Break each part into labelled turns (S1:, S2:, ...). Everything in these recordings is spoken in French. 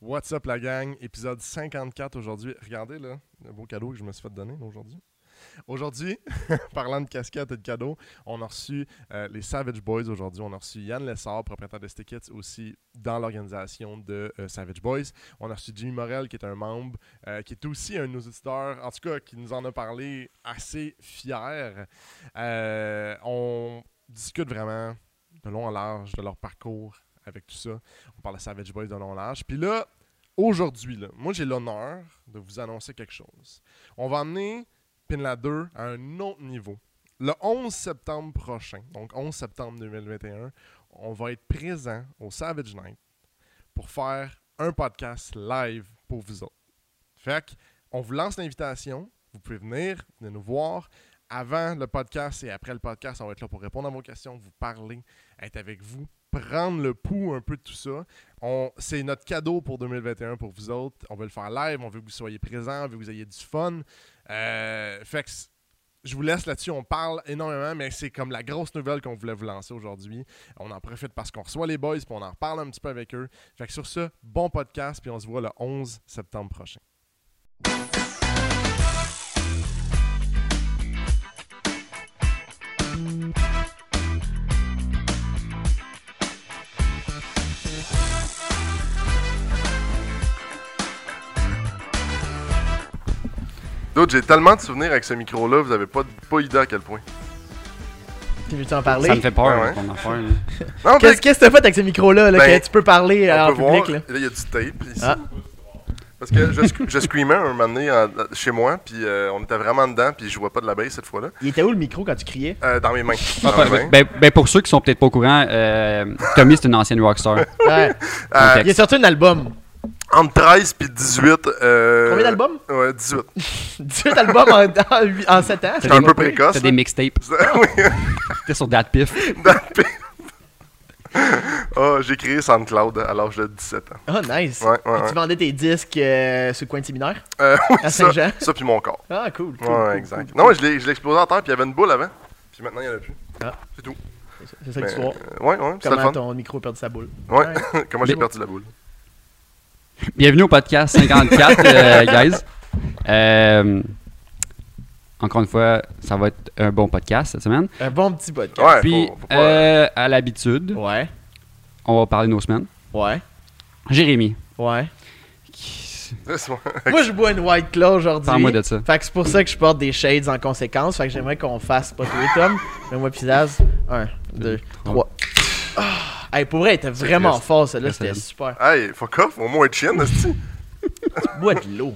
S1: What's up la gang, épisode 54 aujourd'hui. Regardez là, le beau cadeau que je me suis fait donner aujourd'hui. Aujourd'hui, parlant de casquettes et de cadeaux, on a reçu euh, les Savage Boys aujourd'hui. On a reçu Yann Lessard, propriétaire de Stickets, aussi dans l'organisation de euh, Savage Boys. On a reçu Jimmy Morel, qui est un membre, euh, qui est aussi un de nos auditeurs, en tout cas, qui nous en a parlé assez fier. Euh, on discute vraiment de long en large de leur parcours avec tout ça. On parle de Savage Boys de long en large. Puis là, aujourd'hui, là, moi, j'ai l'honneur de vous annoncer quelque chose. On va emmener Pinla 2 à un autre niveau. Le 11 septembre prochain, donc 11 septembre 2021, on va être présent au Savage Night pour faire un podcast live pour vous autres. Fait que, on vous lance l'invitation. Vous pouvez venir, venez nous voir. Avant le podcast et après le podcast, on va être là pour répondre à vos questions, vous parler, être avec vous, prendre le pouls un peu de tout ça. On- C'est notre cadeau pour 2021 pour vous autres. On veut le faire live, on veut que vous soyez présents, on veut que vous ayez du fun. Euh, fait que c- je vous laisse là-dessus, on parle énormément, mais c'est comme la grosse nouvelle qu'on voulait vous lancer aujourd'hui. On en profite parce qu'on reçoit les boys, puis on en reparle un petit peu avec eux. Fait que sur ce, bon podcast, puis on se voit le 11 septembre prochain. D'autres, j'ai tellement de souvenirs avec ce micro-là, vous avez pas, pas idée à quel point.
S2: Tu veux-tu en parler?
S3: Ça me fait peur,
S1: Ouais, ouais.
S3: là, ton affaire. là.
S1: Non,
S2: Qu'est-ce qu'est-ce que t'as fait avec ce micro-là là,
S1: Ben,
S2: que tu peux parler euh,
S1: On
S2: en
S1: peut voir,
S2: public?
S1: là,
S2: Là?
S1: il y a du tape ici.
S2: Ah.
S1: Parce que je, sc- je screamais un moment donné en- chez moi, puis euh, on était vraiment dedans, puis je vois pas de la baisse cette fois-là.
S2: Il était où le micro quand tu criais?
S1: Euh, dans mes mains. Dans mes mains.
S3: Ben, ben, pour ceux qui sont peut-être pas au courant, euh, Tommy, c'est une ancienne rockstar.
S2: Ouais.
S1: Euh,
S2: Il a sorti un album.
S1: entre 13 puis 18. euh,
S2: Combien d'albums?
S1: Ouais, 18.
S2: 18 albums en, en, huit- en 7 ans.
S1: J'étais un peu précoce, hein.
S3: T'as
S1: là.
S3: des mixtapes. T'es sur Datpiff.
S1: Ah, j'ai créé SoundCloud à l'âge de 17 ans.
S2: Oh, nice.
S1: Ouais, ouais,
S2: Puis
S1: ouais.
S2: Tu vendais tes disques euh, sur le coin de séminaire
S1: Euh, oui,
S2: à
S1: ça,
S2: Saint-Jean.
S1: ça puis mon corps.
S2: Ah, cool. cool,
S1: Ouais,
S2: cool,
S1: exact.
S2: cool.
S1: Non, je l'ai je l'ai explosé en terre, puis il y avait une boule avant. Puis maintenant, il n'y en a plus.
S2: Ah.
S1: C'est tout.
S2: C'est ça
S1: Mais,
S2: l'histoire.
S1: euh, ouais, ouais, c'était le
S2: Comment
S1: fun.
S2: ton micro a perdu sa boule.
S1: Ouais. Comment j'ai
S3: Mais-
S1: perdu la boule.
S3: Bienvenue au podcast 54, euh, guys. Euh, encore une fois, ça va être un bon podcast cette semaine.
S2: Un bon petit podcast.
S1: Ouais,
S3: Puis,
S1: faut- faut pas-
S3: euh, à l'habitude,
S2: Ouais.
S3: on va parler de nos semaines.
S2: Ouais.
S3: Jérémy,
S2: Ouais.
S3: qui-
S1: C'est bon.
S2: Moi, je bois une White Claw aujourd'hui.
S3: parle-moi de ça.
S2: Fait que c'est pour ça que je porte des shades en conséquence. Fait que j'aimerais qu'on fasse pas tous les tomes. Mais moi, pis Zaz, un, deux, trois. Ah! Hey, pour vrai, elle était vraiment
S3: Reste-
S2: fort, celle-là.
S3: reste
S2: C'était
S3: solide.
S2: super.
S1: Hey, fuck off, au moins chin, esti.
S2: Bois de l'eau.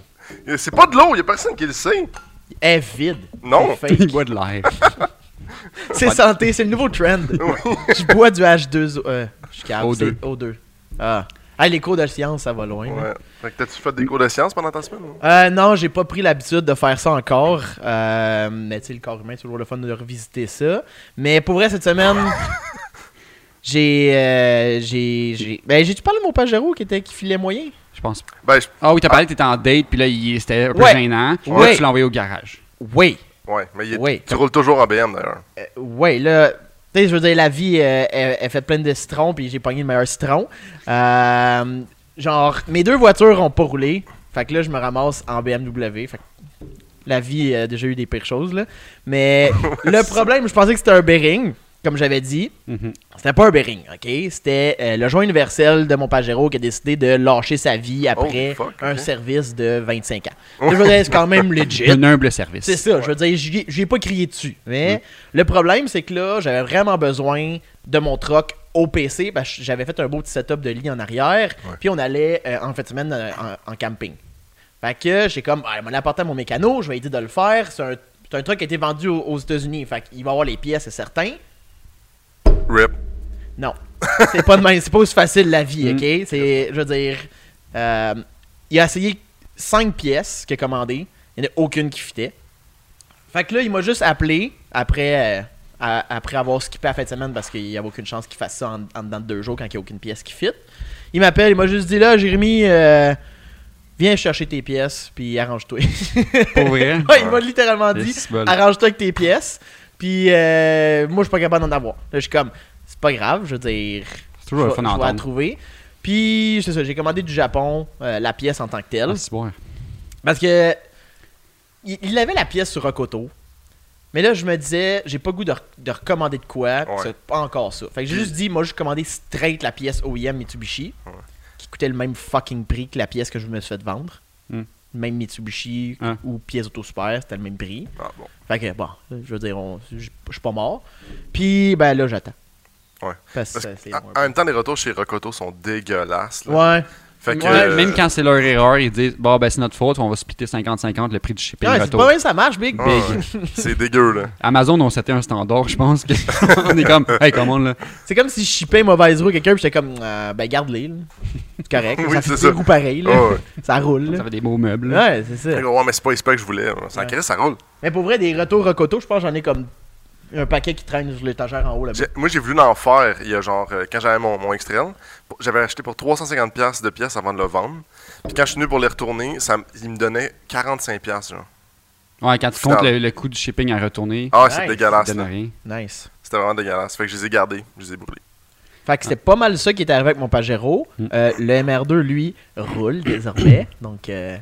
S1: C'est pas de l'eau, il a personne qui le sait.
S2: Elle est vide.
S1: Non.
S2: C'est
S3: Il
S2: fake.
S3: boit de l'air.
S2: C'est santé, c'est le nouveau trend. je bois du H2O. Euh, je suis capable,
S3: O2.
S2: c'est O2. Ah. Hey, les cours de science, ça va loin. là.
S1: Ouais. Fait que t'as-tu fait des cours de sciences pendant ta semaine? non?
S2: Euh, non, j'ai pas pris l'habitude de faire ça encore. Euh, mais tu sais, le corps humain, c'est toujours le fun de revisiter ça. Mais pour vrai, cette semaine, j'ai. euh, j'ai. j'ai- Ben, j'ai-tu parlé de mon Pajero qui, était, qui filait moyen
S3: Je pense.
S1: Ben, je-
S3: Ah oui, t'as parlé, t'étais en date, puis là, il- c'était un peu
S2: Ouais.
S3: gênant.
S2: Ouais.
S3: Là, tu l'as envoyé au garage.
S2: Oui.
S1: ouais, mais il est-
S2: Oui.
S1: tu roules toujours en BM d'ailleurs.
S2: Euh, ouais, là. Tu sais, je veux dire, la vie, euh, elle, elle fait plein de citrons, puis j'ai pogné le meilleur citron. Euh, genre, mes deux voitures ont pas roulé. Fait que là, je me ramasse en BMW. Fait que la vie euh, a déjà eu des pires choses, là. Mais le problème, je pensais que c'était un bearing, comme j'avais dit.
S1: Mm-hmm.
S3: Mhm.
S2: C'était pas un bearing, ok? C'était euh, le joint universel de mon Pajero qui a décidé de lâcher sa vie après
S1: Oh, fuck, ok.
S2: un service de 25 ans. Je veux dire, c'est quand même legit.
S3: Un humble service.
S2: C'est ça, je veux dire, j'y ai- j'y ai pas crié dessus. Mais le problème, c'est que là, j'avais vraiment besoin de mon troc au PC parce que j'avais fait un beau petit setup de lit en arrière. Puis on allait euh, en fin de semaine euh, en, en camping. Fait que j'ai comme, ah, on apporté à mon mécano, je vais lui dire de le faire. C'est un, c'est un truc qui a été vendu aux, aux États-Unis. Fait qu'il va avoir les pièces, c'est certain.
S1: Rip.
S2: Non. c'est pas de même. C'est pas aussi facile la vie, ok? C'est. Je veux dire. euh, il a essayé cinq pièces qu'il a commandées. Il n'y en a aucune qui fitait. Fait que là, il m'a juste appelé après, euh, à- après avoir skippé la fin de semaine parce qu'il n'y avait aucune chance qu'il fasse ça en, en dedans de deux jours quand il n'y a aucune pièce qui fit. Il m'appelle, il m'a juste dit là, Jérémy, euh, viens chercher tes pièces, puis arrange-toi.
S3: Pour vrai.
S2: Ouais, il m'a littéralement
S3: Et
S2: dit
S3: c'est bon.
S2: arrange-toi avec tes pièces. Puis euh, moi, je suis pas capable d'en avoir. Là, je suis comme c'est pas grave, je veux dire.
S3: C'est toujours
S2: je
S3: le
S2: vais-
S3: fun
S2: je vais la
S3: d'entendre.
S2: trouver. Puis, c'est ça, j'ai commandé du Japon euh, la pièce en tant que telle.
S3: Ah, c'est bon.
S2: Parce que il, il avait la pièce sur Rocoto. Mais là, je me disais, j'ai pas le goût de, re- de recommander de quoi.
S4: Ouais.
S2: C'est pas encore ça. Fait que j'ai juste dit, moi, je commandais straight la pièce OEM Mitsubishi,
S4: Ouais.
S2: qui coûtait le même fucking prix que la pièce que je me suis fait vendre.
S3: Hmm. Hein.
S2: Même Mitsubishi
S3: Ouais.
S2: ou pièce Auto Super, c'était le même prix.
S4: Ah bon.
S2: Fait que bon, je veux dire, on- je je suis pas mort. Puis, ben là, j'attends.
S4: Ouais.
S2: Parce que
S4: Parce que, ah,
S2: c'est.
S4: en, en même temps, les retours chez Rocoto sont dégueulasses. là.
S2: Ouais.
S4: Fait que,
S3: Ouais,
S4: euh,
S3: Même quand c'est leur erreur, ils disent Bon, ben c'est notre faute, on va splitter 50-50 le prix du shipping
S2: Ouais, c'est
S3: retour.
S2: pas même ça marche, Big.
S4: ah, ouais. c'est dégueu, là.
S3: Amazon, on s'était un standard, je pense. que- on est comme Hey, comment là
S2: C'est comme si je shippais une mauvaise roue à quelqu'un, puis j'étais comme, euh, ben garde-les, là. c'est correct.
S4: Oui,
S2: ça
S4: c'est
S2: fait
S4: ça.
S2: des roues pareilles, là.
S4: Ah ouais.
S2: ça roule.
S3: Ça
S2: là.
S3: fait des beaux meubles. là.
S2: Ouais, c'est ça.
S4: Fait que, ouais, mais c'est pas les specs que je voulais. là. Ça,
S2: Ouais.
S4: Chris, ça roule.
S2: Mais pour vrai, des retours rocoto, je pense que j'en ai comme un paquet qui traîne sur l'étagère en haut là-bas.
S4: J'ai- Moi, j'ai voulu en faire il y a genre, euh, quand j'avais mon, mon X-Trail, pour- j'avais acheté pour 350$ piastres de pièces avant de le vendre. Puis quand je suis venu pour les retourner, ça, m- il me donnait 45$. piastres, Genre.
S3: Ouais, quand tu comptes le, le coût du shipping à retourner,
S4: Ah, c'est
S2: Nice.
S4: dégueulasse.
S3: ça donne
S4: là.
S3: rien.
S2: Nice.
S4: C'était vraiment dégueulasse. Fait que je les ai gardés, je les ai brûlés.
S2: Fait que c'était pas mal ça qui était arrivé avec mon Pajero.
S3: Mm.
S2: Euh, le MR2, lui, roule désormais. Donc, euh,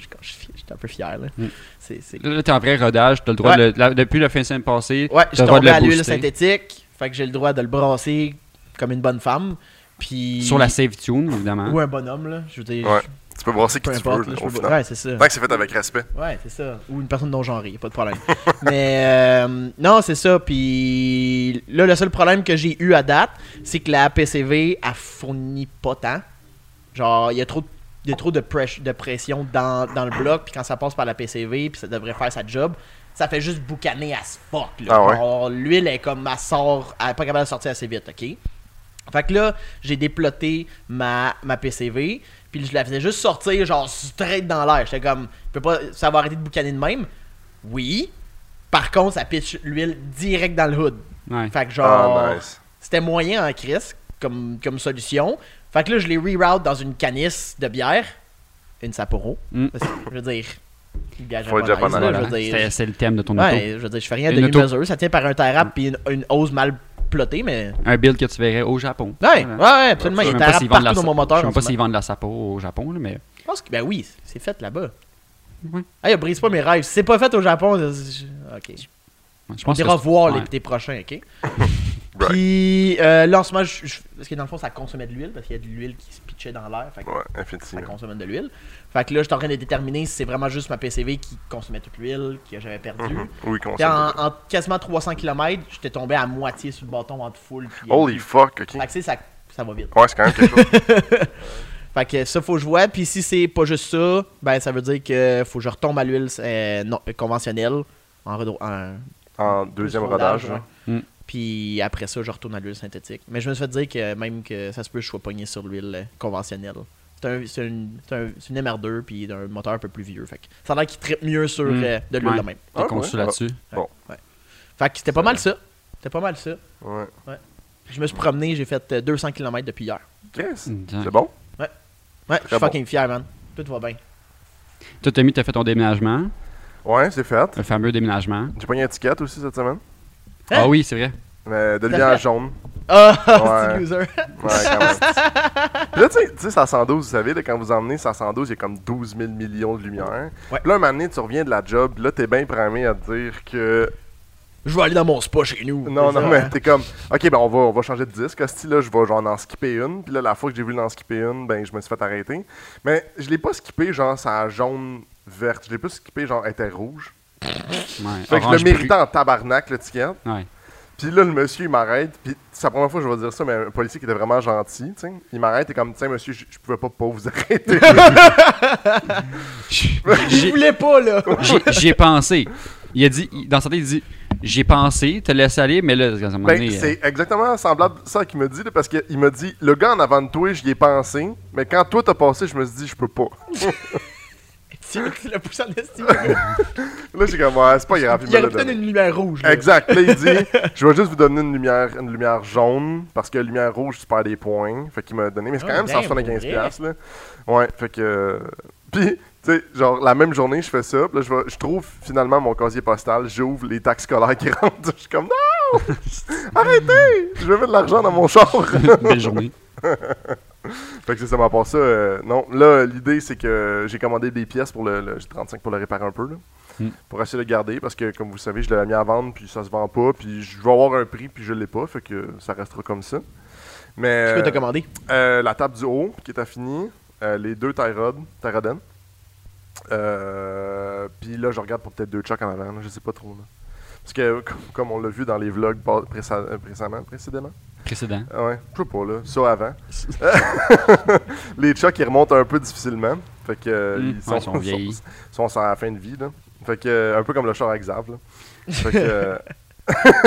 S2: je- je suis fier- j'étais un peu fier, là.
S3: Mm.
S2: C'est- c'est-
S3: Là, là, t'es en vrai rodage, t'as le droit
S2: Ouais.
S3: de le- la- depuis le fin de semaine passée.
S2: Ouais,
S3: t'as
S2: je
S3: le droit de
S2: tombé
S3: le
S2: à l'huile
S3: booster.
S2: synthétique. Fait que j'ai le droit de le brasser comme une bonne femme. Puis...
S3: Sur la save tune, évidemment.
S2: Ou un bonhomme, là. Je veux dire,
S4: Ouais. Tu peux brasser qui
S2: peu
S4: tu
S2: importe.
S4: veux,
S2: là,
S4: là,
S2: je
S4: au
S2: peux-
S4: final.
S2: Ouais, c'est ça.
S4: Tant que c'est fait avec respect.
S2: Ouais, c'est ça. Ou une personne non genrée, y a pas de problème. Mais euh, non, c'est ça. Puis là, le seul problème que j'ai eu à date, c'est que la PCV, elle fournit pas tant. Genre, il y a trop, il y a trop de, press- de pression dans, dans le bloc. Puis quand ça passe par la PCV, puis ça devrait faire sa job, ça fait juste boucaner à ce fuck. Là.
S4: Ah ouais?
S2: Genre, l'huile est comme, elle sort, elle est pas capable de sortir assez vite, ok? Fait que là, j'ai déploté ma, ma PCV, puis je la faisais juste sortir, genre, straight dans l'air. J'étais comme, je peux pas, ça va arrêter de boucaner de même. Oui. Par contre, ça pitch l'huile direct dans le hood.
S3: Ouais.
S2: Fait que genre,
S4: Ah, nice.
S2: c'était moyen en crise comme, comme solution. Fait que là, je les reroute dans une canisse de bière, une Sapporo.
S3: Mm.
S2: Parce que, je veux dire, gage
S4: Faut être
S2: japonaise,
S4: japonais,
S2: là, je
S3: Voilà.
S2: veux dire.
S3: C'était- C'est le thème de ton auto.
S2: Ouais, je veux dire, je fais rien de
S3: Une auto.
S2: demi-mesure. Ça tient par un terrape puis une, une hose mal plotée, mais.
S3: Un build que tu verrais au Japon.
S2: Ouais,
S3: Voilà.
S2: ouais, ouais, absolument.
S3: Je
S2: Il y
S3: sais
S2: a un
S3: même pas
S2: terrape
S3: s'ils vendent de la
S2: partout dans mon
S3: sa-
S2: moteur.
S3: Je sais
S2: en
S3: même pas
S2: ce
S3: s'ils vendent de la Sapo au Japon, là, mais.
S2: Je pense que ben oui, c'est fait là-bas.
S3: Ouais.
S2: Ah, il brise pas mes rêves. Si c'est pas fait au Japon, je- ok.
S3: Je
S2: On
S3: pense
S2: ira
S3: que-
S2: voir
S3: ouais.
S2: l'été prochain, ok?
S4: Right.
S2: Puis euh, là, en ce moment, je- je- parce que dans le fond, ça consommait de l'huile, parce qu'il y a de l'huile qui se pitchait dans l'air, fait que
S4: Ouais,
S2: ça
S4: effectivement.
S2: consommait de l'huile. Fait que là, je suis en train de déterminer si c'est vraiment juste ma PCV qui consommait toute l'huile que j'avais perdue.
S4: Mhm. Oui, comment
S2: Puis en,
S4: ça
S2: en quasiment 300 km, j'étais tombé à moitié sur le bâton entre full. Puis,
S4: Holy fuck, ok.
S2: Fait que, tu sais, ça, ça va vite.
S4: Ouais, c'est quand même quelque chose.
S2: Fait que ça, faut que je vois. Puis si c'est pas juste ça, ben ça veut dire que faut que je retombe à l'huile euh, non, euh, conventionnelle en, redo- en
S4: En deuxième
S2: plus
S4: rodage,
S2: ouais.
S4: genre.
S3: Mm.
S2: Puis après ça, je retourne à l'huile synthétique. Mais je me suis fait dire que même que ça se peut, que je sois pogné sur l'huile euh, conventionnelle. C'est un, c'est une, c'est un- c'est une MR2 puis d'un moteur un peu plus vieux. Fait que ça a l'air qu'il trippe mieux sur
S3: Mm.
S2: euh, de l'huile
S3: Ouais.
S2: de même.
S3: T'es
S4: Ah,
S3: conçu
S4: ouais.
S3: là-dessus.
S2: Fait que c'était pas mal ça. C'était pas mal ça.
S4: Ouais.
S2: Je me suis promené, j'ai fait euh, 200 km depuis hier.
S4: Chris,
S3: Tiens.
S4: c'est bon?
S2: Ouais, je suis
S4: bon.
S2: fucking fier, man. Tout va bien.
S3: Toi, Tommy, t'as fait ton déménagement,
S4: Ouais, c'est fait.
S3: le fameux déménagement.
S4: J'ai pogné une étiquette aussi cette semaine.
S2: Hein?
S3: Ah oui, c'est vrai.
S4: Mais de
S2: T'as
S4: lumière
S2: fait?
S4: jaune.
S2: Ah, c'est
S4: Ouais.
S2: loser.
S4: Ouais, quand même. Puis là, tu sais- tu sais, ça 112, vous savez, là, quand vous emmenez ça 112, il y a comme 12 000 millions de lumières.
S2: Ouais.
S4: Puis là, un moment donné, tu reviens de la job, là, t'es bien primé à te dire que.
S2: Je vais aller dans mon spa chez nous. C'est
S4: Non, non,
S2: ça,
S4: mais
S2: hein.
S4: t'es comme, ok, ben on va, on va changer de disque. Hostie, là, je vais genre en skipper une. Puis là, la fois que j'ai voulu en skipper une, ben je me suis fait arrêter. Mais je l'ai pas skippé, genre, ça a jaune, verte. Je l'ai plus skippé, genre, elle était rouge.
S3: Ouais,
S4: Fait que
S3: orange
S4: je le méritais en tabarnak, le ticket.
S3: brut. Ouais.
S4: Puis là, le monsieur, il m'arrête. Puis c'est la première fois que je vais dire ça, mais un policier qui était vraiment gentil, tu sais. Il m'arrête et comme, tiens, monsieur, je je pouvais pas, pas vous arrêter.
S2: Il voulait pas, là.
S3: J'y j'y ai pensé. Il a dit, il- dans sa tête, il dit J'y ai pensé, te laisse aller, mais là, à un moment
S4: Ben,
S3: donné, euh,
S4: c'est exactement semblable à ça qu'il me dit, là, parce qu'il me dit le gars en avant de toi, j'y ai pensé, mais quand toi t'as passé, je me suis dit je peux pas.
S2: Tu tu l'as poussé en estime.
S4: Là, j'ai comme ouais, c'est pas grave.
S2: Il
S4: me
S2: aurait
S4: l'a
S2: pu donner
S4: donné.
S2: une lumière rouge. là.
S4: Exact. Là, il dit je vais juste vous donner une lumière, une lumière jaune, parce que lumière rouge, tu perds des points. Fait qu'il m'a donné, mais c'est quand
S2: Ah,
S4: même
S2: damn,
S4: 175$.
S2: pour
S4: piastres, Là. Ouais, fait que. euh, Puis, tu sais, genre, la même journée, je fais ça, puis là, je, vais- je trouve finalement mon casier postal, j'ouvre les taxes scolaires qui rentrent. Je suis comme
S3: euh,
S4: non Arrêtez Je veux mettre de l'argent dans mon char
S3: belle journée.
S4: Fait que c'est ça, mais à part ça, euh, non. Là, l'idée, c'est que j'ai commandé des pièces pour le, le G35 pour le réparer un peu, là.
S2: Hmm.
S3: Mm.
S4: Pour essayer de le garder, parce que, comme vous savez, je l'avais mis à vendre, puis ça se vend pas, puis je vais avoir un prix, puis je l'ai pas, fait que ça restera comme ça. Mais.
S2: Qu'est-ce que t'as
S4: euh,
S2: commandé?
S4: euh, la table du haut qui est à fini, euh, les deux Tyrod, Tyroden. Euh, Puis là, je regarde pour peut-être deux chocs en avant, là, je sais pas trop. là. Parce que, com- comme on l'a vu dans les vlogs pas- présa- euh, précemment, précédemment,
S3: Précédent.
S4: Ah ouais, je sais pas, là, ça avant. les chocs, ils remontent un peu difficilement. Fait que, euh,
S3: Mm,
S4: ils
S3: ouais, ils sont vieillis.
S4: sont, sont sur la fin de vie, là. Fait que, euh, un peu comme le char à Xav, là. Fait que, euh,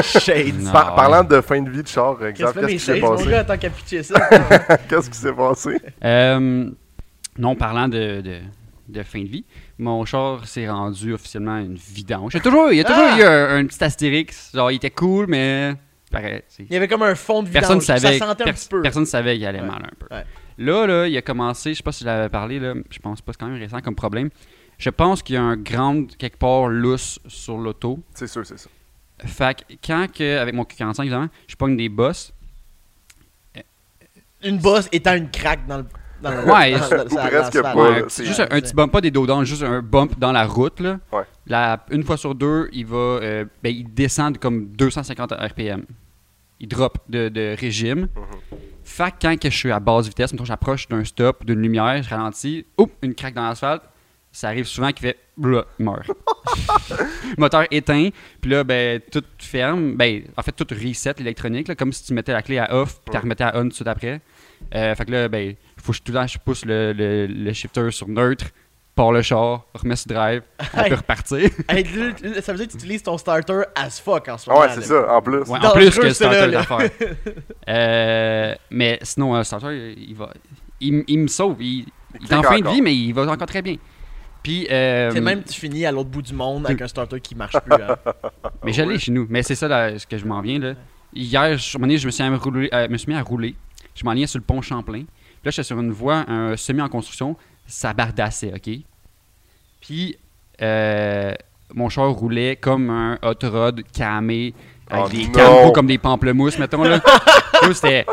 S2: Shades.
S3: Non,
S4: par-
S3: ouais.
S4: parlant de fin de vie de char, euh,
S2: Qu'est-ce
S4: Xav,
S2: que tu fais mes
S4: qu'est-ce qui s'est
S2: shades, mon
S4: passé?
S2: gars, tant qu'à pitcher ça?
S4: Qu'est-ce qui s'est passé?
S3: Euh, non, parlant de, de, de fin de vie, mon char s'est rendu officiellement une vidange. Il y a toujours, il y a toujours
S2: Ah!
S3: eu un, un petit astérix. Genre, il était cool, mais. pareil, c'est-
S2: Il y avait comme un fond de vidange.
S3: personne savait.
S2: Ça sentait un
S3: pers-
S2: petit peu.
S3: Personne savait qu'il allait
S2: Ouais.
S3: mal un peu.
S2: Ouais.
S3: Là, là, il a commencé, je sais pas si je l'avais parlé, là, je pense pas, c'est quand même récent comme problème. Je pense qu'il y a un grand, quelque part, lousse sur l'auto.
S4: C'est sûr, c'est ça.
S3: Fait que quand, que, avec mon Q45, évidemment, je pogne des bosses,
S2: Une bosse étant une craque dans le. Dans le
S3: Ouais,
S2: dans-
S4: ça-
S2: dans-
S4: ou
S2: dans-
S4: presque
S2: dans-
S4: pas,
S2: dans-
S4: là,
S3: Ouais,
S2: dans-
S4: c'est-
S3: c'est juste un, un petit bump, pas des dos down, juste un bump dans la route. Là.
S4: Ouais.
S3: La- une fois sur deux, il va, euh, ben, il descend de comme 250 RPM. Il drop de, de régime. Fait que quand que je suis à basse vitesse, mettons, j'approche d'un stop, d'une lumière, je ralentis, oups, une craque dans l'asphalte. Ça arrive souvent qu'il fait blah, meurt. Moteur éteint, puis là, ben, tout ferme. Ben, en fait, tout reset l'électronique, là, comme si tu mettais la clé à off, puis tu la
S4: Ouais.
S3: remettais à on tout de suite après. Euh, fait que là, ben, faut que je- tout le temps je pousse le, le- le shifter sur neutre, pars le char, remets sur drive, on
S2: Hey.
S3: peut repartir.
S2: Hey, le- le- Ça veut dire que tu utilises ton starter as fuck en ce
S4: Ah
S2: moment.
S4: ouais, c'est
S2: là.
S4: ça, en plus.
S3: Ouais, en
S2: dangereux,
S3: plus que c'est
S2: celui-là,
S3: un
S2: là.
S3: d'affaires. Euh, mais sinon, euh, Starter, il il va. Il, m- il me sauve. Il, il est en
S4: clique
S3: fin de
S4: encore.
S3: vie, mais il va encore très bien. Puis, euh,
S2: C'est même tu finis à l'autre bout du monde avec un starter qui marche plus. hein.
S3: mais
S4: Ah
S3: j'allais chez nous. Mais c'est ça là, ce que je m'en viens. Là. Hier, je, un moment donné, je me suis, à me rouler- euh, me suis mis à rouler. Je m'en liais sur le pont Champlain. Puis là, j'étais sur une voie, un semi en construction. Ça bardassait, OK? Puis, euh, mon char roulait comme un hot rod camé. Avec
S4: Oh
S3: des
S4: non!
S3: cambos comme des pamplemousses, mettons. Là. Là, c'était.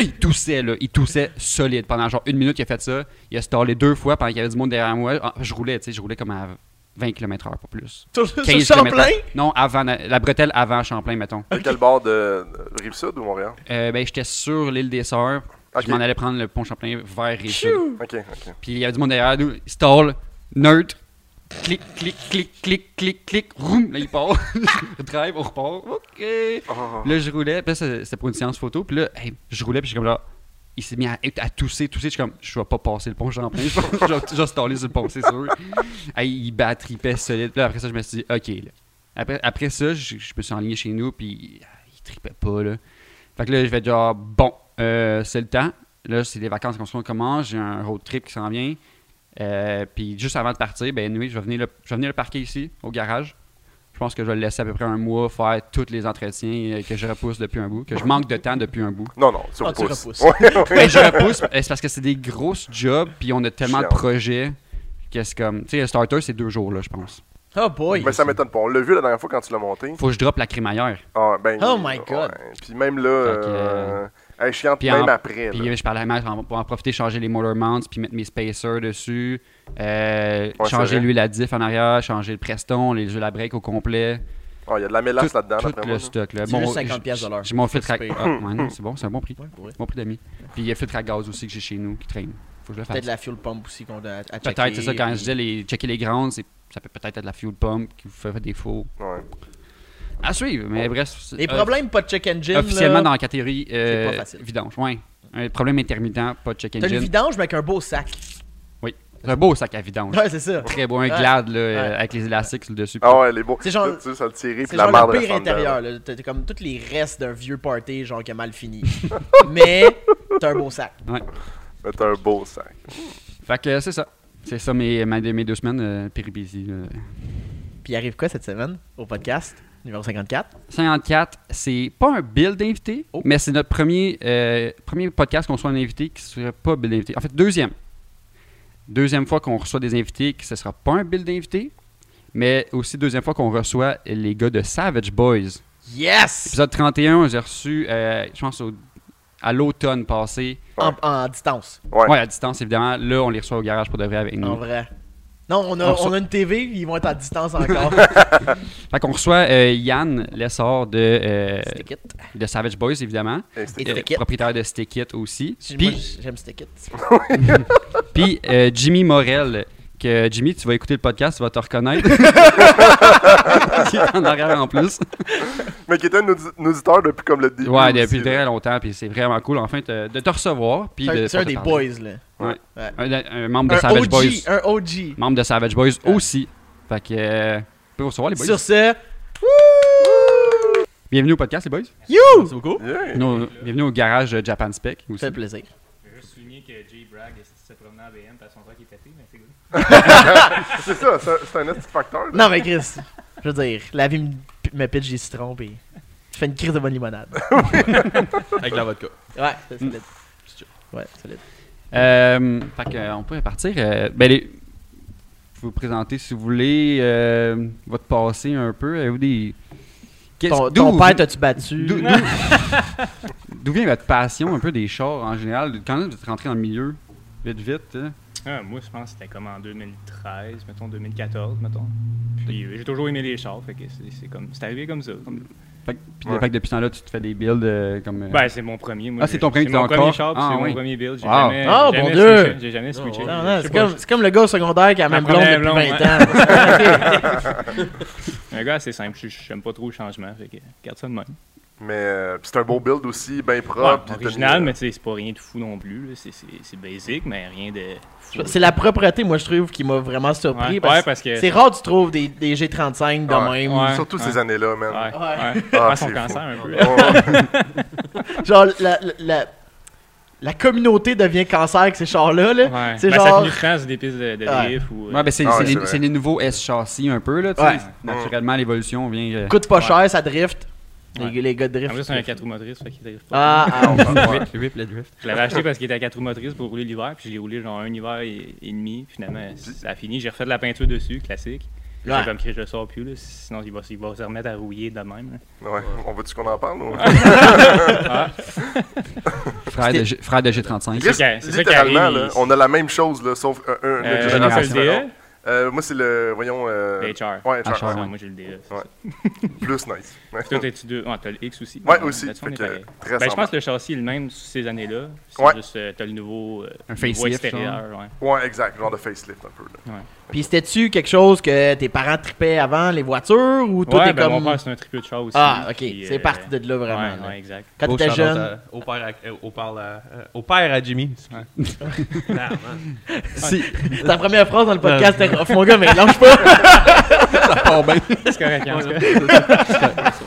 S3: Il toussait, là. Il toussait solide. Pendant genre une minute, il a fait ça. Il a stallé deux fois pendant qu'il y avait du monde derrière moi. Ah, Je roulais, tu sais, je roulais comme à 20 km/h, pas plus.
S2: Sur sur
S3: 15 kilomètres.
S2: Champlain? Ah.
S3: Non, avant la, la bretelle avant Champlain, mettons.
S4: De quel bord de de Rive-Sud ou Montréal?
S3: Euh, ben, j'étais sur l'île des Sœurs.
S4: Ok.
S3: Je m'en allais prendre le pont Champlain vers Rive-Sud.
S2: Pfiou!
S4: Ok, ok.
S3: Puis il y avait du monde derrière nous. Stall, neutre. Clic, clic, clic, clic, clic, clic. Roum, là, il part. Je drive, on repart. OK.
S4: Oh.
S3: Là, je roulais. Puis là, c'est- c'était pour une séance photo. Puis là, hey, je roulais. Puis je suis comme là. Il s'est mis à, à tousser, tousser. Je suis comme, je vais pas passer le pont Champlain. Je vais- je vais- je vais staller sur le pont, c'est sûr. Hey, il battripait solide. Puis là, après ça, je me suis dit, OK. Là. Après, après ça, je, je me suis enligné chez nous. Puis ah, il tripait pas. Là. Fait que là, je vais genre, bon, euh, c'est le temps. Là, c'est les vacances qu'on se commence. J'ai un road trip qui s'en vient. Euh, puis juste avant de partir, ben anyway, je vais venir le, je vais venir le parquer ici, au garage. Je pense que je vais le laisser à peu près un mois faire tous les entretiens euh, que je repousse depuis un bout, que je manque de temps depuis un bout.
S4: Non, non, tu
S2: Ah, tu
S4: repousses.
S2: repousses.
S4: Ouais, ouais.
S3: Mais je repousse, euh, c'est parce que c'est des grosses jobs, puis on a tellement de
S4: Chiant.
S3: projets que c'est comme. Tu sais, le starter, c'est deux jours, là, je pense.
S2: Oh boy.
S4: Mais Ben, ça m'étonne pas. On l'a vu la dernière fois quand tu l'as monté.
S3: Faut que je droppe la crémaillère.
S4: Ah, ben,
S2: Oh my God.
S4: ouais. Puis même là,
S3: Fait que,
S4: euh, elle est chiante
S3: puis
S4: même
S3: en-
S4: après.
S3: Puis
S4: là.
S3: euh, je parlais à ma mère pour en- pour en profiter, changer les motor mounts, puis mettre mes spacers dessus, euh,
S4: Ouais, c'est
S3: changer
S4: vrai.
S3: l'huile à diff en arrière, changer le Preston, les huiles à break au complet.
S4: Ah, Il y a de la mélasse
S3: tout,
S4: là-dedans,
S3: tout
S4: d'après
S3: le
S4: moi. là.
S3: stock. Là.
S2: C'est juste 50 pièces de l'heure.
S3: J'ai mon filtre à...
S2: C'est pas si
S3: Ah, ouais, non, c'est bon, c'est un bon prix.
S2: Ouais, pour vrai.
S3: Bon prix d'amis. Puis il y a le filtre à gaz aussi que j'ai chez nous qui traîne. Faut que je le fasse.
S2: Peut-être la fuel pump aussi qu'on doit à, à checker. euh,
S3: Peut-être, c'est ça, quand
S2: puis-
S3: je disais les, checker les grandes, c'est- ça peut peut-être être la fuel pump qui vous fait défaut.
S4: Ouais.
S3: À suivre, mais bref. c'est-
S2: Les
S3: euh,
S2: problèmes, pas de check engine.
S3: Officiellement
S2: là.
S3: dans la catégorie euh,
S2: c'est pas facile.
S3: vidange, ouais. Un problème intermittent, pas de check
S2: T'as une
S3: engine.
S2: vidange, mais avec un beau sac.
S3: C'est un beau sac à vidange.
S2: Ouais, c'est ça.
S3: Très beau,
S2: Ouais.
S3: un glad là, euh,
S2: Ouais.
S3: avec les élastiques sur le dessus.
S4: Ah ouais, elle est beau.
S2: C'est genre-
S4: Là, tu sais, ça le tirer, puis
S2: C'est
S4: la
S2: genre
S4: marde
S2: le pire
S4: reste en dedans,
S2: intérieur.
S4: là.
S2: là. T'as t'as comme tous les restes d'un vieux party, genre qui a mal fini. mais t'as un beau sac.
S4: Mais t'as un beau sac.
S3: Fait que euh, c'est ça. C'est ça mes, ma- mes deux semaines euh, péripéties. euh.
S2: Puis il arrive quoi cette semaine au podcast numéro 54
S3: 54, c'est pas un bill d'invité,
S2: Oh.
S3: mais c'est notre premier, euh, premier podcast qu'on reçoit un invité qui ne serait pas bill d'invité. En fait, deuxième. Deuxième fois qu'on reçoit des invités qui ne sera pas un bill d'invité, mais aussi deuxième fois qu'on reçoit les gars de Savage Boys.
S2: Yes
S3: Épisode 31, j'ai reçu, euh, je pense, au à l'automne passé.
S2: En, en distance,
S3: Ouais.
S1: Ouais.
S3: à distance, évidemment. Là, on les reçoit au garage pour de vrai avec nous.
S2: en vrai. Non, on a,
S3: Mm. On Euh, reçoit-
S2: on a une TV, ils vont être à distance encore.
S3: Fait qu'on reçoit euh, Yann Lessard de, euh,
S2: Stick it.
S3: de Savage Boys, évidemment.
S1: Et c'est-
S2: Et
S3: Euh,
S2: Stick It.
S3: propriétaire de Stick It aussi.
S2: J'ai- moi,
S3: Puis,
S2: J'aime Stick It.
S3: puis, euh, Jimmy Morel. Que Jimmy, tu vas écouter le podcast, tu vas te reconnaître. Qui est en arrière en plus.
S1: Mais qui était un audi- un auditeur depuis comme le début.
S3: Ouais,
S1: aussi,
S3: depuis
S1: là.
S3: très longtemps, puis c'est vraiment cool enfin te- de te recevoir. puis
S2: C'est un-
S3: de-
S2: C'est un
S3: pour te
S2: des
S3: parler.
S2: boys, là.
S3: Ouais.
S2: Ouais.
S3: Un, un membre de
S2: Un
S3: Savage
S2: OG,
S3: Boys.
S2: un OG.
S3: Membre de Savage Boys
S2: Ouais.
S3: aussi. Fait que. euh, vous pouvez vous recevoir, les boys.
S2: Sur ce,
S3: Bienvenue au podcast, les boys.
S2: you!
S3: Merci beaucoup.
S1: Yeah.
S3: Bienvenue au, bienvenue au garage euh, Japan Spec.
S2: Ça
S3: Aussi.
S2: fait plaisir.
S5: Je veux juste souligner que Jay Bragg se promenait en BM parce qu'on voit qu'il est pété, mais c'est good.
S1: C'est ça, ça- c'est un petit facteur. là.
S2: Non, mais Chris, je veux dire, la vie me, me pitche des citrons, puis je fais une crise de bonne limonade.
S6: Avec la vodka.
S2: Ouais, c'est solide. Ouais, solide.
S3: Euh, fait que, euh, on peut partir. euh, ben, les- vous présenter si vous voulez euh, votre passé un peu. Avez-vous des. Qu'est-ce-
S2: Ton,
S3: d'où
S2: ton
S3: vous-
S2: père, t'as-tu battu?
S3: d'où- d'où- D'où vient votre passion un peu des chars en général Quand vous êtes rentré dans le milieu, vite, vite. hein?
S5: Ah, moi, je pense que c'était comme en 2013, mettons, 2014, mettons. Puis euh, j'ai toujours aimé les chars, fait que c'est c'est comme. C'est arrivé comme ça. comme-
S3: Fait que- puis
S1: Ouais.
S3: fait que depuis ce temps-là, tu te fais des builds euh, comme. euh,
S5: Ben, c'est mon premier. Moi,
S3: Ah, c'est ton premier que
S5: C'est
S3: t'as
S5: mon premier
S3: encore?
S5: char, puis
S3: Ah,
S5: c'est
S3: oui.
S5: mon premier build. J'ai
S3: Wow.
S5: jamais.
S2: Ah,
S5: j'ai
S2: bon
S5: jamais
S2: Dieu!
S5: switché, J'ai jamais switché.
S2: Non, non,
S5: Je sais
S2: c'est
S5: pas,
S2: comme, c'est comme le gars au secondaire qui a
S5: Ma
S2: même blonde depuis
S5: première
S2: 20
S5: blonde,
S2: ans.
S5: Un gars assez simple, je- j'aime pas trop le changement, fait que garde ça de même.
S1: Mais euh, c'est un beau build aussi, bien
S5: Ouais,
S1: propre. puis
S5: original,
S1: t'as- euh,
S5: mais tu sais, c'est pas rien de fou non plus. là. C'est- C'est c'est basic, mais rien de. fou.
S2: c'est la propreté, moi, je trouve, qui m'a vraiment surpris.
S5: Ouais,
S2: parce
S5: ouais,
S2: que
S5: parce que.
S2: c'est rare que tu trouves des, des G35 de
S1: Ouais.
S2: même.
S5: Ouais.
S1: Surtout
S5: Ouais.
S1: ces années-là, man.
S5: Ouais,
S2: Ouais.
S5: ouais.
S1: Ah,
S5: Ouais, son
S1: c'est
S5: cancer un peu.
S1: Oh,
S2: Genre, la, la, la, la communauté devient cancer avec ces chars-là. là.
S5: Ouais.
S2: C'est
S5: Ben,
S2: genre-
S5: Ça finit quand c'est des pistes de, de
S2: Ouais.
S5: drift ou. euh,
S3: Ouais, ben c'est
S1: Ah ouais,
S3: c'est
S1: c'est
S3: les,
S1: vrai.
S3: c'est les nouveaux S-châssis un peu, là, tu sais.
S2: Ouais.
S3: Naturellement, l'évolution vient... euh,
S2: Coûte pas
S5: Ouais.
S2: cher, ça drift. Les-
S5: Ouais.
S2: Les, gars de
S5: En plus,
S2: drift.
S5: c'est un 4 roues motrices, fait qu'il drift pas.
S2: ben, ah, ah, ouais.
S3: Rip, rip le drift.
S5: Je l'avais acheté parce qu'il était à 4 roues motrices pour rouler l'hiver, puis je l'ai roulé genre un hiver et, et demi. puis Finalement, ça a fini. J'ai refait de la peinture dessus, classique. J'ai
S2: Ouais.
S5: comme que je le sors plus, là, sinon il va, il va se remettre à rouiller de même. là.
S1: ouais. On veut-tu qu'on en parle? ou-
S3: Frère de, G- frère de G35.
S5: C'est ça qui- c'est ça qui
S1: Littéralement,
S5: arrive,
S1: là,
S5: il-
S1: on a la même chose, là, sauf euh, un, une
S5: Euh,
S1: autre
S5: c'est le
S1: génération.
S5: DE,
S1: Euh, moi, c'est le, voyons... Euh...
S5: le HR.
S1: Ouais,
S3: Ah,
S1: HR,
S3: ouais.
S5: Non, Moi, j'ai le DE. c'est
S1: Ouais.
S5: ça.
S1: plus nice. Ouais.
S5: Puis Toi, t'es-tu deux? Ah, t'as le X aussi.
S1: Ouais,
S5: Ah,
S1: aussi.
S5: là-dessus, on
S1: Fait
S5: est
S1: que,
S5: pareil.
S1: très
S5: Ben, je pense
S1: semblable.
S5: que le chassis est le même sous ces années-là. C'est
S1: Ouais.
S5: juste, euh, t'as le nouveau, euh,
S3: Un
S5: nouveau
S3: facelift,
S5: extérieur. ouais.
S1: Ouais, exact, genre de facelift un peu. Là.
S2: Puis c'était-tu quelque chose que tes parents tripaient avant les voitures ou toi
S5: Ouais,
S2: t'es
S5: ben,
S2: comme.
S5: mon père, c'est un triple de char aussi.
S2: ah, ok,
S5: puis,
S2: c'est
S5: euh,
S2: parti de là vraiment.
S5: Ouais,
S2: là.
S5: ouais, exact.
S2: Quand
S6: Beau
S2: t'étais
S6: shout-out
S2: jeune.
S6: à- Au père à- euh, au père à- euh, au père à Jimmy.
S5: Ah,
S6: Non, man.
S3: Si,
S2: Ta première phrase dans le podcast c'était Off, mon gars, mais lâche pas.
S3: ça part bien.
S5: C'est correct, hein, c'est correct.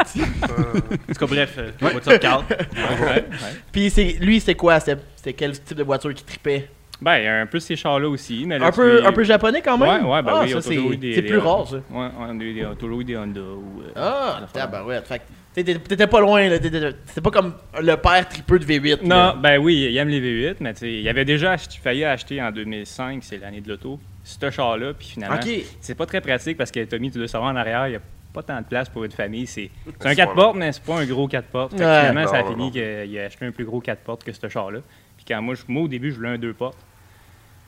S6: En tout cas, bref, euh, voiture de Carl.
S5: Ouais, ouais.
S2: Puis c'est- lui, c'était quoi C'était c'était quel type de voiture qui tripait
S5: Ben, il y a un peu ces chars-là aussi. Mais là,
S2: un
S5: tu
S2: peu,
S5: les-
S2: un peu japonais quand même
S5: Ouais, ouais, ben
S2: ah,
S5: oui,
S2: ça,
S5: autour
S2: c'est
S5: de lui, des-
S2: c'est
S5: des-
S2: plus rare ça.
S5: Ouais, on a eu des, on a toujours eu des Honda. Ou, euh,
S2: Ah,
S5: des affaires.
S2: tabarouette. Fait que t'étais- t'étais pas loin, là, t'étais t'étais pas comme le père tripeux de V8. là.
S5: Non, ben oui, il aime les V8, mais tu sais, il avait déjà acheté, failli acheter en 2005, c'est l'année de l'auto, ce char-là, puis finalement,
S2: Ok.
S5: c'est pas très pratique parce que Tommy, tu dois savoir en arrière, il y a pas tant de place pour une famille. C'est c'est un
S1: C'est
S5: 4
S1: vrai.
S5: portes, mais c'est pas un gros 4 portes. Fait que
S2: Ouais.
S5: Finalement, ça a
S1: Non, non,
S5: fini
S1: non.
S5: qu'il a acheté un plus gros 4 portes que ce char-là. Puis quand moi, je- moi, au début, je voulais un 2 portes.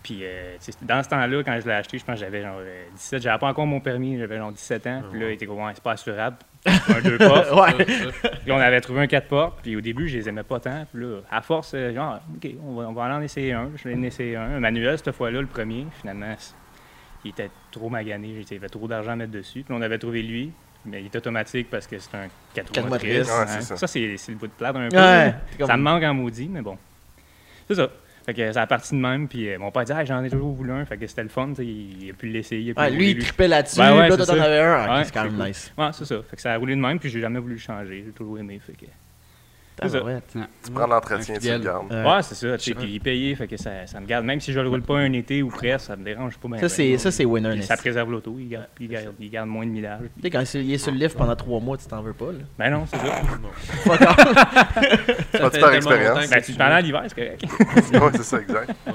S5: Puis, euh, tu sais, dans ce temps-là, quand je l'ai acheté, je pense que j'avais genre euh, 17, j'avais pas encore mon permis, j'avais genre 17 ans. Puis là, il était comme, Ouais, c'est pas assurable, un 2 portes.
S2: Ouais.
S5: Puis là, on avait trouvé un 4 portes, puis au début, je les aimais pas tant. Puis là, à force, euh, genre, OK, on va, on va aller en essayer un. Je l'ai en essayé un, un manuel cette fois-là, le premier. Finalement, c- il était trop magané, il y avait trop d'argent à mettre dessus. Puis là, on avait trouvé lui, mais il est automatique parce que c'est un 4
S2: Quatre
S5: roues
S2: motrices.
S5: motrices. hein.
S1: Ouais, c'est ça.
S5: Ça, c'est c'est le bout de plate un peu.
S2: Ouais,
S5: là.
S2: c'est comme-
S5: Ça me manque en maudit, mais bon. C'est ça. Fait que ça a parti de même, puis euh, mon père dit ah, j'en ai toujours voulu un, fait que c'était le fun, tu sais, il il a pu l'essayer. il a pu
S2: Ouais,
S5: le
S2: Ah, lui, il
S5: rouler,
S2: tripait là-dessus,
S5: Ben ouais,
S2: là, toi,
S5: c'est
S2: t'en
S5: ça.
S2: avais un. Ah,
S5: Ouais,
S2: c'est quand
S5: c'est
S2: même
S5: cool.
S2: nice.
S5: Ouais, c'est ça. Fait que ça a roulé de même, puis j'ai jamais voulu le changer, j'ai toujours aimé. Fait que... C'est ça.
S2: Tabarouette. Euh,
S1: Tu prends l'entretien,
S3: Un
S1: tu le
S3: fidèle.
S1: gardes.
S2: Ouais.
S5: Ouais, c'est ça. tu sais, Puis il payait, fait que ça, ça me garde. Même si je le roule pas un été ou presque, ça me dérange pas. ben,
S2: Ça,
S5: ben,
S2: c'est,
S5: non.
S2: ça, c'est winner.
S5: Puis
S2: Ness.
S5: ça préserve l'auto, il garde, il, garde, il garde moins de millage.
S2: Tu sais, quand il est sur le lift pendant trois mois, tu t'en veux pas, là.
S5: Ben non, c'est ça.
S2: Fuck off.
S1: Pas
S6: Ça
S1: de
S6: fait
S1: faire
S6: tellement
S1: expérience.
S6: longtemps que
S5: Ben, tu
S6: tu l'as.
S5: pendant l'hiver, c'est correct.
S1: ouais, c'est ça, exact.
S6: Tu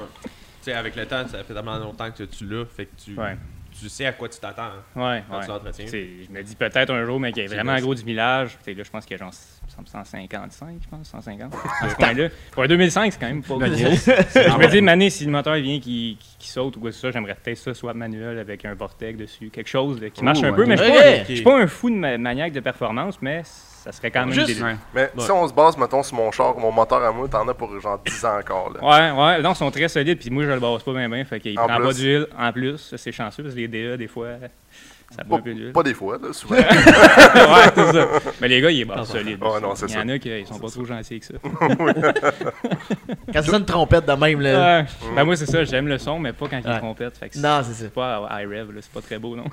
S6: sais, avec le temps, ça fait tellement longtemps que tu l'as, fait que tu,
S5: Ouais.
S6: tu tu sais à quoi tu t'attends hein,
S5: Ouais,
S6: quand
S5: ouais.
S6: tu l'entretiens.
S5: Tu sais, je me dis peut-être un jour, mais qu'il y a
S6: C'est
S5: vraiment
S6: vrai,
S5: gros du millage. Tu sais, là, je pense qu'il y a genre 155, je pense, 150. À ce point-là. Pour un 2005, c'est quand même pas gros. Je me dis, Mané, si le moteur il vient qui, qui- qui saute ou quoi que ce soit, j'aimerais peut-être ça soit manuel avec un vortex dessus, quelque chose là, qui marche
S3: Ouh,
S5: un peu.
S3: ouais.
S5: Mais je suis
S2: Ok.
S5: pas un- je suis pas, un fou de ma- maniaque de performance, mais ça serait quand même
S2: Juste-
S5: délire.
S3: Ouais.
S1: Mais si on se base, mettons, sur mon char, mon moteur à moi, t'en as pour genre 10 ans encore. Là.
S5: Ouais, ouais, non, ils sont très solides, puis moi je le bosse pas bien bien, fait qu'il
S1: En
S5: prend pas
S1: plus.
S5: d'huile en plus, ça, c'est chanceux, parce que les DA, des fois, ça
S4: Oh.
S5: boit un peu d'huile.
S1: Pas, pas des fois, là, souvent.
S5: ouais, c'est ça. Mais les gars, ils sont solides.
S1: Ouais, Ah, non, c'est
S5: Il y en
S1: ça.
S5: a qui ils sont pas trop gentils avec ça.
S2: Quand ça sonne une trompette de même, là.
S5: Ouais. Ben moi, c'est ça, j'aime le son, mais pas quand ils
S2: Euh, Ouais.
S5: trompettent, fait que c'est
S2: Non, c'est ça.
S5: pas à iRev, là, c'est pas très beau, non?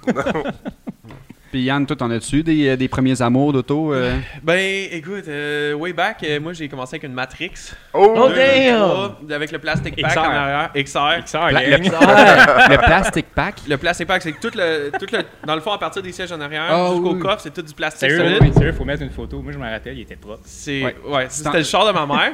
S3: Puis Yann, toi, t'en as-tu des, euh, des premiers amours d'auto euh?
S6: Ben, écoute, euh, way back, euh, moi j'ai commencé avec une Matrix.
S1: Oh!
S2: Oh, damn!
S6: 2003, avec le plastic pack
S5: XR.
S6: en arrière. XR.
S5: XR,
S3: La-
S5: gang.
S2: Ah,
S3: le, le plastic pack.
S6: Le plastic pack, c'est que tout le, tout le. Dans le fond, à partir des sièges en arrière,
S3: Ah,
S6: jusqu'au
S3: oui.
S6: coffre, c'est tout du plastique
S5: Sérieux,
S6: solide.
S5: là, oui, sérieux, faut mettre une photo. Moi, je m'en rappelle, il était propre.
S6: C'est
S3: Ouais.
S6: ouais, c'était le char de ma mère.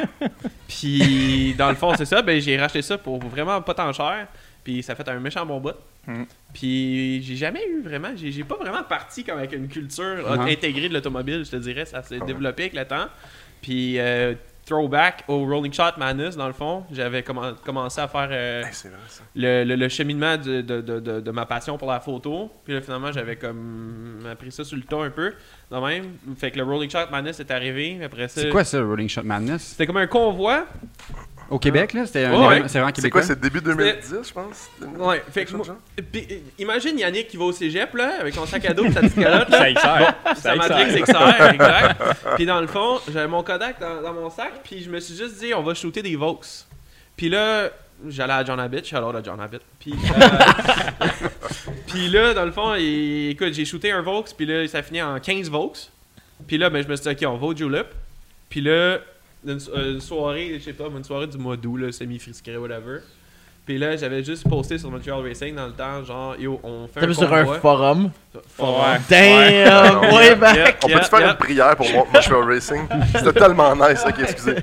S6: puis dans le fond, c'est ça, ben j'ai racheté ça pour vraiment pas tant cher, puis ça a fait un méchant bon bout.
S5: Mm.
S6: Puis j'ai jamais eu vraiment, j'ai j'ai pas vraiment parti comme avec une culture
S3: Mhm.
S6: intégrée de l'automobile, je te dirais, ça s'est développé avec le temps. Puis euh, throwback au Rolling Shot Manus dans le fond, j'avais commen- commencé à faire euh,
S1: Hey, c'est vrai, ça.
S6: le, le- le cheminement de, de- de- de- de ma passion pour la photo. Puis là, finalement, j'avais comme appris ça sur le tas un peu, de même. Fait que le Rolling Shot Madness est arrivé. Après ça,
S3: C'est quoi ça, Rolling Shot Madness?
S6: C'était comme un convoi.
S3: Au Québec, là? C'était un
S6: Ouais,
S3: événement-
S6: ouais.
S3: C'est vraiment
S1: C'est quoi,
S3: québécois?
S1: c'est début 2010, je pense? 2010,
S6: Ouais, fait
S1: quelque
S6: que
S1: chose
S6: moi-
S1: de genre?
S6: Puis, euh, imagine Yannick qui va au cégep, là, avec son sac à dos, pis sa petite calotte, là.
S5: Ça XR.
S6: Sa
S5: Ça
S6: Matrix
S5: XR.
S6: XR, exact. Puis dans le fond, j'avais mon Kodak dans, dans mon sac, puis je me suis juste dit, on va shooter des Vaux. Puis là, j'allais à John Abbott, je alors à John Abbott. Puis, euh, puis là, dans le fond, il- écoute, j'ai shooté un Vaux, puis là, ça finit en 15 Vaux. Puis là, ben, je me suis dit, ok, on va au Julep. Puis là, une, so- une soirée, je sais pas, une soirée du mois d'août, là, semi-frisqué, whatever. Puis là, j'avais juste posté sur Montreal Racing dans le temps, genre, yo, on fait
S2: T'as
S6: un
S2: vu sur un
S6: convoi.
S2: forum.
S5: Ouais.
S2: Damn!
S1: Ouais.
S2: Ouais, ben.
S6: Yeah,
S1: On
S6: yeah,
S1: peut-tu faire
S6: yeah.
S1: une prière pour mon Montreal Racing? C'était tellement nice, ok, excusez.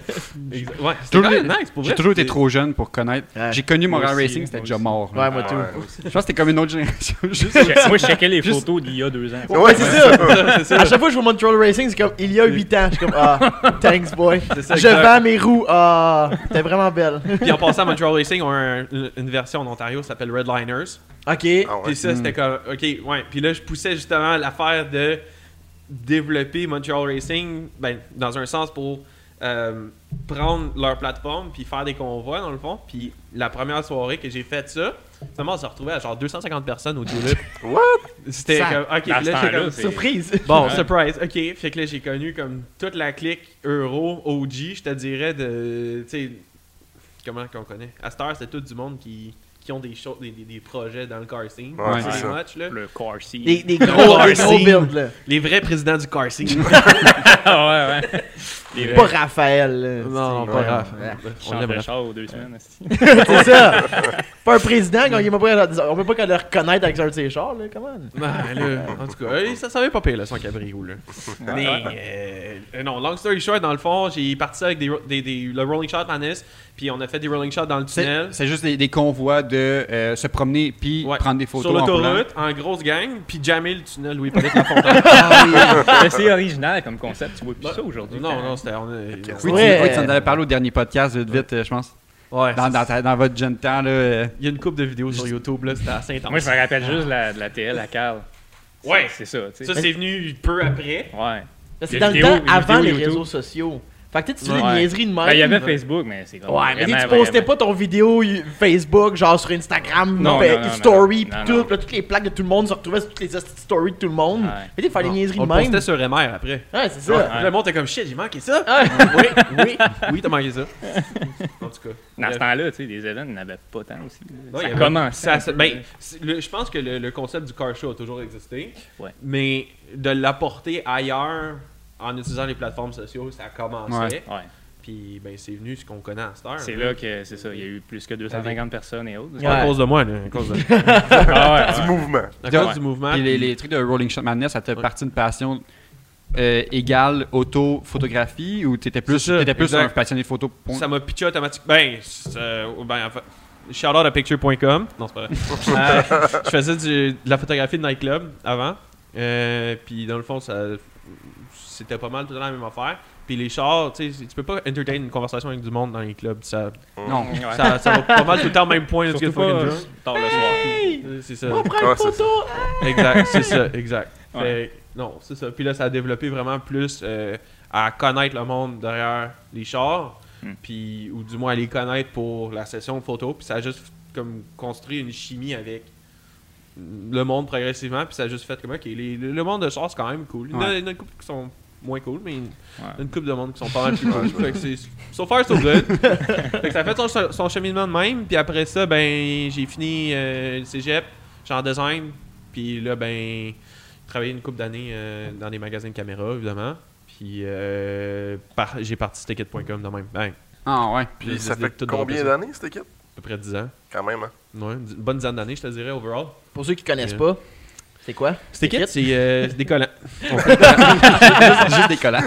S6: Exact. Ouais, c'était
S3: Toujours-
S6: quand même nice pour
S3: J'ai
S6: vrai.
S3: toujours été trop jeune pour connaître.
S2: Ouais.
S3: J'ai connu
S5: Moi
S3: Montréal
S5: aussi,
S3: Racing, c'était
S5: moi
S3: déjà
S5: aussi.
S3: mort. là.
S2: Ouais, moi, tout.
S1: Ouais,
S3: Je pense que c'était comme une autre génération. juste-
S5: Je- Moi, je checkais les
S3: Juste-
S5: photos d'il y a deux ans.
S1: Ouais,
S2: C'est ça. À chaque fois que je vois Montreal Racing, c'est comme il y a 8 ans. Je suis comme ah, thanks boy.
S6: ça,
S2: je
S6: exact.
S2: vends mes roues. Ah, t'es vraiment belle.
S6: Puis en passant, Montreal Racing ont un- une version en Ontario qui s'appelle Redliners.
S2: Ok.
S1: Ah ouais.
S6: Puis ça, c'était
S3: Hmm.
S6: comme, ok, ouais. Puis là, je poussais justement l'affaire de développer Montreal Racing, ben, dans un sens pour euh, prendre leur plateforme, puis faire des convois, dans le fond. Puis la première soirée que j'ai fait ça, finalement, on s'est retrouvé à genre 250 personnes au Tulip.
S1: What?
S6: C'était
S3: Ça-
S6: comme, ok,
S5: Dans ce
S6: puis là, j'ai
S5: temps-là,
S6: comme,
S5: c'est-
S2: Surprise.
S6: Bon, surprise. OK. Fait que là, j'ai connu comme toute la clique euro, OG, je te dirais, de. Tu sais, comment qu'on connaît À Star, c'est tout du monde qui, qui ont des, cho- des, des, des projets dans le car scene.
S1: Ouais,
S3: Ouais.
S6: pretty
S1: c'est ça.
S6: much, là.
S5: Le car seat.
S2: Des, des gros, des
S6: Racing.
S2: gros builds là.
S6: Les vrais présidents du car scene.
S5: Ah, ouais, ouais. Les
S2: Pas Raphaël. là.
S6: non,
S2: C'est-
S6: pas
S2: ouais.
S6: grave.
S2: Ouais.
S5: On
S6: l'aimerait.
S5: le char aux deux semaines. esti.
S2: C'est ça. Pas un président quand il est pas- on peut pas qu'on le reconnaître avec un de ses chars là. Comment?
S6: Ben, là, en tout cas, euh, ça savait pas pire, là, son cabrio, là. Mais, euh, euh, non, long story short, dans le fond, j'ai parti ça avec des, ro- des, des- le rolling shot manis, puis on a fait des rolling shots dans le tunnel.
S3: C'est c'est juste des, des convois de euh, se promener puis
S6: Ouais.
S3: prendre des photos
S6: Sur
S3: en roulant.
S6: l'autoroute, en grosse gang, puis jammer le tunnel Louis-Paulette Lafontaine.
S5: Mais c'est original comme concept, tu vois plus ça aujourd'hui.
S6: Non, non, c'était. On a-
S3: Oui,
S2: Ouais.
S3: tu, oui, tu en avais parlé au dernier podcast, vite, vite, euh, je pense.
S6: Ouais,
S3: Dans,
S6: c'est-
S3: dans, ta- dans votre jeune temps, là. euh,
S6: Il y a une coupe de vidéos sur YouTube, là, c'était assez intense.
S5: Moi, je me rappelle juste la- de la TL à Carl.
S6: Ouais.
S5: C'est ça, tu sais.
S6: Ça, c'est venu peu après.
S5: Ouais.
S2: Parce que
S5: Les
S2: dans le
S5: vidéos-
S2: temps
S5: les
S2: avant
S5: vidéos
S2: les
S5: YouTube.
S2: réseaux sociaux. Fait que tu sais, tu fais
S5: Ouais.
S2: des niaiseries de même.
S5: Ben, il y avait Facebook, mais c'est comme.
S2: Ouais, mais tu sais,
S5: vraiment,
S2: tu postais
S5: vraiment-
S2: pas ton vidéo y- Facebook, genre sur Instagram,
S5: Non,
S2: fait-
S5: non, non,
S2: story,
S5: non,
S2: pis
S5: non,
S2: tout,
S5: non.
S2: pis là, toutes les plaques de tout le monde se retrouvaient sur toutes les hosties de stories de tout le monde.
S5: Ouais.
S2: Mais tu sais, faire des Ah, niaiseries
S6: on
S2: de
S6: le postait
S2: même.
S6: sur MR après.
S2: Ouais, c'est
S6: Ouais.
S2: ça.
S6: Le monde était comme shit, j'ai manqué ça.
S2: Ouais.
S6: oui, oui, oui, t'as manqué ça. En tout cas.
S5: Dans ce
S6: bref.
S5: temps-là, tu sais, les événements n'avaient pas tant aussi.
S6: il y
S5: ça
S6: avait-
S5: commençait.
S6: Ça,
S5: un
S6: ça-
S5: peu,
S6: ben,
S5: là.
S6: c'est- le- je pense que le, le concept du car show a toujours existé.
S5: Ouais.
S6: Mais de l'apporter ailleurs en utilisant les plateformes sociales, ça a commencé.
S5: Ouais.
S6: Puis ben, c'est venu ce qu'on connaît à cette heure.
S5: C'est là que c'est ça, il y a eu plus que 250 personnes et autres.
S2: Ouais.
S6: À cause de moi, là, à cause, de,
S5: Ah ouais,
S1: Du
S5: ouais.
S1: mouvement.
S6: à
S3: Donc,
S6: cause du mouvement.
S3: Puis les, les trucs de Rolling Shot Madness, ça t'a
S6: Ouais.
S3: parti une passion euh, égale auto-photographie ou t'étais plus,
S6: C'est ça,
S3: t'étais plus
S6: exact.
S3: un passionné de photo? point?
S6: Ça m'a pitché automatiquement. Ben, c'est, euh, ben, en fait, Shoutout à picture.com. Non, c'est pas vrai. Euh, je faisais du- de la photographie de nightclub avant. Euh, puis dans le fond, ça, c'était pas mal tout le temps la même affaire. Puis les chars, tu sais, tu peux pas entertain une conversation avec du monde dans les clubs. Ça,
S3: Non.
S5: Ouais.
S6: ça, ça va pas mal tout le temps au même point. de ce que
S5: Surtout
S6: fucking
S5: pas
S6: drunk.
S5: euh, tard le soir.
S6: Euh, C'est ça.
S1: Ouais, c'est ça.
S6: Exact, c'est ça, exact.
S5: Ouais.
S6: Fait que, non, c'est ça. Puis là, ça a développé vraiment plus euh, à connaître le monde derrière les chars,
S5: Hmm.
S6: puis, ou du moins à les connaître pour la session photo. Puis ça a juste comme construit une chimie avec le monde progressivement, puis ça a juste fait comme, ok, les- le le monde de chars, c'est quand même cool. Il y en a- il y en a une couple qui sont moins cool, mais une, une couple de monde qui sont pas mal plus cool. Fait que c'est, so far, so good. fait que ça a fait son, son cheminement de même, puis après ça, ben, j'ai fini euh, le cégep, genre design, puis là, ben, travaillé une couple d'années euh, dans des magasins de caméras, évidemment. Puis euh, par- j'ai parti ticket.com de même. Ben,
S3: Ah ouais.
S6: j'ai
S1: Puis ça
S6: décidé de
S1: fait
S6: tout
S1: combien
S6: dropper ça.
S1: d'années cette équipe
S6: À peu près 10 ans.
S1: Quand même, hein.
S6: Ouais, une bonne dizaine d'années, je te dirais, overall.
S2: Pour ceux qui connaissent
S6: Euh.
S2: pas, c'est quoi
S6: Sticket, c'est euh, c'est des collants.
S3: juste, juste des collants.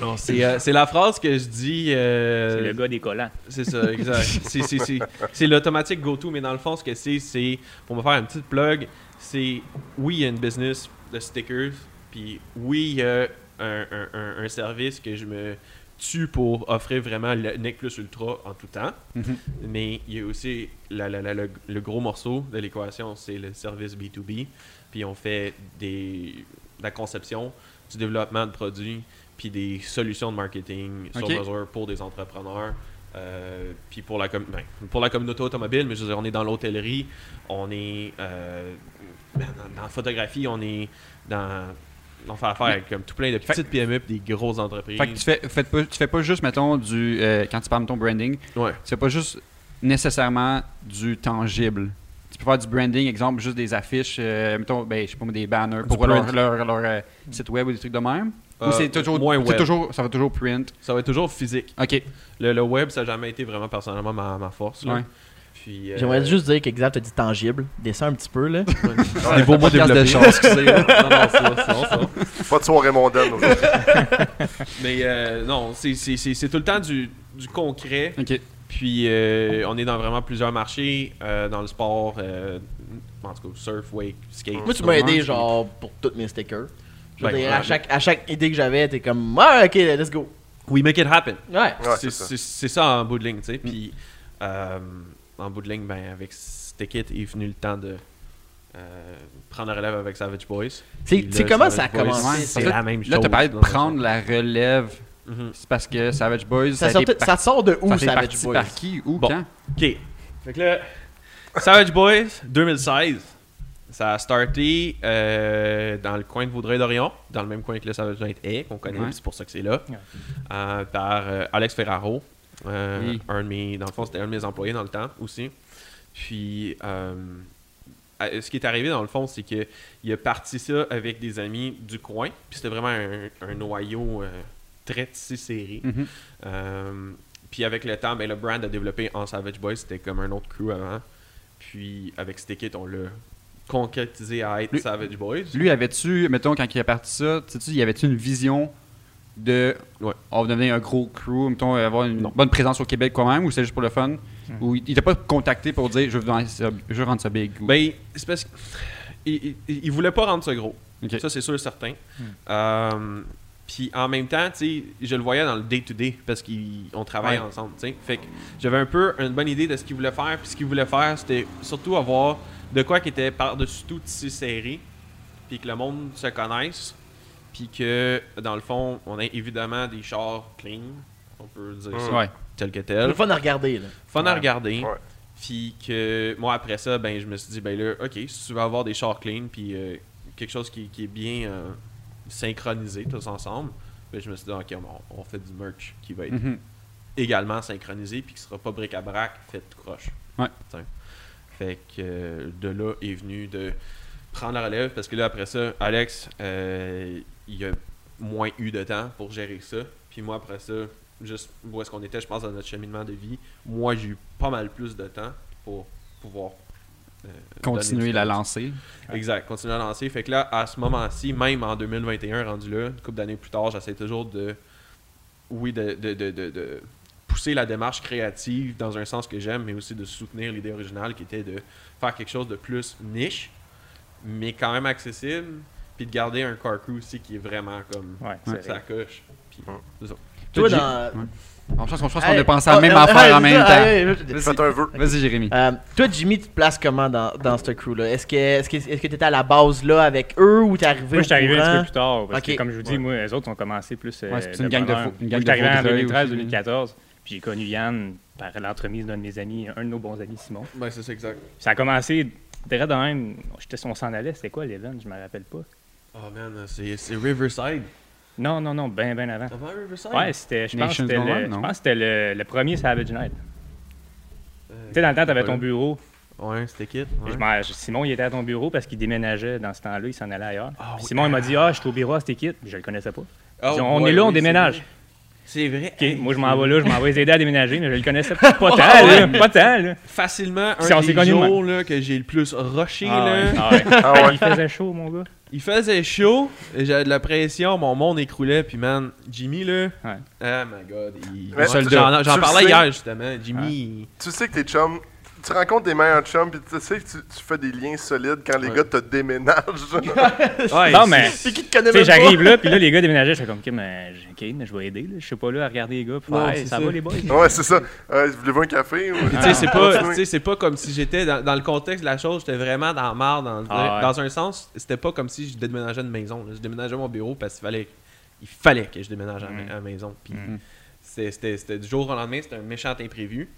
S6: Non, C'est euh, c'est la phrase que je dis. euh,
S5: C'est le gars des collants.
S6: C'est ça, exact. C'est- c'est- c'est- C'est l'automatique go-to, mais dans le fond, ce que c'est, c'est, pour me faire une petite plug, c'est oui, il y a une business de stickers, puis oui, il y a un, un- un- un service que je me tue pour offrir vraiment le Nec Plus Ultra en tout temps,
S3: Mhm.
S6: mais il y a aussi la- la- la- le, le gros morceau de l'équation, c'est le service B2B, puis on fait des, de la conception, du développement de produits, puis des solutions de marketing
S3: Ok.
S6: sur mesure pour des entrepreneurs. Euh, puis pour la, com- ben, pour la communauté automobile, mais je veux dire, on est dans l'hôtellerie, on est euh, ben, dans, dans la photographie, on est dans. On fait affaire avec comme, tout plein de
S3: Fait-
S6: petites PME puis des grosses entreprises.
S3: Fait que tu fais, faites pas, tu fais pas juste, mettons, du. euh, quand tu parles de ton branding,
S6: Ouais.
S3: tu fais pas juste nécessairement du tangible. Tu peux faire du branding, exemple, juste des affiches, euh, mettons, ben, je sais pas, moi, des banners pour leur,
S6: print.
S3: leur, leur, euh, site web ou des trucs de même.
S6: Euh,
S3: ou c'est toujours,
S6: moins
S3: c'est
S6: web.
S3: toujours. Ça va toujours print.
S6: Ça va être toujours physique.
S3: Ok.
S6: Le, le web, ça n'a jamais été vraiment personnellement ma, ma force. là.
S3: Ouais.
S6: Puis, euh,
S2: J'aimerais juste dire qu'Exact a dit tangible. Descends un petit peu, là.
S6: Des beaux mots
S3: Podcast de
S6: développés.
S3: chance, excusez.
S6: Non, non, c'est bon, c'est bon, c'est bon.
S1: Pas de soirée mondaine aujourd'hui.
S6: Mais euh, non, c'est- c'est c'est- c'est tout le temps du, du concret.
S3: Ok.
S6: Puis euh, on est dans vraiment plusieurs marchés, euh, dans le sport, euh, en tout cas surf, wake, skate.
S2: Moi, tu
S3: Ouais,
S2: m'as aidé,
S3: ouais.
S2: genre, pour tous mes stickers. Je veux
S6: Ben,
S2: dire,
S6: ouais.
S2: à chaque, à chaque idée que j'avais, t'es comme, ah, ok, let's go.
S6: We make it happen.
S2: Ouais.
S1: Ouais,
S6: C'est-
S1: c'est ça.
S6: c'est c'est ça en bout de ligne, tu sais. Puis euh, en bout de ligne, ben, avec Stickit est venu le temps de euh, prendre la relève avec Savage Boys.
S2: C'est-
S6: Puis
S2: c'est
S6: là,
S2: comment
S6: Savage
S2: ça a
S6: Boys,
S2: commencé?
S6: C'est
S2: ça?
S6: la même chose.
S3: Là, tu parlé de
S6: dans le fond.
S3: prendre la relève.
S6: Mhm.
S3: C'est parce que Savage Boys.
S2: Ça,
S3: a
S2: sort,
S3: été
S2: ça sort de où,
S3: par- ça a
S2: Savage
S3: été parti
S2: Boys?
S3: Par qui ou
S6: Bon.
S3: quand
S6: Ok. Fait que là, Savage Boys 2016, ça a starté euh, dans le coin de Vaudreuil-Dorion, dans le même coin que le Savage Night est, qu'on connaît,
S3: Ouais.
S6: c'est pour ça que c'est là,
S5: Ouais.
S6: euh, par euh, Alex Ferraro, euh,
S3: Oui.
S6: un de mes, dans le fond, c'était un de mes employés dans le temps aussi. Puis, euh, euh, ce qui est arrivé dans le fond, c'est que il a parti ça avec des amis du coin, puis c'était vraiment un, un noyau euh, très tissé serré.
S3: Mhm.
S6: Euh, puis avec le temps, ben, le brand a développé en Savage Boys, c'était comme un autre crew avant. Puis avec Stick It, on l'a concrétisé à être
S3: Lui-
S6: Savage Boys.
S3: Lui, avais-tu, mettons, quand il est parti ça, tu sais-tu, y avait-tu une vision de. oh,
S6: Ouais.
S3: On va devenir un gros crew, mettons, euh, avoir une bonne présence au Québec quand même, ou c'est juste pour le fun Ou il il t'a pas contacté pour dire je veux, dans- je veux rendre ça big ou-
S6: Ben, c'est parce qu'il il, il- il voulait pas rendre ça gros.
S3: Ok. Hmm.
S6: Ça, c'est sûr et certain. Euh, puis en même temps, tu sais, je le voyais dans le day-to-day parce qu'on travaille
S3: Ouais.
S6: ensemble. tu sais. Fait que j'avais un peu une bonne idée de ce qu'il voulait faire. Puis ce qu'il voulait faire, c'était surtout avoir de quoi qui était par-dessus tout tissé serré. Puis que le monde se connaisse. Puis que, dans le fond, on a évidemment des chars clean. On peut dire ça
S3: Ouais.
S6: tel que
S2: C'est
S6: tel
S2: le fun à regarder, là.
S6: fun à regarder.
S1: Ouais.
S6: Puis que moi, après ça, ben, je me suis dit, ben là, ok, si tu veux avoir des chars clean, puis euh, quelque chose qui, qui est bien euh, synchronisé tous ensemble, ben, je me suis dit, ok, on, on fait du merch qui va être
S3: Mhm.
S6: également synchronisé, puis qui sera pas bric-à-brac, fait tout croche.
S3: Ouais.
S6: Tiens. Fait que euh, de là est venu de prendre la relève, parce que là, après ça, Alex, euh, il a moins eu de temps pour gérer ça. Puis moi, après ça, juste où est-ce qu'on était, je pense, dans notre cheminement de vie, moi, j'ai eu pas mal plus de temps pour pouvoir euh,
S3: Continuer
S6: donner du
S3: la
S6: temps.
S3: lancée.
S6: Exact, continuer à lancer. Fait que là, à ce moment-ci, même en 2021, rendu là, une couple d'années plus tard, j'essaie toujours de. Oui, de, de, de, de- de pousser la démarche créative dans un sens que j'aime, mais aussi de soutenir l'idée originale qui était de faire quelque chose de plus niche, mais quand même accessible, puis de garder un car crew aussi qui est vraiment comme
S5: Ouais,
S6: ça
S5: c'est vrai.
S6: coche. Puis,
S1: Ouais.
S6: c'est ça.
S2: Toi,
S3: J'ai-
S2: dans.
S3: On pense qu'on pense qu'on
S2: Hey,
S3: a pensé à la
S2: oh,
S3: même
S2: euh,
S3: affaire
S2: ouais,
S3: en même temps.
S2: ouais, ouais, ouais, ouais.
S1: Faites un vœu.
S3: Vas-y, Jérémy.
S2: ah, Euh, toi, Jimmy, tu te places comment dans, dans ce crew-là Est-ce que est-ce que est-ce que t'étais à la base là avec eux ou t'es arrivé
S5: Moi,
S2: au
S5: je suis arrivé un
S2: courant?
S5: petit peu plus tard. Parce
S2: Ok.
S5: que, comme je vous dis, moi, les autres ont commencé plus. euh,
S3: Ouais, c'est
S5: le
S3: une gang de
S5: bonheur.
S3: faux- une
S5: Moi,
S3: gang
S5: je suis
S3: de
S5: arrivé en
S3: faux creux
S5: 2013-2014. Puis j'ai connu Yann par l'entremise d'un de mes amis, un de nos bons amis, Simon.
S6: Ben, c'est ça, exact.
S5: Ça a commencé direct de même. J'étais, on s'en allait. C'était quoi l'event Je me rappelle pas.
S6: Oh man, c'est c'est Riverside.
S5: Non, non, non, bien, bien avant.
S6: Avant Riverside?
S5: Ouais, c'était. Je pense que
S3: Nations
S5: c'était
S3: Go Run,
S5: le, je
S3: non?
S5: pense que c'était le, le premier Savage Night.
S6: Euh,
S5: Tu sais, dans le temps, t'avais
S6: voilà.
S5: ton bureau.
S6: Ouais, c'était kit.
S5: Et
S6: ouais.
S5: je m'en- je- Simon, il était à ton bureau parce qu'il déménageait dans ce temps-là, il s'en allait ailleurs.
S6: Ah
S5: Puis
S6: oui.
S5: Simon, il m'a dit Ah, je suis au bureau à cette équipe. Je le connaissais pas.
S6: Oh,
S5: Il dit, on
S6: ouais,
S5: est là, on
S6: oui, c'est
S5: déménage.
S6: vrai. C'est vrai.
S5: OK,
S6: Hey,
S5: moi, je
S6: c'est Ah
S5: m'en vais
S6: vrai.
S5: là, je m'en vais les aider à déménager, mais je le connaissais pas, pas tant, là. Pas tant, là.
S6: Facilement,
S5: Si on
S6: un
S5: s'est
S6: des
S5: connus de
S6: jours là, que j'ai le plus rushé,
S5: Ah
S6: là,
S5: ouais, ah ouais.
S1: Ah ouais.
S5: Il faisait chaud, mon gars.
S6: il faisait chaud, et j'avais de la pression, mon monde écroulait, puis man, Jimmy, là,
S5: Ouais.
S6: ah my god, il...
S1: Ouais,
S6: j'en-
S1: tu-
S6: j'en,
S1: tu le
S6: parlais
S1: sais.
S6: hier, justement, Jimmy,
S1: Tu sais que tes chums, tu rencontres des meilleurs chums, puis tu sais que tu, tu fais des liens solides quand les
S6: Ouais.
S1: gars te déménagent.
S6: il- ouais,
S5: Non,
S6: c'est-
S5: mais.
S2: C'est qui te
S5: Tu
S2: connaît
S5: sais,
S2: même pas?
S5: j'arrive là, puis là, les gars déménageaient, je fais comme, OK, mais, j- ok, mais je vais aider, là. Je suis pas là à regarder les gars. Puis,
S6: Non,
S5: faire, Hey,
S6: c'est
S5: ça
S6: ça.
S5: va, les boys?
S1: ouais, c'est ça. Euh, Voulez-vous un café? Ou...
S6: Tu sais, c'est pas,
S5: Ah,
S1: Continuez.
S6: tu sais, c'est pas comme si j'étais dans, dans le contexte de la chose, j'étais vraiment dans la marde. Dans, le-
S5: Ah ouais.
S6: dans un sens, c'était pas comme si je déménageais de maison. là. Je déménageais mon bureau parce qu'il fallait, il fallait que je déménage à, ma- à la maison. Puis
S5: Mhm.
S6: c'était- c'était c'était du jour au lendemain, c'était un méchant imprévu.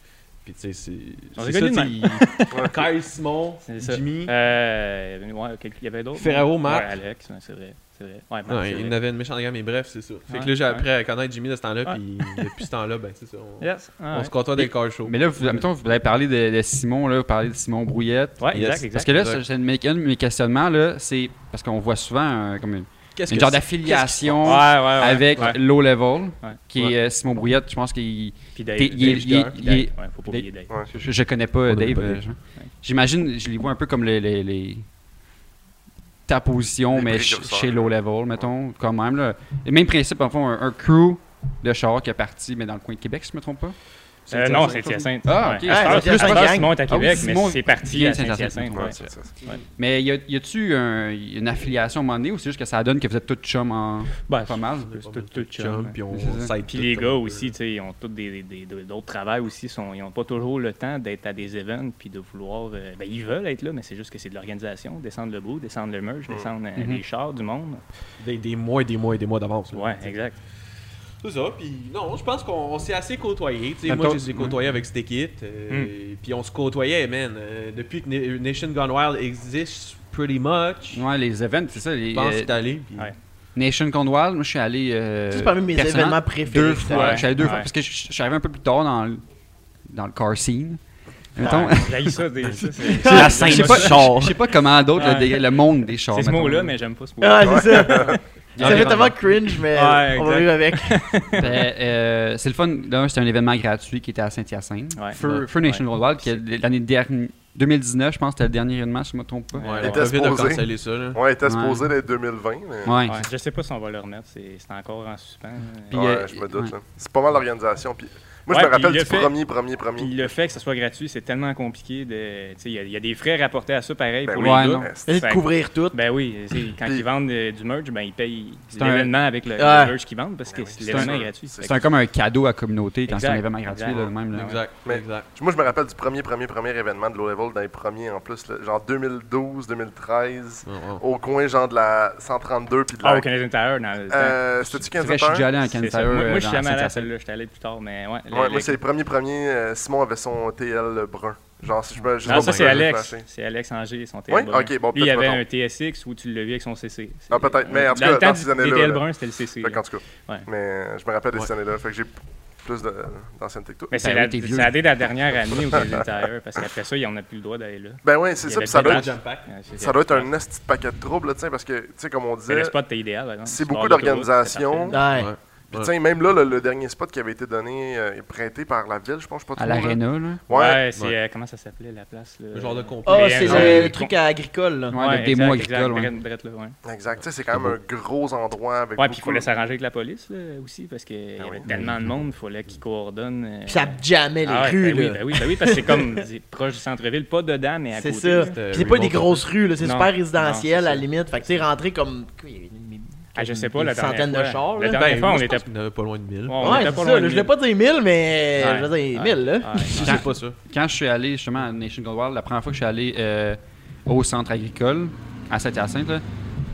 S6: Puis tu sais, c'est.
S5: On s'est
S6: C'est ça,
S5: connus
S6: tu
S5: de
S6: sais,
S5: même.
S6: il- Kyle, Simon,
S5: C'est ça.
S6: Jimmy.
S5: Euh, ouais, ok, il y avait d'autres.
S6: Ferraro,
S5: non?
S6: Marc.
S5: Ouais, Alex, ouais, c'est vrai. C'est vrai. Ouais, Marc,
S6: Non,
S5: c'est
S6: il y en
S5: vrai.
S6: avait une méchante gamme, mais bref, c'est ça. Fait que
S5: Ouais,
S6: là, j'ai
S5: ouais.
S6: appris à connaître Jimmy de ce temps-là,
S5: Ouais.
S6: puis depuis ce temps-là, ben c'est ça. On,
S5: Yes, ah
S6: on
S5: ouais.
S6: se côtoie des car shows.
S3: Mais là, vous, mettons, vous avez parlé de, de Simon, là, vous parlez de Simon Brouillette.
S5: Ouais,
S6: Yes.
S5: exact, exact.
S3: Parce que là,
S6: Exact.
S3: c'est- c'est une- un de mes questionnements, là, c'est parce qu'on voit souvent un, comme une,
S6: Qu'est-ce
S3: une
S6: que
S3: genre
S6: c'est-
S3: d'affiliation
S5: Ouais, ouais, ouais.
S3: avec
S5: Ouais.
S3: Low Level,
S5: Ouais.
S3: qui est euh, Simon Brouillette. Je pense qu'il.
S5: Puis Dave.
S3: T'es- il est-
S5: Dave
S3: il est-
S5: Leader, puis
S3: il est-
S5: Dave. Ouais, faut pas oublier Dave.
S3: Je, je connais pas euh,
S6: On devrait
S3: Dave.
S6: pas
S3: euh,
S6: dire.
S3: Jean. J'imagine, je les vois un peu comme les. les- les- ta position,
S1: Les
S3: mais ch-
S1: précurseurs.
S3: chez Low Level, mettons, quand même. Là. Le même principe, en fond, un, un crew de chars qui est parti, mais dans le coin de Québec, si je me trompe pas.
S5: Euh, non, c'est Hyacinthe.
S3: Ah, ok.
S5: Ouais. Ah,
S2: Ah,
S5: plus
S2: Saint-Hyacinthe.
S5: tard, Simon est à
S3: Ah oui,
S5: Québec, mais
S3: Simon
S5: c'est parti
S3: vient
S5: à
S3: de Saint-Hyacinthe.
S5: Saint-Hyacinthe.
S3: Ouais,
S5: ouais.
S1: c'est ça.
S3: Mais y a- y a-tu un- une affiliation à un moment donné ou c'est juste que ça donne que vous êtes tous chum en
S5: Ben,
S3: pas mal?
S5: c'est tout- tout chum.
S6: Chum, puis on
S3: C'est ça.
S6: s'aide
S5: Puis
S6: tout euh.
S5: les
S6: un
S5: gars
S6: peu.
S5: aussi, tu sais, ils ont tous des, des- des- d'autres travails aussi. sont- ils n'ont pas toujours le temps d'être à des événements puis de vouloir. euh, ben, ils veulent être là, mais c'est juste que c'est de l'organisation. Descendre le bout, descendre le merge, descendre euh,
S3: Mhm.
S5: les chars du monde.
S6: Des, des mois et des mois et des mois d'avance. là.
S5: Ouais, exact.
S6: C'est ça, puis non, je pense qu'on on s'est assez côtoyés. tu sais,
S3: Ben,
S6: moi,
S3: toi-
S6: je les ai côtoyés avec cette équipe.
S5: Hmm.
S6: euh, Puis on se côtoyait, man. euh, depuis que Na- Nation Gone Wild existe, pretty much.
S3: Ouais, les events, c'est ça. Les,
S6: Je pense que
S3: euh,
S6: c'est allé. puis-
S5: Ouais.
S3: Nation Condwell, moi je suis allé. euh,
S2: C'est parmi mes
S3: personnellement,
S2: événements préférés,
S3: Deux
S2: ça.
S3: fois. Je suis allé deux
S5: Ouais.
S3: fois parce que je je suis arrivé un peu plus tard dans le, dans le car scene.
S2: Ah.
S3: Mettons.
S5: Ouais, Ah, j'haïs ça, des- ça, c'est
S3: C'est la scène. Je sais pas,
S5: C'est
S3: je sais pas comment d'autres, le,
S5: Ouais.
S3: dé- le monde des chars.
S5: ce
S3: mettons.
S5: mot-là, mais j'aime pas ce mot.
S2: Ah, c'est ça.
S3: Ah,
S2: Ça fait
S3: vraiment.
S2: tellement cringe, mais
S5: Ouais,
S2: on va vivre avec.
S3: Ben, euh, c'est le fun. Là, c'était un événement gratuit qui était à Saint-Hyacinthe.
S5: Ouais.
S3: Feu
S5: Ouais.
S3: Feu Nation Worldwide, qui est l'année dernière, 2019, je pense, c'était le dernier événement, si je me trompe pas.
S5: Ouais.
S6: Ouais,
S5: Elle
S6: le
S5: était
S6: COVID a
S1: supposée.
S6: cancellé ça. là.
S1: Ouais, il était
S3: Ouais.
S1: supposé d'être 2020, mais.
S3: Ouais.
S5: Ouais, je sais pas si on va le remettre, c'est c'est encore en suspens.
S3: Puis,
S1: Ouais,
S3: euh,
S1: je me doute.
S3: ouais.
S1: là. C'est pas mal l'organisation. Puis... Moi,
S5: Ouais,
S1: je me rappelle
S5: puis
S1: du
S5: le fait-
S1: premier, premier, premier.
S5: Puis le fait que ce soit gratuit, c'est tellement compliqué. de- tu sais, Il y, a- il y a des frais rapportés à ça pareil
S1: Ben
S5: pour
S3: oui. Ouais,
S5: les gars.
S3: non.
S1: Est-ce-
S2: Essayer de couvrir tout.
S5: Ben oui, c'est- quand
S1: Puis-
S5: ils vendent euh, du merch, ben ils payent
S3: C'est un-
S5: l'événement avec le, le
S2: Ouais.
S5: merch qu'ils vendent parce que
S1: Ben oui, c'est
S5: l'événement
S1: un-
S5: est gratuit.
S1: c'est
S5: Fait
S3: C'est un- comme un cadeau à la communauté quand c'est un
S5: Exact.
S3: événement gratuit,
S5: Exact.
S3: là, de même. là.
S6: Exact,
S1: Mais-
S6: exact.
S1: Moi, je me rappelle du premier, premier, premier événement de low level, d'un premier en plus, là, genre 2012, 2013,
S6: Ouais, ouais.
S1: au coin, genre de la 132 puis de
S5: que- Ah,
S1: la.
S5: au Canadien Tire, dans le temps.
S1: Euh, C'était-tu
S3: C'est
S1: 15
S3: vrai, je suis déjà allé en
S5: C'est
S3: Canada.
S5: ça. Moi,
S3: euh,
S5: moi, je suis
S3: dans
S5: jamais allé à
S3: Saint-Hyacinthe.
S5: celle-là, je suis allé plus tard, mais ouais. le-
S1: Ouais,
S5: le-
S1: moi, c'est les premiers, premiers. euh, Simon avait son TL brun. Genre, si je me. je sais
S5: Non,
S1: pas
S5: Ah, ça,
S1: pourquoi
S5: c'est
S1: j'ai
S5: Alex.
S1: flashé.
S5: C'est Alex Angers, son TL
S1: Oui,
S5: brun.
S1: ok, bon,
S5: Lui, il y
S1: peut-être
S5: avait
S1: pas
S5: un TSX où tu le vis avec son CC. C'est-
S1: Ah, peut-être, mais en tout
S5: dans
S1: cas,
S5: le temps
S1: dans
S5: du-
S1: ces années-là,
S5: des TL
S1: là.
S5: brun, c'était le CC.
S1: Fait
S5: là.
S1: qu'en tout cas.
S5: Ouais.
S1: Mais euh, je me rappelle de
S6: Ouais.
S1: cette année-là. Fait que j'ai plus de- d'ancienneté que toi.
S5: Mais c'est
S3: Ben
S5: la,
S3: oui, t'es vieux.
S5: ça a été la dernière année au Canadien Tire parce qu'après ça, on n'a plus le droit d'aller là. Euh,
S1: Ben ouais, c'est
S5: Il y
S1: ça.
S5: avait
S1: puis ça
S5: le
S1: doit,
S5: Big
S6: La
S1: être,
S5: Bang.
S6: jump pack.
S1: ça doit être un esti de paquet de troubles, là, tu sais, parce que, tu sais, comme on
S5: Mais
S1: disait,
S5: le spot, t'es idéal. par exemple.
S1: c'est
S5: Tu pars
S1: beaucoup
S5: d'autoroute,
S1: d'organisation.
S5: c'est parfait.
S2: Ouais.
S6: Ouais.
S1: Puis
S6: Ouais.
S1: tiens, même là, le, le dernier spot qui avait été donné, euh, prêté par la ville, je pense, je sais pas
S3: À
S1: trop, là.
S3: l'aréna, là.
S1: Ouais.
S5: c'est
S6: ouais.
S5: euh, comment ça s'appelait la place là?
S6: Le genre de complet.
S2: Ah,
S5: Mais,
S2: c'est
S5: euh,
S2: le,
S5: non,
S2: le truc à agricole, là.
S3: Ouais, le démo agricole, ouais.
S5: Exact, drette- drette là, ouais.
S1: Exact. Tu sais, c'est quand même un gros endroit avec
S5: Ouais, puis il
S1: beaucoup-
S5: fallait s'arranger avec la police là, aussi parce qu'il y
S1: Ah
S5: avait
S1: oui.
S5: tellement de monde, il fallait qu'ils coordonnent. euh,
S2: Puis ça jammait les
S5: ah ouais,
S2: rues,
S5: ben oui,
S2: là.
S5: ben oui, ben oui, parce que c'est comme c'est proche du centre-ville, pas dedans, mais à
S2: C'est
S5: côté.
S2: ça.
S5: là.
S2: Puis
S6: euh,
S2: c'est pas
S6: remote
S2: des grosses rues, là. C'est
S5: Non.
S2: super résidentiel,
S5: Non, c'est
S2: à la
S5: ça.
S2: limite. Fait que tu sais, rentrer comme. quoi, il y a une-
S5: Ah, je sais pas,
S2: une
S5: la dernière
S2: centaine de
S5: fois-
S2: chars,
S5: la
S2: là.
S5: dernière
S6: Ben,
S5: fois,
S6: moi,
S5: on
S6: je
S5: était-
S6: pense qu'il y en avait pas loin de 1000.
S5: Ouais, on
S2: Ouais,
S5: était
S2: c'est
S5: pas
S2: ça.
S5: loin
S2: là,
S5: de
S2: Je l'ai pas dit 1000, mais je veux dire 1000, là.
S5: Ouais.
S6: Je sais pas ça.
S3: Quand je suis allé justement à Nation Gold Wild, la première fois que je suis allé euh, au centre agricole à Saint-Hyacinthe, là,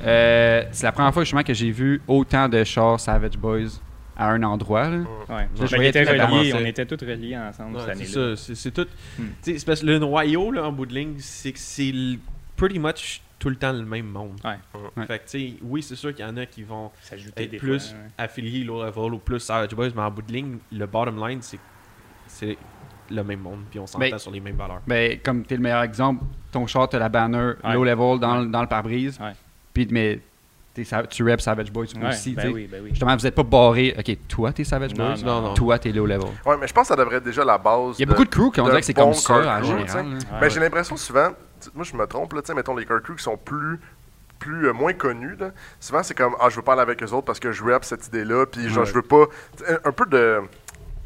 S3: euh, c'est la première fois justement que j'ai vu autant de chars Savage Boys à un endroit. là.
S5: Ouais.
S3: Je
S5: Ben,
S3: voyais
S5: on, était
S3: tout le temps
S5: reliés,
S6: avancer.
S5: on était tous reliés ensemble
S6: Ouais,
S5: cette
S6: c'est
S5: année-là.
S6: ça, c'est c'est tout.
S5: Hmm.
S6: Tu sais, c'est parce que le noyau, là, en bout de ligne, c'est que c'est l- pretty much tout le temps le même monde.
S5: Ouais.
S3: Ouais.
S6: Fait que, tu sais, oui, c'est sûr qu'il y en a qui vont
S5: S'ajouter
S6: être
S5: des
S6: plus
S5: fois, ouais.
S6: affiliés Low Level ou plus Savage Boys, mais en bout de ligne, le bottom line, c'est c'est le même monde, puis on s'entend
S3: Ben-
S6: sur les mêmes valeurs.
S3: Ben, comme t'es le meilleur exemple, ton char, t'as la banner
S5: Ouais.
S3: low level dans, le- dans le pare-brise.
S5: Ouais.
S3: Puis mais t'es sa- tu rap Savage Boys
S5: Ouais,
S3: aussi. tu
S5: ben
S3: sais.
S5: oui, ben oui.
S3: Justement, vous êtes pas barré. Ok, toi t'es Savage
S5: Non,
S3: Boys,
S5: non,
S6: non.
S3: toi t'es low level.
S1: Ouais, mais je pense que ça devrait être déjà la base.
S3: Il y a beaucoup de crews qui on
S1: de
S3: dirait que c'est
S1: bons
S3: comme ça en
S1: core crews,
S3: général. là.
S5: Ah
S1: Ben,
S5: ouais.
S1: j'ai l'impression souvent, tu- moi je me trompe, là, tu sais, mettons les core crews qui sont plus, plus euh, moins connus, là, souvent c'est comme, ah, je veux pas aller avec eux autres parce que je rap cette idée-là, puis genre,
S3: Ouais.
S1: je veux pas. tu sais, Un peu de,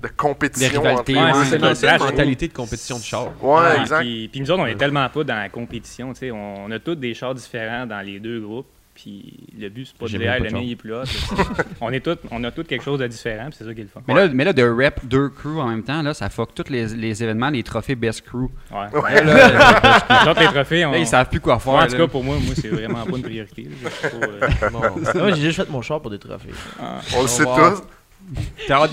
S1: de compétition.
S3: Des rivalités, ouais,
S5: c'est
S6: C'est
S5: dans
S6: la
S5: le
S6: c'est la
S5: trash.
S6: mentalité de compétition de char.
S1: Ouais,
S5: Ah,
S1: exact.
S5: Puis, puis nous autres, on est tellement pas dans la compétition. tu sais, On, on a tous des chars différents dans les deux groupes. Puis le but, c'est pas de
S3: J'ai
S5: dire,
S3: même
S5: Hey,
S3: pas
S5: le
S3: de
S5: mien, il est plus hot. on, est tous, on a tous quelque chose de différent. puis C'est ça qui est le fun.
S3: Mais, là, mais là, de rep deux crews en même temps, là, ça fuck tous les, les événements, les trophées best crew.
S5: Ouais.
S1: Ouais.
S3: Là, là,
S5: Nous autres, les trophées, on.
S3: là, ils savent plus quoi faire.
S5: en tout
S3: là.
S5: cas, pour moi, moi c'est vraiment pas une priorité. là. Je suis pas, euh,
S2: Moi, j'ai juste fait mon char pour des trophées.
S1: On le sait
S3: Oh, wow.
S1: tous.
S3: T'as hâte,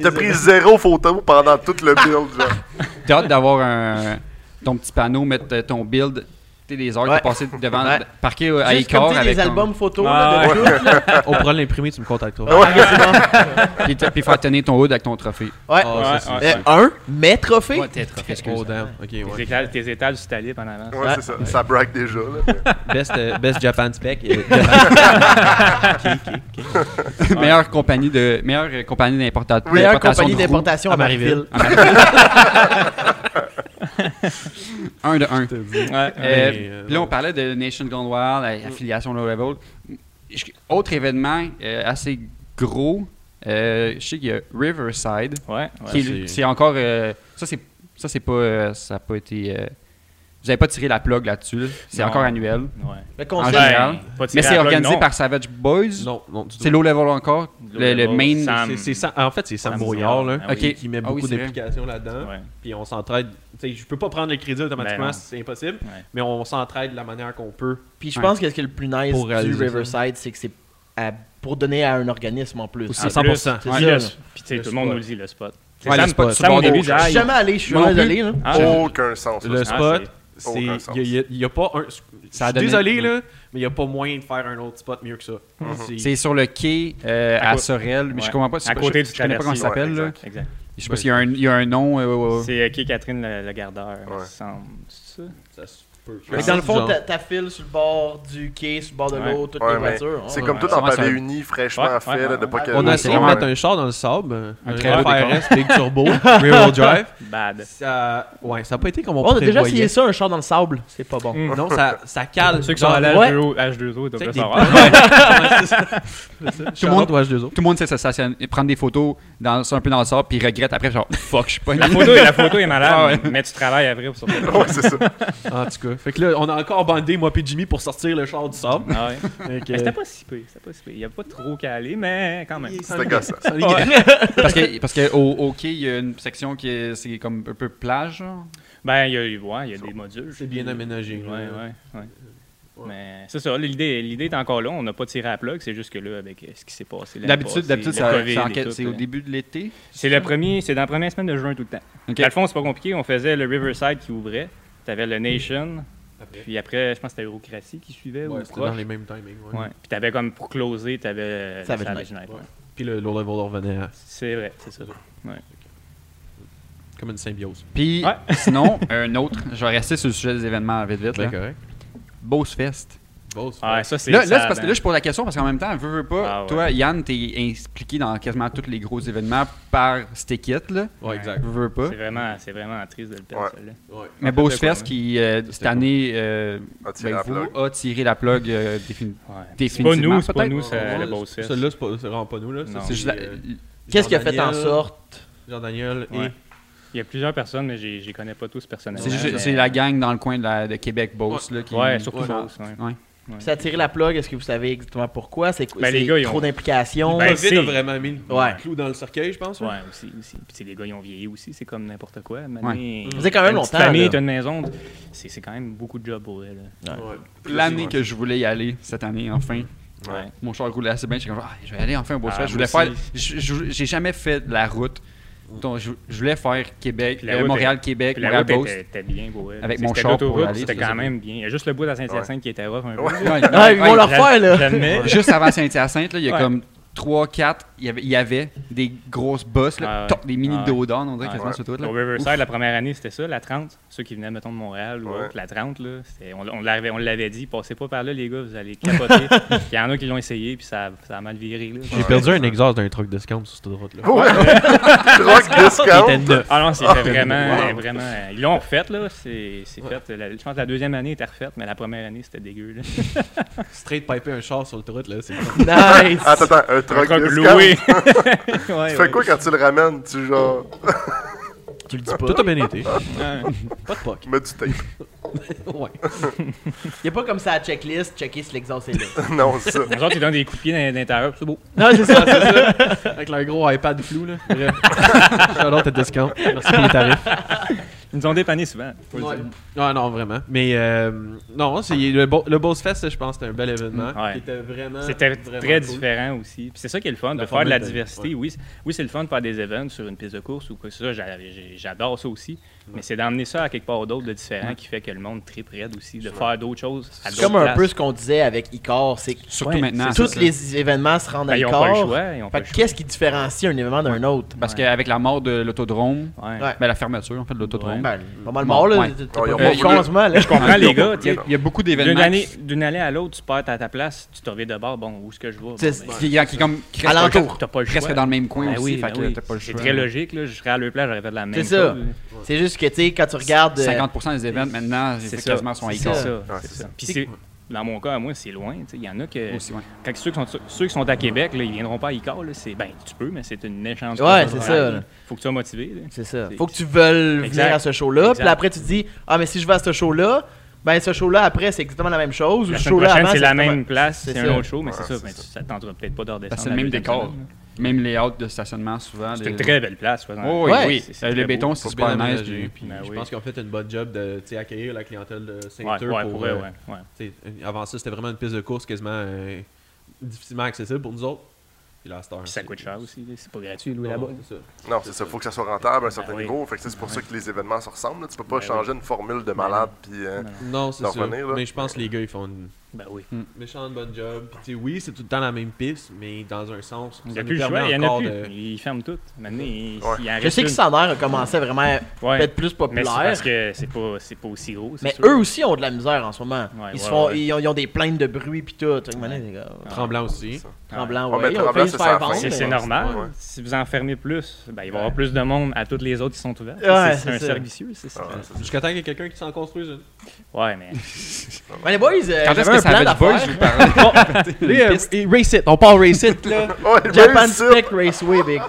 S1: T'as pris zéro photo pendant tout le build, genre.
S3: t'as hâte d'avoir un, ton petit panneau, mettre euh, ton build, tu sais, les heures que
S2: Ouais.
S3: t'as passées devant,
S2: Ouais.
S3: parquer
S5: Ben,
S3: euh, à
S2: Juste comme
S3: Icor
S2: tu sais,
S3: avec
S2: les
S3: ton-
S2: albums photos,
S5: Ah,
S2: là, de tout, là.
S6: On pourra l'imprimer, tu me contacteras.
S1: Ouais.
S3: Puis, t- puis faire tenir ton hood avec ton trophée.
S2: Ouais.
S6: Ah, ça, c'est-
S5: Ouais,
S2: Euh, Un, mes trophées.
S3: Ouais, tes trophées, excuse.
S6: Oh, damn. Ok,
S5: Tes
S6: ouais.
S5: étals, tes étals du talib en avant.
S1: Ouais, c'est ça. Ça braque déjà, là.
S6: Best, euh, best Japan spec. euh,
S3: meilleure compagnie de meilleure euh, compagnie d'importation.
S2: Meilleure
S3: d'importation
S2: compagnie
S3: de roues.
S2: d'importation à Marieville.
S3: Un de un.
S5: Ouais.
S3: Euh,
S6: Mais, euh,
S3: puis là, on parlait de Nation Gone Wild,
S5: Mm.
S3: la- affiliation Low Level. Je- Autre événement euh, assez gros, euh, je sais qu'il y a Riverside,
S5: Ouais, ouais.
S3: qui est-
S6: c'est-
S3: c'est encore. euh, ça, c'est ça c'est pas. euh, ça a pas été. euh, vous avez pas tiré la plug là-dessus. là. C'est
S5: Non.
S3: encore annuel.
S5: Ouais.
S2: Le
S3: En
S2: concept.
S3: général.
S5: pas tiré
S3: Mais
S5: à
S3: c'est
S5: la plug,
S3: organisé
S5: non.
S3: par Savage Boys.
S6: Non, non, du tout.
S3: C'est Low Level encore. Le,
S5: Low
S3: le
S5: Level,
S3: main.
S5: ça-
S6: C'est- c'est Sam- en fait, c'est Sam
S5: Sam
S6: Brouillard là,
S5: Brouillard, ah oui.
S6: qui, qui met
S3: Ah oui,
S6: beaucoup
S3: c'est vrai.
S6: d'applications là-dedans.
S5: Ouais.
S6: Puis on s'entraide. Tu sais, Je peux pas prendre le crédit automatiquement,
S5: Ben non.
S6: c'est impossible.
S5: Ouais.
S6: Mais on s'entraide de la manière qu'on peut.
S2: Puis je pense que ce qui est le plus nice
S6: Pour
S2: du
S6: réaliser ça.
S2: Riverside, c'est que c'est à- pour donner à un organisme en plus. Ah,
S6: À 100%.
S5: Puis
S2: Ouais.
S5: Ah, le-
S2: C'est ça.
S5: Puis tu sais,
S6: Le
S5: tout le monde
S6: spot.
S5: nous le dit, le spot. C'est
S3: Ouais, le
S5: Sam,
S3: spot,
S5: Sam,
S3: spot
S5: au début,
S3: gauche.
S5: il dit,
S2: Je
S5: Ah,
S2: suis jamais allé, je suis
S3: Moi non
S2: désolé. là.
S5: Ah, je-
S1: Aucun sens, là.
S6: Le
S5: Ah,
S6: spot,
S1: c'est-
S6: c'est.
S1: Aucun sens.
S6: Il y a- il y a pas un.
S3: Ça a donné-
S6: Désolé, là, mais il n'y a pas moyen de faire un autre spot mieux que ça. C'est-
S3: C'est sur le quai euh,
S5: À
S3: à,
S5: co-
S3: Sorel, mais je
S5: Ouais.
S3: comprends pas.
S5: À côté
S3: je,
S5: du
S3: je connais pas comment ça
S1: traversier.
S3: s'appelle.
S1: Ouais,
S3: là.
S5: Exact.
S3: je sais pas s'il y a un, il y a un nom. euh, ouais, ouais.
S5: C'est euh, qui est Catherine le, le gardeur, il me
S1: Ouais.
S5: semble. C'est ça?
S6: ça se peut.
S2: Fait que dans le fond, t'a- ta file sur le bord du quai, sur le bord de
S5: Ouais.
S2: l'eau, toutes
S1: Ouais,
S2: les
S1: mais
S2: voitures. hein.
S1: C'est comme tout
S3: Ça
S1: en
S3: va, ça
S1: pavé
S3: va.
S1: uni, fraîchement
S5: Ouais, ouais,
S1: fait, là, de
S5: ouais,
S1: pas
S5: ouais.
S1: qu'il y ait-
S6: on a essayé de
S1: Ouais.
S6: mettre un char dans le sable, un,
S3: très beau décor.
S6: FRS Big Turbo, Rear Wheel Drive.
S5: Bad.
S6: Ça, ouais, ça n'a pas été comme on,
S2: On a déjà
S6: prévoyait.
S2: essayé ça, un char dans le sable. C'est pas bon.
S6: Non, ça, ça cale.
S5: Ceux qui sont
S6: Dans-
S5: allés à
S2: Ouais.
S5: H2O, H2O, ils
S6: Tu sais,
S5: doivent le
S6: des-
S5: savoir.
S6: Ouais, c'est ça. C'est ça.
S3: le monde-
S6: Shout-out au H2O.
S3: Tout le monde sait se stationner- prendre des photos dans, un peu dans le sort, puis regrette après, genre, fuck, je suis pas une
S5: La photo, la photo est malade, mais tu travailles après pour sortir.
S1: Ouais, c'est ça.
S6: En tout cas, fait que là, on a encore bandé, moi puis Jimmy, pour sortir le char du sable.
S5: Ah ouais.
S6: Fait que-
S5: Mais C'était pas si peu, c'était pas si peu. Il n'y a pas trop calé, mais quand même.
S6: Il s'en-
S1: C'était gossant.
S6: s'en lignait.
S3: Parce que, parce que au, au quai, il y a une section qui est, c'est comme un peu plage, genre.
S5: Ben, il y a, ouais, il y a des modules.
S6: C'est bien aménagé.
S5: Ouais,
S6: là.
S5: ouais, ouais. Mais c'est ça, l'idée l'idée est encore là. On n'a pas tiré à la plug, c'est juste que là, avec euh, ce qui s'est passé. l'année
S3: D'habitude,
S5: passée,
S3: d'habitude,
S5: le
S3: ça-
S5: COVID
S3: ça
S5: et
S3: enquête-
S5: tout,
S3: c'est au
S5: euh,
S3: début de l'été.
S5: C'est le premier, c'est dans la première semaine de juin tout le temps.
S3: Ok.
S5: Dans le fond, c'est pas compliqué. On faisait le Riverside qui ouvrait. T'avais le Nation. Puis après, je pense que c'était Eurocratie qui suivait
S6: Ouais,
S5: ou
S6: c'était dans
S5: proche.
S6: les mêmes timings. ouais.
S5: Ouais. Puis t'avais comme pour closer, t'avais euh,
S2: Savage
S5: le
S2: Night.
S5: Night, ouais.
S6: Ouais. Puis le low level revenait à-
S5: C'est vrai, c'est ça.
S6: comme une symbiose.
S3: Puis,
S5: Ouais.
S3: sinon, un autre, je vais rester sur le sujet des événements, vite, vite.
S6: Ben,
S3: Là.
S6: correct.
S3: Beauce Fest.
S5: Ouais, ça, c'est.
S3: Là, là, c'est
S5: sad,
S3: parce que
S5: hein.
S3: là, je pose la question parce qu'en même temps, veux, veux
S5: Ah
S3: pas.
S5: ouais.
S3: Toi, Yann, t'es impliqué dans quasiment tous les gros événements par cette équipe, là.
S5: Ouais, exact.
S3: Veux, veux pas.
S5: C'est vraiment, c'est vraiment triste de le perdre,
S1: Ouais.
S5: celle-là.
S3: Mais
S6: Attends,
S3: Beauce
S6: quoi,
S3: Fest, qui, euh, cette
S6: quoi?
S3: année, euh,
S1: A tiré
S3: ben,
S1: la
S3: vous,
S1: plug.
S3: a tiré la plug euh, défini-
S5: Ouais. C'est pas
S3: définitivement.
S5: nous, c'est pas
S3: peut-être.
S5: nous, c'est le beau
S6: Celle-là, c'est pas- c'est vraiment pas nous. là. Ça,
S5: Non.
S3: C'est juste la-
S6: euh,
S2: Qu'est-ce qui a fait en
S6: Jean-Daniel-
S2: sorte
S6: Jean-Daniel et.
S5: Ouais. Il y a plusieurs personnes, mais je les connais pas tous personnellement.
S3: c'est juste-
S5: mais-
S3: c'est la gang dans le coin de, la- de Québec, Beauce, là, qui.
S5: Ouais, surtout
S6: Ouais.
S5: Beauce, ouais.
S3: Ouais.
S2: Ça a tiré la plug, est-ce que vous savez exactement pourquoi C'est quoi-
S5: Ben, les
S2: c'est
S5: gars, ils
S2: trop
S5: ont-
S2: d'implications.
S5: Ben,
S6: Covid
S5: c'est-
S6: a vraiment mis le
S2: Ouais.
S6: clou dans le cercueil, je pense.
S5: Ouais, aussi, aussi. Puis tu sais, les gars, ils ont vieilli aussi, c'est comme n'importe quoi. Mané,
S2: Ça faisait quand même
S5: t'as une petite
S2: longtemps, là.
S5: famille, t'as une maison, c'est c'est quand même beaucoup de job pour elle. là.
S6: Ouais.
S3: L'année que je voulais y aller, cette année, enfin.
S5: Ouais.
S3: Mon char roulait assez bien. J'étais comme, ah, je vais aller enfin au Beauce
S5: Ah,
S3: Fest. Je
S5: moi
S3: voulais faire.
S5: aussi.
S3: je- je- J'ai jamais fait de la route. Donc, je, je voulais faire Québec,
S5: Puis la
S3: euh,
S5: route
S3: Montréal-Québec,
S5: Puis la route
S3: Montréal-Beauce.
S5: était, était bien pour elle.
S3: Avec
S5: Tu sais,
S3: mon
S5: c'était
S3: char pour
S5: l'autoroute,
S3: aller,
S5: C'était
S3: ça,
S5: quand
S3: c'est-
S5: même bien. Il y a juste le bout de la Saint-Hyacinthe qui était rough un peu.
S3: Ouais,
S2: Ah, ils
S3: ouais,
S2: vont le refaire, là.
S5: Jamais.
S3: Juste avant Saint-Hyacinthe, là, il y a
S5: Ouais.
S3: comme 3, 4, il y avait, il y avait des grosses bosses, là,
S5: Ah ouais.
S3: toc, des mini
S5: Ah ouais.
S3: dodones, on dirait, quasiment
S1: Ouais.
S3: sur toute. Là.
S5: Au Riverside, la première année, c'était ça, la 30. Ceux qui venaient, mettons, de Montréal ou
S1: Ouais.
S5: autre, la 30, là, c'était- on, on l'avait- on l'avait dit, passez pas par là, les gars, vous allez capoter. Puis Il y en a qui l'ont essayé, puis ça, ça a mal viré. Là.
S1: J'ai perdu un
S6: exhaust d'un truck discount sur cette route-là.
S2: Oh!
S1: Rock discount.
S5: Ah non, c'était vraiment, vraiment. euh, Ils l'ont refait, là. C'est c'est fait. La- je pense que la deuxième année était refaite, mais la première année, c'était dégueu. Là.
S6: Straight piper un char sur l'autoroute, là, c'est
S2: Nice.
S1: Attends, attends, un
S5: Un
S1: truck
S5: truck
S1: discount.
S5: loué.
S1: Tu fais quoi quand tu le ramènes? Tu genre,
S2: Tu le dis pas.
S6: Tout a bien été. Pas de poc.
S1: mets du tape.
S6: Ouais.
S2: Il a pas comme ça à checklist, checker si l'exhaust est là.
S1: non, c'est ça.
S5: Les autres, ils donnent des coups de pied dans- dans l'intérieur, puis c'est beau.
S2: non, c'est ça.
S6: Avec leur gros iPad flou, là. Bref. J'adore tes discounts. Merci pour les tarifs.
S5: Ils nous ont dépanné souvent. faut le
S6: Ouais.
S5: dire.
S6: Ah non, vraiment. Mais euh, non, c'est le, Bo- le Boss Fest, je pense, c'était un bel événement.
S5: Mm. Ouais.
S6: qui était vraiment.
S5: C'était
S6: Ah, vraiment
S5: très
S6: cool.
S5: différent aussi. Puis c'est ça qui est le fun,
S6: La
S5: de faire de la
S6: formule,
S5: diversité. Oui, c'est- oui c'est le fun de faire des events sur une piste de course ou quoi que ce soit. J'a- j'ai- J'adore ça aussi. Mais c'est d'emmener ça à quelque part d'autre de différent qui fait que le monde tripe raide aussi, de faire d'autres choses à
S2: C'est
S5: d'autres
S2: comme un
S5: places.
S2: peu ce qu'on disait avec Icor, c'est que
S3: Surtout
S5: Ouais,
S3: maintenant.
S2: tous
S3: c'est ça.
S2: les événements se rendent
S5: Ben,
S2: à
S5: ils ont pas le
S2: Icor.
S5: choix. Ils ont pas
S2: Fait que
S5: le choix.
S2: qu'est-ce qui différencie un événement d'un autre
S3: Parce
S5: Ouais.
S3: qu'avec la mort de l'autodrome,
S5: Ouais.
S2: Ouais.
S3: ben, la fermeture en fait, de l'autodrome,
S2: Ben, pas mal mort, là.
S3: Ouais.
S2: T'es pas
S1: Oh, ils ont
S2: pas
S1: pas
S2: con
S1: voulu.
S2: en ce moment, là.
S5: Je comprends les gars,
S3: il,
S5: tu
S3: y
S5: sais,
S3: a, il y a beaucoup d'événements
S5: D'une année,
S3: qui,
S5: d'une année à l'autre, tu perds à ta place, tu te reviens de bord, bon, où est-ce que je vais? Bon,
S2: C'est-
S5: ben,
S3: qui, qui comme, qui restent-
S2: Alentour.
S5: t'as pas le choix.
S3: restent dans le même coin
S5: Ben
S3: aussi,
S5: oui,
S3: fait
S5: ben
S3: que
S5: oui.
S3: t'as pas le choix.
S5: C'est très logique, là. je serais à leur place, j'aurais fait de la même
S2: C'est
S5: chose.
S2: ça. C'est juste que, tu sais, quand tu regardes. euh,
S3: 50% des événements maintenant, c'est
S5: ça.
S3: quasiment sont à
S2: C'est
S5: C'est
S3: Icor.
S5: ça.
S1: Ouais,
S5: c'est
S1: c'est
S5: ça. Puis c'est- dans mon cas, à moi, c'est loin. tu sais. Il y en a que.
S3: Aussi, ouais.
S5: Quand ceux qui sont, ceux qui sont à Québec, là, ils viendront pas à Icor. là, c'est- Ben, tu peux, mais c'est une méchante.
S2: Ouais,
S5: course
S2: c'est
S5: de
S2: ça,
S5: ride,
S2: là.
S5: Faut que tu sois motivé. là.
S2: C'est ça.
S5: C'est-
S2: Faut que tu veuilles
S5: Exact.
S2: venir à ce show-là. Puis
S5: Exact.
S2: après, tu te dis, ah, mais si je vais à ce show-là, ben ce show-là après, c'est exactement la même chose. Ou
S5: La
S2: ce
S5: semaine
S2: show-là
S5: prochaine,
S2: avant,
S5: c'est la même
S2: exactement-
S5: place,
S2: C'est
S5: c'est un
S2: ça.
S5: autre show, mais c'est
S1: Ouais,
S5: ça.
S1: c'est
S5: mais tu t'attendras peut-être pas d'heure
S3: Parce
S5: descendre.
S3: que c'est le même décor, même layout de stationnement souvent.
S5: C'est une
S3: les-
S5: très belle place. par exemple.
S3: Oh, oui,
S2: Ouais.
S3: oui.
S5: C'est- c'est
S3: Euh,
S5: très
S3: Le
S5: beau.
S3: béton,
S6: Faut
S3: c'est
S6: bien
S3: super nice.
S6: aménager,
S3: puis-
S6: puis
S5: Ben
S6: je
S5: oui.
S6: pense qu'ils ont fait une bonne job de tu sais, accueillir la clientèle de
S5: Ouais,
S6: Saint-Hubert.
S5: ouais,
S6: pour,
S5: pour vrai,
S6: euh,
S5: ouais, ouais.
S6: tu sais, euh, Avant ça, c'était vraiment une piste de course quasiment euh, difficilement accessible pour nous autres. Puis là, à cette heure,
S5: Puis ça
S6: c'est-
S5: coûte cher aussi, là, c'est pas gratuit.
S6: Non,
S5: louer là-bas.
S6: c'est ça.
S1: Non, c'est ça. Faut que ça soit rentable à un certain
S5: Ben oui.
S1: niveau. Fait que, tu sais, c'est pour ça que les événements se ressemblent. là. Tu peux pas
S5: Ben oui.
S1: changer une formule de malade. Puis, euh,
S6: Non, c'est
S1: D'en
S6: ça.
S1: revenir, là.
S6: Mais je pense que les gars, ils font une
S5: Ben oui.
S6: méchante bonne job. Puis, tu sais, oui, c'est tout le temps la même piste, mais dans un sens,
S5: Il n'y
S6: ça
S5: a
S6: nous
S5: plus le
S6: permet
S5: choix, il y en a
S6: encore
S5: plus.
S6: de...
S5: Ils ferment tout. Maintenant, ils,
S1: Ouais.
S5: il en
S2: Je
S5: reste
S2: sais que
S5: une.
S2: Sanner a commencé à vraiment
S5: Ouais.
S2: à être plus
S5: Mais c'est
S2: populaire.
S5: parce que c'est pas, c'est pas aussi gros. c'est
S2: Mais
S5: sûr.
S2: eux aussi ont de la misère en ce moment.
S5: Ouais,
S2: ils, se
S5: ouais,
S2: font,
S5: ouais.
S2: ils, ont, ils ont des plaintes de bruit puis tout. Tu sais, maintenant, les gars,
S6: Tremblant aussi.
S2: Ah, ben, Tremblant,
S1: Ouais,
S2: ouais.
S1: mais
S2: Ils ont
S1: Tremblant,
S2: failli se
S1: c'est
S2: faire
S1: ça,
S2: vendre.
S1: c'est-
S5: C'est c'est
S2: mais-
S5: normal.
S1: Ouais.
S5: Si vous en fermez plus, ben, il va y avoir plus de monde à toutes les autres qui sont ouvertes.
S2: Ouais,
S5: C'est- c'est
S2: c'est
S5: un
S2: ça.
S5: cercle vicieux, c'est ça.
S1: ouais, c'est-
S6: Jusqu'à temps qu'il y ait quelqu'un qui s'en construise une.
S5: Ouais, mais.
S2: Ouais, les boys, euh,
S3: Quand
S2: j'avais
S3: est-ce
S2: un
S3: que
S2: plan
S3: Savage Boys
S2: d'affaires.
S3: vous parle
S5: Oh,
S6: Là, race it. On part race it, là.
S1: Ouais, ben,
S2: Japan
S1: c'est-
S2: Spec Raceway, big.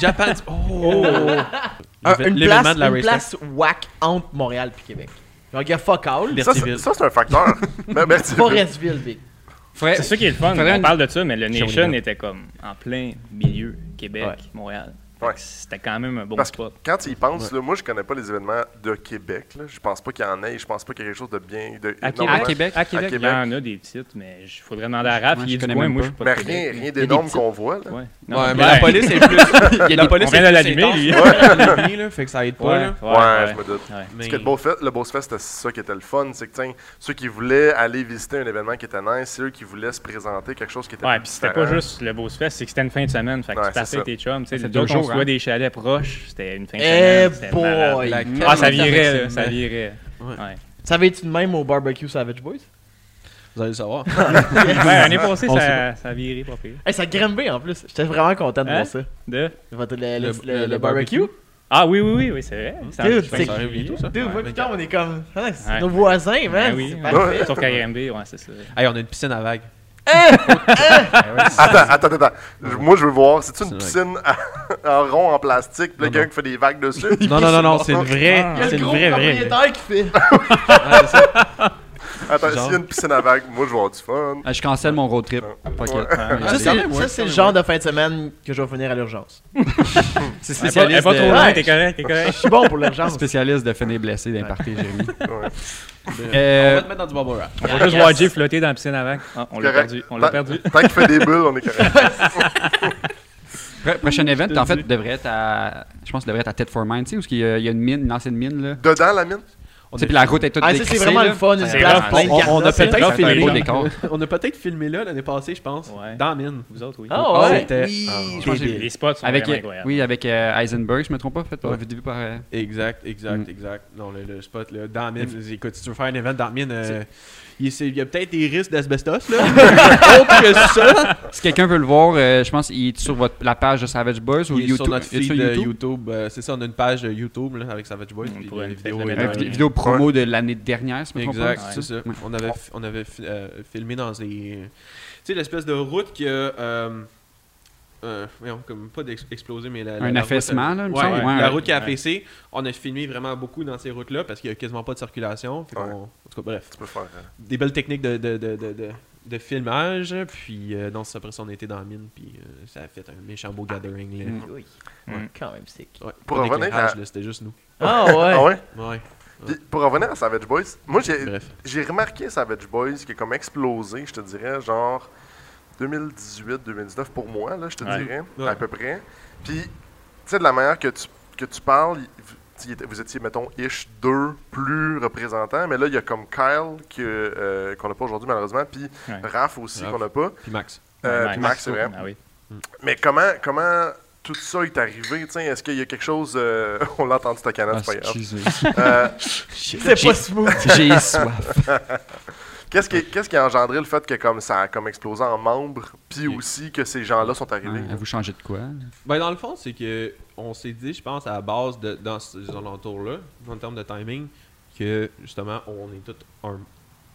S6: Japan. Oh!
S2: Un-
S6: L'éve-
S2: une
S6: l'événement
S2: place,
S6: de la
S2: une
S6: race
S2: place whack entre Montréal puis Québec. Genre, il y a fuck all.
S6: Des-
S1: Ça, c'est-
S6: Berthierville.
S1: ça, c'est un facteur. mais, mais tu-
S2: Forestville, big.
S5: C'est ça qui est le fun.
S3: Faudrait
S5: On
S3: une-
S5: parle de ça, mais le
S6: Show
S5: Nation
S6: me.
S5: était comme en plein milieu Québec,
S2: Ouais.
S5: Montréal.
S1: Ouais.
S5: Fait que C'était quand même un bon
S1: Parce que
S5: spot.
S1: quand tu y penses, là, moi, je connais pas les événements de Québec. Là. Je pense pas qu'il y en ait. Je pense pas qu'il y ait quelque chose de bien. De,
S5: À
S1: énorme.
S5: Québec,
S1: À
S5: Il y en a des petites, mais il faudrait demander à Raph.
S3: Ouais,
S5: il
S3: je
S5: est du
S3: connais
S5: coin,
S3: même
S5: moi
S3: pas.
S5: je suis pas
S1: Mais
S5: de
S1: rien,
S5: Québec.
S1: rien d'énorme qu'on voit. Là.
S5: Ouais. Non,
S6: Ouais, mais
S5: ben,
S6: la police est plus.
S3: Il y a
S6: la
S3: des-
S6: police
S5: on vient
S6: est
S5: de
S6: plus
S5: l'allumer, lui.
S6: intense, lui, là, fait que ça aide pas, là.
S1: Ouais, je me doute.
S5: Ouais.
S6: Mais-
S1: Parce que le Beauce Fest- le Beauce Fest, c'était ça qui était le fun. C'est que tiens, ceux qui voulaient aller visiter un événement qui était nice, c'est eux qui voulaient se présenter quelque chose qui était
S5: Ouais,
S1: plus
S5: puis c'était pas
S1: différent.
S5: juste le beau fest, c'est que c'était une fin de semaine. Fait que
S1: Ouais,
S5: tu partais
S1: c'est
S5: avec tes chums. Tu sais,
S3: fait
S5: les
S3: deux
S5: deux jours, on
S3: jours,
S5: se
S3: hein.
S5: louait des chalets proches. C'était une fin de
S2: Eh
S5: semaine. c'était malade.
S2: boy!
S5: Ah, ça
S2: Comment
S5: virait, là,
S2: ça
S5: ça virait. Ouais.
S2: Ça avait été de même au barbecue Savage Boys?
S6: Vous allez le savoir.
S5: Ouais, l'année passée,
S3: On
S5: ça, ça a viré, pas pire.
S2: Hey, Eh, ça grimbait en plus. J'étais vraiment content de
S5: Hein?
S2: voir ça.
S5: De...
S2: Votre- le, le-
S6: Le-
S2: le-
S6: le
S2: le barbecue.
S5: Ah oui, oui, oui, oui c'est vrai. Ça-
S2: Dude,
S5: je
S2: c'est-
S5: pense que
S6: arrive bientôt, ça.
S2: Deux,
S6: Ouais,
S2: moi,
S6: mais-
S2: putain, on est comme. Ah, c'est
S5: Ouais.
S2: nos voisins, man.
S5: Ben oui,
S2: c'est
S5: ouais.
S2: parfait.
S5: Sauf qu'à Granby, ouais, c'est ça.
S6: hey, on a une piscine à vagues.
S1: Attends, attends, attends. Je- Moi, je veux voir. C'est-tu
S6: C'est
S1: une
S6: vrai.
S1: piscine en rond en plastique? Puis là,
S6: Non,
S1: quelqu'un qui fait des vagues dessus?
S6: Non, non, non, non, c'est une vraie.
S5: Ah.
S2: Il y a
S6: C'est
S2: le
S6: une
S2: gros
S6: vraie, vraie. vraie.
S2: propriétaire qui fait.
S6: Ouais, c'est ça.
S1: Attends,
S6: Genre.
S1: s'il y a une piscine à vagues, moi, je vais avoir du fun.
S3: Ah, je cancelle mon road trip. Fuck it.
S1: Ouais.
S2: Ça,
S3: Regardez.
S2: c'est- Ça, c'est le genre de fin de semaine que je vais finir à l'urgence.
S3: C'est
S5: Elle est pas- elle est
S3: spécialiste
S5: pas trop loin,
S2: Ouais.
S5: t'es correct, t'es
S2: Je
S5: correct.
S2: suis bon pour l'urgence.
S3: spécialiste de finir blessé d'imparter Jérémy.
S1: Ouais.
S6: On
S3: Euh,
S6: va te mettre dans du bubble wrap.
S5: On va juste
S2: Yes.
S5: voir Jay flotter dans la piscine avant. Ah, on l'a
S1: Correct.
S5: perdu, on l'a
S1: Tant-
S5: perdu.
S1: Tant qu'il fait des bulles, on est correct.
S3: pro- prochain event, en fait, devrait être à. Je pense que devrait être à Ted for Mine, tu sais, où il y, a, il y a une mine, une ancienne mine, là.
S1: Dedans, la mine?
S3: Tu sais, puis la route est toute
S2: Ah, ça, c'est
S3: décrissée,
S2: vraiment
S3: là.
S2: le fun, une
S3: C'est
S2: plage
S3: vraiment-
S2: pleine de
S3: on- on, a
S2: garnottes, là.
S3: peut-être
S5: Ça fait
S3: filmé
S5: un
S3: beau
S5: beau
S3: décor.
S6: On a peut-être filmé là l'année passée, je pense.
S5: Ouais.
S6: Dans la mine.
S5: Vous autres, oui.
S2: Ah ouais.
S6: C'était-
S2: Oui.
S3: Je pense que j'ai-
S5: Les spots sont
S3: avec,
S5: vraiment incroyables.
S3: oui, avec euh, Heisenberg, je me trompe pas, fait par,
S6: Ouais.
S3: vu par euh,
S6: Exact, exact,
S3: Mm.
S6: exact. Non, le, le spot, là, dans la mine, écoute, si tu veux faire un event dans la mine, euh, il Mm. c'est- il y a peut-être des risques d'asbestos, là. Autre que ça.
S3: Si quelqu'un veut le voir, euh, je pense il est sur votre, la page de Savage Boys ou
S6: Il est
S3: YouTube.
S6: sur notre
S3: il est
S6: feed euh, YouTube. euh, c'est ça, on a une page euh, YouTube là, avec Savage Boys.
S5: On
S6: puis
S5: pourrait
S6: les
S5: peut-être
S6: vidéos
S5: la
S6: et-
S5: mettre
S3: Euh,
S5: dans
S3: vid- vidéo promo de l'année dernière, si je me trompe pas.
S6: Exact, c'est ça. On avait, fi- on avait fi- euh, filmé dans des. Tu sais, l'espèce de route qui a. Euh, euh, voyons, comme pas d'ex- exploser, mais la. la-
S3: Un
S6: la
S3: affaissement,
S6: route,
S3: là, il me
S6: Ouais,
S3: semble. Ouais,
S6: la
S3: ouais.
S6: route qui a
S5: Ouais.
S6: affaissé. On a filmé vraiment beaucoup dans ces routes-là parce qu'il y a quasiment pas de circulation. Fait qu'on-
S1: Ouais.
S6: En tout cas, bref.
S1: Tu peux faire. euh,
S6: Des belles techniques de, de, de, de, de- de filmage. Puis, euh, non, c'est après ça, on était dans la mine. Puis, euh, ça a fait un méchant beau gathering. Là.
S3: Mm.
S2: Oui.
S5: Mm.
S2: Quand même sick.
S6: Ouais,
S1: Ah. Pour
S6: pas
S1: revenir
S6: d'éclairage,
S1: à-
S6: là, C'était juste nous.
S2: Ah
S1: Ah
S2: ouais.
S1: ouais?
S6: Ouais,
S1: Puis, pour revenir à Savage Boys, moi, j'ai,
S6: bref.
S1: j'ai remarqué Savage Boys qui est comme explosé, je te dirais, genre 2018-2019 pour moi, là, je te
S5: Ouais.
S1: dirais,
S6: Ouais.
S1: à peu près. Puis, tu sais, de la manière que tu, que tu parles, il- tu étais- vous étiez, mettons, ish deux plus représentants, mais là, il y a comme Kyle que, euh, qu'on n'a pas aujourd'hui, malheureusement, puis
S5: Ouais.
S1: Raph aussi
S6: Raph.
S1: qu'on n'a pas,
S6: Puis, Max.
S1: euh,
S5: Ouais,
S1: puis Max, c'est vrai.
S5: Ah oui.
S1: Mais comment, comment tout ça est arrivé, tu sais, est-ce qu'il y a quelque chose... euh, on l'a entendu ta canette,
S3: Ah,
S1: c'est pas grave. Euh,
S2: C'est pas smooth.
S3: J'ai soif.
S1: Qu'est-ce qui, qu'est-ce qui a engendré le fait que comme ça a comme explosé en membres, puis
S6: Oui.
S1: aussi que ces gens-là sont arrivés?
S3: Ouais, hein. vous changez de quoi? là?
S6: Ben dans le fond, c'est que on s'est dit, je pense, à la base de, dans ces alentours-là, en termes de timing, que justement, on est toute un,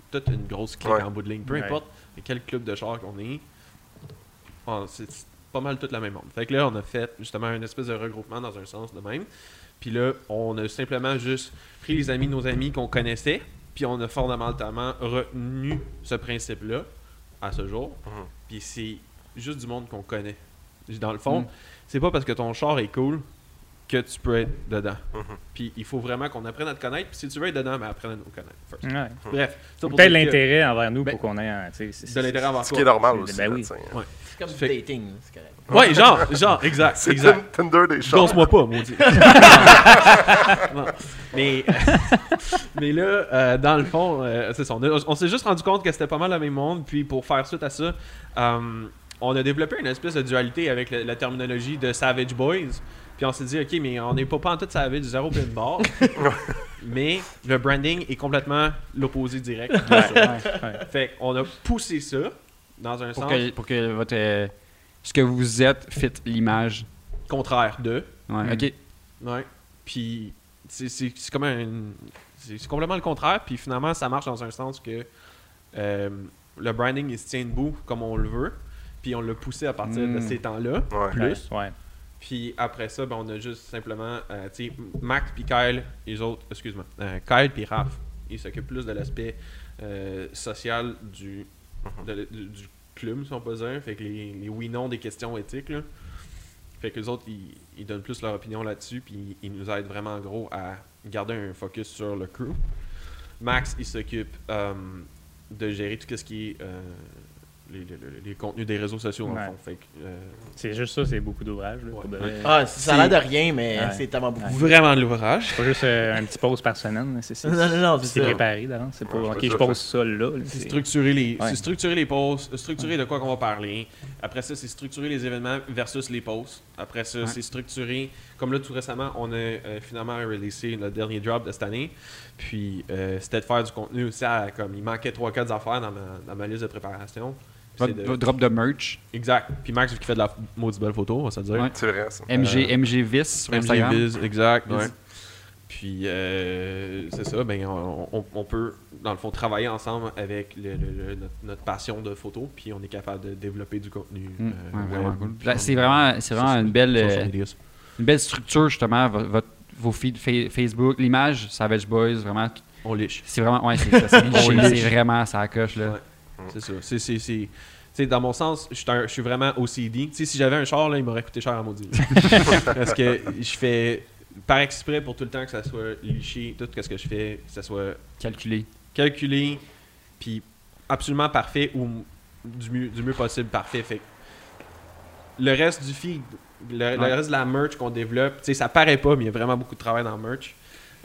S6: toute une grosse clique
S1: Ouais.
S6: en bout de ligne. Peu
S5: Ouais.
S6: importe quel club de char qu'on est, on- c'est c'est pas mal toute la même monde. Fait que là, on a fait justement une espèce de regroupement dans un sens de même. Puis là, on a simplement juste pris les amis de nos amis qu'on connaissait, puis on a fondamentalement retenu ce principe-là à ce jour.
S1: Mhm.
S6: Puis c'est juste du monde qu'on connaît. Dans le fond,
S3: Mm.
S6: c'est pas parce que ton char est cool que tu peux être dedans.
S1: Mhm.
S6: Puis il faut vraiment qu'on apprenne à te connaître. Puis si tu veux être dedans, ben, apprenne à nous connaître. first.
S5: Ouais.
S6: Bref, ça pour
S5: Peut-être
S6: dire que-
S5: l'intérêt envers nous
S6: Ben,
S5: pour qu'on ait un. tu sais, c'est-
S6: De
S5: c'est-
S6: l'intérêt à avoir
S1: Ce
S6: quoi.
S1: qui est normal
S5: Ben
S1: aussi.
S5: oui.
S1: là, tu sais.
S2: C'est comme du
S6: Fait-
S2: dating. C'est correct.
S6: Ouais, genre, genre, exact,
S1: C'est
S6: exact.
S1: Tin- Tinder des choses.
S6: Danse-moi pas, maudit. Non. Mais, mais là, euh, dans le fond, euh, c'est ça. On, a- on s'est juste rendu compte que c'était pas mal le même monde. Puis pour faire suite à ça, euh, on a développé une espèce de dualité avec le- la terminologie de Savage Boys. Puis on s'est dit, OK, mais on n'est pas pantoute Savage, zéro plein de bord. mais le branding est complètement l'opposé direct.
S5: Ouais, ouais, ouais.
S6: Fait qu'on a poussé ça dans un
S3: Pour
S6: sens
S3: que, pour que votre, euh, ce que vous êtes fit l'image.
S6: contraire de.
S3: Ouais,
S5: Mm.
S3: ok.
S6: Ouais. Puis c'est- c'est c'est comme un. C'est c'est complètement le contraire. Puis finalement, ça marche dans un sens que euh, le branding, il se tient debout comme on le veut. Puis on l'a poussé à partir de
S5: Mm.
S6: ces temps-là.
S1: Ouais.
S6: Plus.
S5: Ouais.
S6: Puis après ça, ben, on a juste simplement. euh, tu sais, Max puis Kyle, les autres. Excuse-moi. euh, Kyle puis Raph, ils s'occupent plus de l'aspect euh, social du, de- du, du club, si on peut dire. Fait que les, les oui-non des questions éthiques, là. Fait que les autres, ils, ils donnent plus leur opinion là-dessus, puis ils nous aident vraiment, en gros, à garder un focus sur le crew. Max, il s'occupe euh, de gérer tout ce qui est euh, les, les- les- les contenus des réseaux sociaux, dans le
S5: Ouais.
S6: fond. Fait que, euh,
S5: C'est juste ça, c'est beaucoup d'ouvrages. là,
S6: Ouais.
S5: pour de vrai.
S2: Ah, ça a l'air de rien, mais
S5: Ouais.
S2: c'est tellement beaucoup.
S6: vraiment de l'ouvrage.
S5: C'est pas juste euh, un petit pause par semaine. là, C'est c'est-
S2: Non, non, non, c'est
S5: c'est
S2: ça.
S5: préparé d'avance. C'est pas.
S1: Ouais,
S5: Ok,
S1: c'est
S5: je
S1: ça,
S5: pose ça là. là,
S6: C'est
S5: c'est-
S6: structurer les,
S5: Ouais.
S6: c'est structurer les posts, structurer de quoi qu'on va parler. Après ça, c'est structurer les événements versus les posts. Après ça,
S3: Ouais.
S6: c'est structurer Comme là, tout récemment, on a euh, finalement releasé le dernier drop de cette année. Puis euh, c'était de faire du contenu aussi. à, comme, il manquait 3-4 affaires dans ma, dans ma liste de préparation. Puis
S3: Votre,
S6: c'est de-
S3: votre drop de merch.
S6: Exact. Puis Max, vu qu'il fait de la maudite belle photo, on va se le dire.
S3: Ouais.
S1: C'est vrai,
S6: Euh,
S1: ça.
S3: MG, MG Vice sur
S6: MJ
S3: Instagram.
S6: Viz, exact.
S3: Viz.
S6: ouais. Puis euh, c'est ça, ben, on, on- on peut, dans le fond, travailler ensemble avec le- le- le- notre, notre passion de photo, puis on est capable de développer du contenu.
S3: Mm,
S6: euh,
S3: ouais, vraiment
S6: web,
S3: cool.
S6: sur-
S3: Là, C'est vraiment, c'est vraiment
S6: sur-
S3: une belle.
S6: sur-
S3: euh,
S6: sur media.
S3: une belle structure justement vo- votre- vos feeds fa- Facebook l'image Savage Boys vraiment tout-
S6: On liche.
S3: c'est vraiment ouais c'est ça c'est
S6: On
S3: liché,
S6: liche.
S3: c'est vraiment ça coche là
S6: Ouais. C'est ça. C'est, c'est, c'est- tu sais, dans mon sens, je suis un- je suis vraiment OCD. Tu sais, si j'avais un char, là, il m'aurait coûté cher à maudit. Parce que je fais par exprès pour tout le temps que ça soit liché, tout ce que je fais, que ça soit
S3: calculé
S6: calculé, puis absolument parfait ou m- du mieux, du mieux possible parfait. Fait que le reste du feed, le, le
S3: Ouais.
S6: reste de la merch qu'on développe, tu sais, ça paraît pas, mais il y a vraiment beaucoup de travail dans la merch.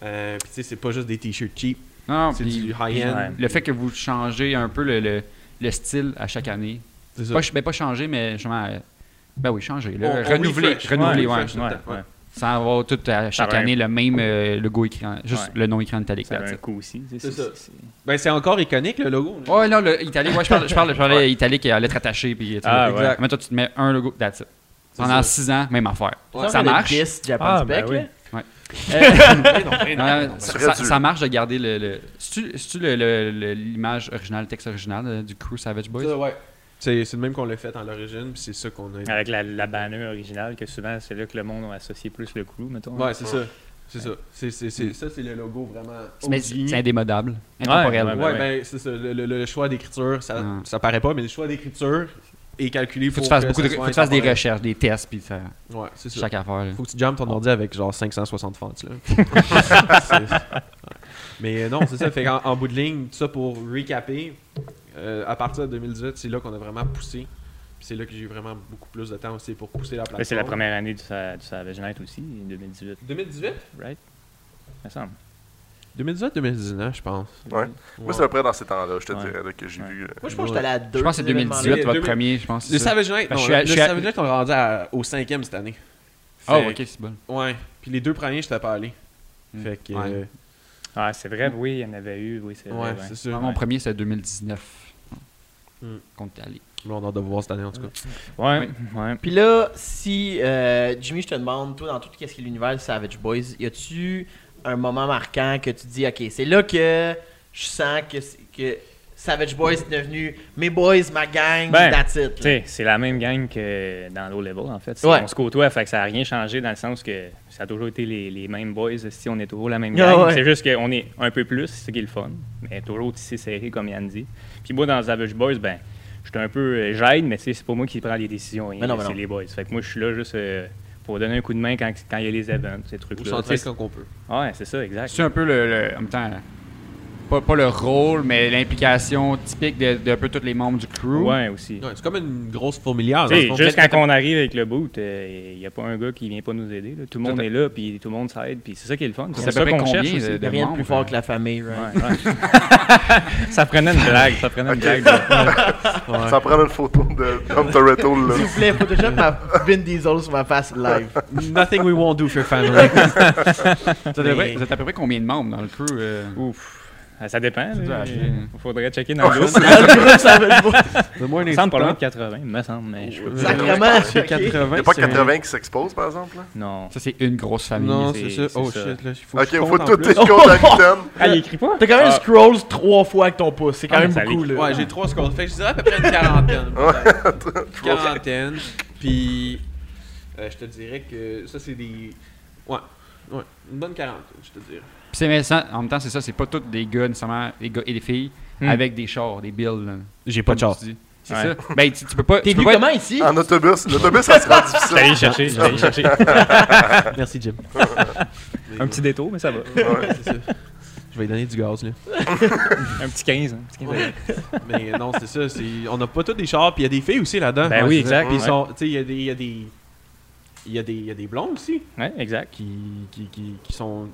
S6: Euh, puis tu sais, c'est pas juste des t-shirts cheap,
S3: non, non,
S6: c'est
S3: puis-
S6: du high-end.
S5: Ouais.
S3: le fait que vous changez un peu le, le- le style à chaque année
S6: C'est ça.
S3: pas, ch- ben, pas changer mais justement euh, ben oui changer là,
S6: On- on
S3: renouveler
S6: refresh,
S3: renouveler
S6: on
S3: ouais,
S6: refresh tout le
S5: ouais,
S6: temps, ouais.
S5: ouais.
S3: sans avoir tout à chaque
S5: aurait un-
S3: année le même euh, logo écran juste
S5: Ouais.
S3: le nom écran italique
S5: Ça
S3: là,
S5: a
S3: tu
S5: un
S3: sais.
S5: coût aussi. tu sais,
S6: C'est
S5: C'est
S6: ça.
S5: c'est- c'est-
S6: Ben, c'est encore iconique le logo. là.
S3: Ouais, non, le italique, ouais, je parle, je parle, je parlais italique et à lettres attachées. Puis, tu sais,
S5: Ah,
S6: ouais.
S3: Mais toi, tu te mets un logo, that's it.
S6: C'est
S3: Pendant
S6: ça.
S3: 6 ans, même affaire.
S6: Ouais.
S3: Ça
S2: on a
S3: marche?
S2: 10 Japan
S5: Ah,
S2: Spec,
S5: ben oui.
S2: là.
S3: Non, non, ça,
S1: c'est
S3: ça-
S1: vrai, tu-
S3: ça marche de garder le. le... C'est-tu c'est-tu le- le- le- l'image originale, le texte original euh, du crew Savage Boys?
S6: Ça, ouais. C'est c'est le même qu'on l'a fait en l'origine, puis c'est ça qu'on a.
S5: Avec la, la banner originale, que souvent, c'est là que le monde a associé plus le clou, mettons.
S6: Ouais, c'est ça. C'est ça. C'est- c'est- c'est- Ça, c'est le logo vraiment.
S3: Mais
S6: OG.
S3: c'est c'est indémodable, intemporel.
S5: ouais,
S6: Ouais,
S5: ben
S6: ben c'est ça. Le, le- le choix d'écriture, ça,
S3: Ouais.
S6: ça paraît pas, mais le choix d'écriture est calculé
S3: Faut que
S6: pour
S3: tu fasses,
S6: que
S3: beaucoup
S6: ça
S3: de-
S6: soit
S3: faut que tu fasses des
S6: intemporel.
S3: recherches, des tests, puis ça,
S6: Ouais, c'est ça.
S3: chaque affaire. là.
S6: Faut que tu jumps ton ordi avec genre 560 fonts, là. C'est- ouais. Mais euh, non, c'est ça. Fait qu'en en bout de ligne, tout ça pour recapper, euh, à partir de 2018, c'est là qu'on a vraiment poussé. Puis c'est là que j'ai eu vraiment beaucoup plus de temps aussi pour pousser la
S3: Ben,
S6: plateforme.
S5: Là, c'est la première année du, Sa- du Savage Night aussi, 2018,
S6: 2018
S5: right? Ça semble.
S6: 2018, 2019, je pense.
S1: Ouais. Moi, c'est à peu près dans ces temps-là, je te
S5: Ouais.
S1: dirais, là, que j'ai
S5: Ouais.
S1: vu. euh,
S2: Moi, je pense que j'étais allé à deux.
S3: Je pense que c'est
S2: ces événements-là.
S3: 2018, votre
S6: Le-
S3: premier, je pense. c'est
S6: Le
S3: ça.
S6: Savage Night,
S3: Parce que je
S6: non,
S3: suis à-
S6: le
S3: je suis à-
S6: Savage Night, on est rendu à- au cinquième cette année.
S3: Ah,
S6: Fait-
S3: ok, c'est bon.
S6: Ouais. Puis les deux premiers, j'étais pas allé.
S3: Hmm.
S6: Fait que.
S3: Ouais.
S6: euh,
S5: Ah, c'est vrai, oui, il y en avait eu, oui, c'est
S6: Ouais,
S5: vrai.
S6: c'est
S5: ouais.
S6: sûr.
S3: Mon premier, c'est 2019.
S6: Hmm.
S3: Compte aller.
S6: Mais on a hâte de vous voir cette année, en tout cas.
S5: Ouais, ouais.
S2: Puis là, si euh, Jimmy, je te demande, toi, dans tout ce qui est l'univers de Savage Boys, y a-tu un moment marquant que tu dis, ok, c'est là que je sens que, c'est- que Savage Boys est devenu mes boys, ma gang,
S5: Ben,
S2: that's it. là.
S5: Tu sais, c'est la même gang que dans Low Level, en fait. C'est-
S2: Ouais.
S5: On se côtoie, fait que ça n'a rien changé dans le sens que ça a toujours été les, les mêmes boys, si on est toujours la même
S2: Ah
S5: gang.
S2: ouais.
S5: C'est juste qu'on est un peu plus, c'est ce qui est le fun, mais toujours aussi serré, comme Yann dit. Puis moi, dans Savage Boys, ben, j'étais un peu euh, j'aide, mais tu sais, c'est pas moi qui prends les décisions, rien,
S2: Mais non, mais
S5: c'est
S2: non.
S5: les boys. Fait que moi, je suis là juste euh, pour donner un coup de main quand quand il y a les events, ces
S6: Vous
S5: trucs-là.
S6: sentirez
S5: Tu sais,
S6: quand qu'on peut.
S5: Ouais, c'est ça, exact.
S3: C'est un peu le, le- en même temps, pas, pas le rôle, mais l'implication typique de, de un peu tous les membres du crew.
S5: Ouais, aussi.
S6: Ouais, c'est comme une grosse fourmilière.
S5: Tu sais,
S6: dans le fond.
S5: juste quand on arrive avec le boot, il n'y a pas un gars qui vient pas nous aider. là. Tout le monde
S3: Tout à-
S5: est là, puis tout le monde s'aide, puis c'est ça qui est le fun.
S3: Ça
S5: C'est
S3: fait
S5: ça
S3: combien
S5: qu'on cherche
S3: de-
S5: aussi.
S3: de-
S2: Y a rien de plus
S3: membres,
S2: fort
S3: hein.
S2: que la famille, right?
S5: Ouais, ouais. ça prenait une blague, ça prenait une blague. là.
S1: Ça prend une photo de Tom Toretto, là.
S2: S'il vous plaît, Photoshop m'a Vin Diesel sur ma face live.
S6: Nothing we won't do for family.
S3: Vous êtes, à peu près- vous êtes à peu près combien de membres dans le crew euh?
S5: Ouf. Ah, Ça dépend.
S3: dur à chier.
S5: Il faudrait checker dans le dos.
S2: Savage Boys.
S6: Le moins
S5: Il me semble pas loin de 80, il me semble, mais je peux pas.
S6: Sacré-
S2: Sacrement.
S6: C'est
S2: ok.
S6: 80.
S1: Il n'y a pas
S6: c'est-
S1: 80 qui s'exposent, par exemple, là.
S5: Non.
S3: Ça, c'est une grosse famille.
S6: Non,
S5: c'est-
S6: c'est ça.
S5: c'est
S6: Oh
S5: ça.
S6: shit, là, il faut
S1: Ok,
S6: que je
S1: il faut
S6: compte en
S1: tout
S6: plus. Oh,
S1: tes comptes à Kitten.
S5: Ah, il écrit pas?
S2: T'as quand même
S5: Ah.
S2: scrolls trois fois avec ton pouce, c'est quand
S5: Ah,
S2: même
S5: mais ça
S2: beaucoup,
S5: allait.
S2: là.
S6: Ouais, j'ai trois scrolls. Fait que je dirais à peu près une quarantaine. Une quarantaine. Puis, euh, je te dirais que ça, c'est des. Ouais. Ouais. Une bonne quarantaine, je te dirais.
S3: Puis c'est mais ça, en même temps, c'est ça, c'est pas tous des gars, nécessairement, des gars et des filles,
S5: Hmm.
S3: avec des chars, des bills. là.
S6: J'ai
S3: Comme tu dis. C'est
S5: Ouais.
S3: ça. Ben, tu, tu peux pas.
S2: T'es
S3: tu peux
S2: venu
S3: pas être-
S2: comment ici?
S5: Ah.
S1: En autobus. L'autobus, ça se rend
S5: Je vais
S1: difficile.
S5: aller chercher, je vais aller chercher.
S6: Merci, Jim.
S5: Un petit détour, mais ça va.
S6: Ouais, c'est ça. Je vais lui donner du gaz, là.
S5: Un petit 15. hein, un petit 15.
S6: Ouais. Mais non, c'est ça. c'est- On n'a pas tous des chars, puis il y a des filles aussi là-dedans.
S5: Ben
S6: Ouais,
S5: oui,
S6: c'est ça.
S5: exact.
S6: Puis ils
S5: Ouais.
S6: sont- tu sais, il y a des- il y a des. Il y a des- il y a des blondes aussi
S5: Ouais, exact.
S6: qui, qui, qui, qui sont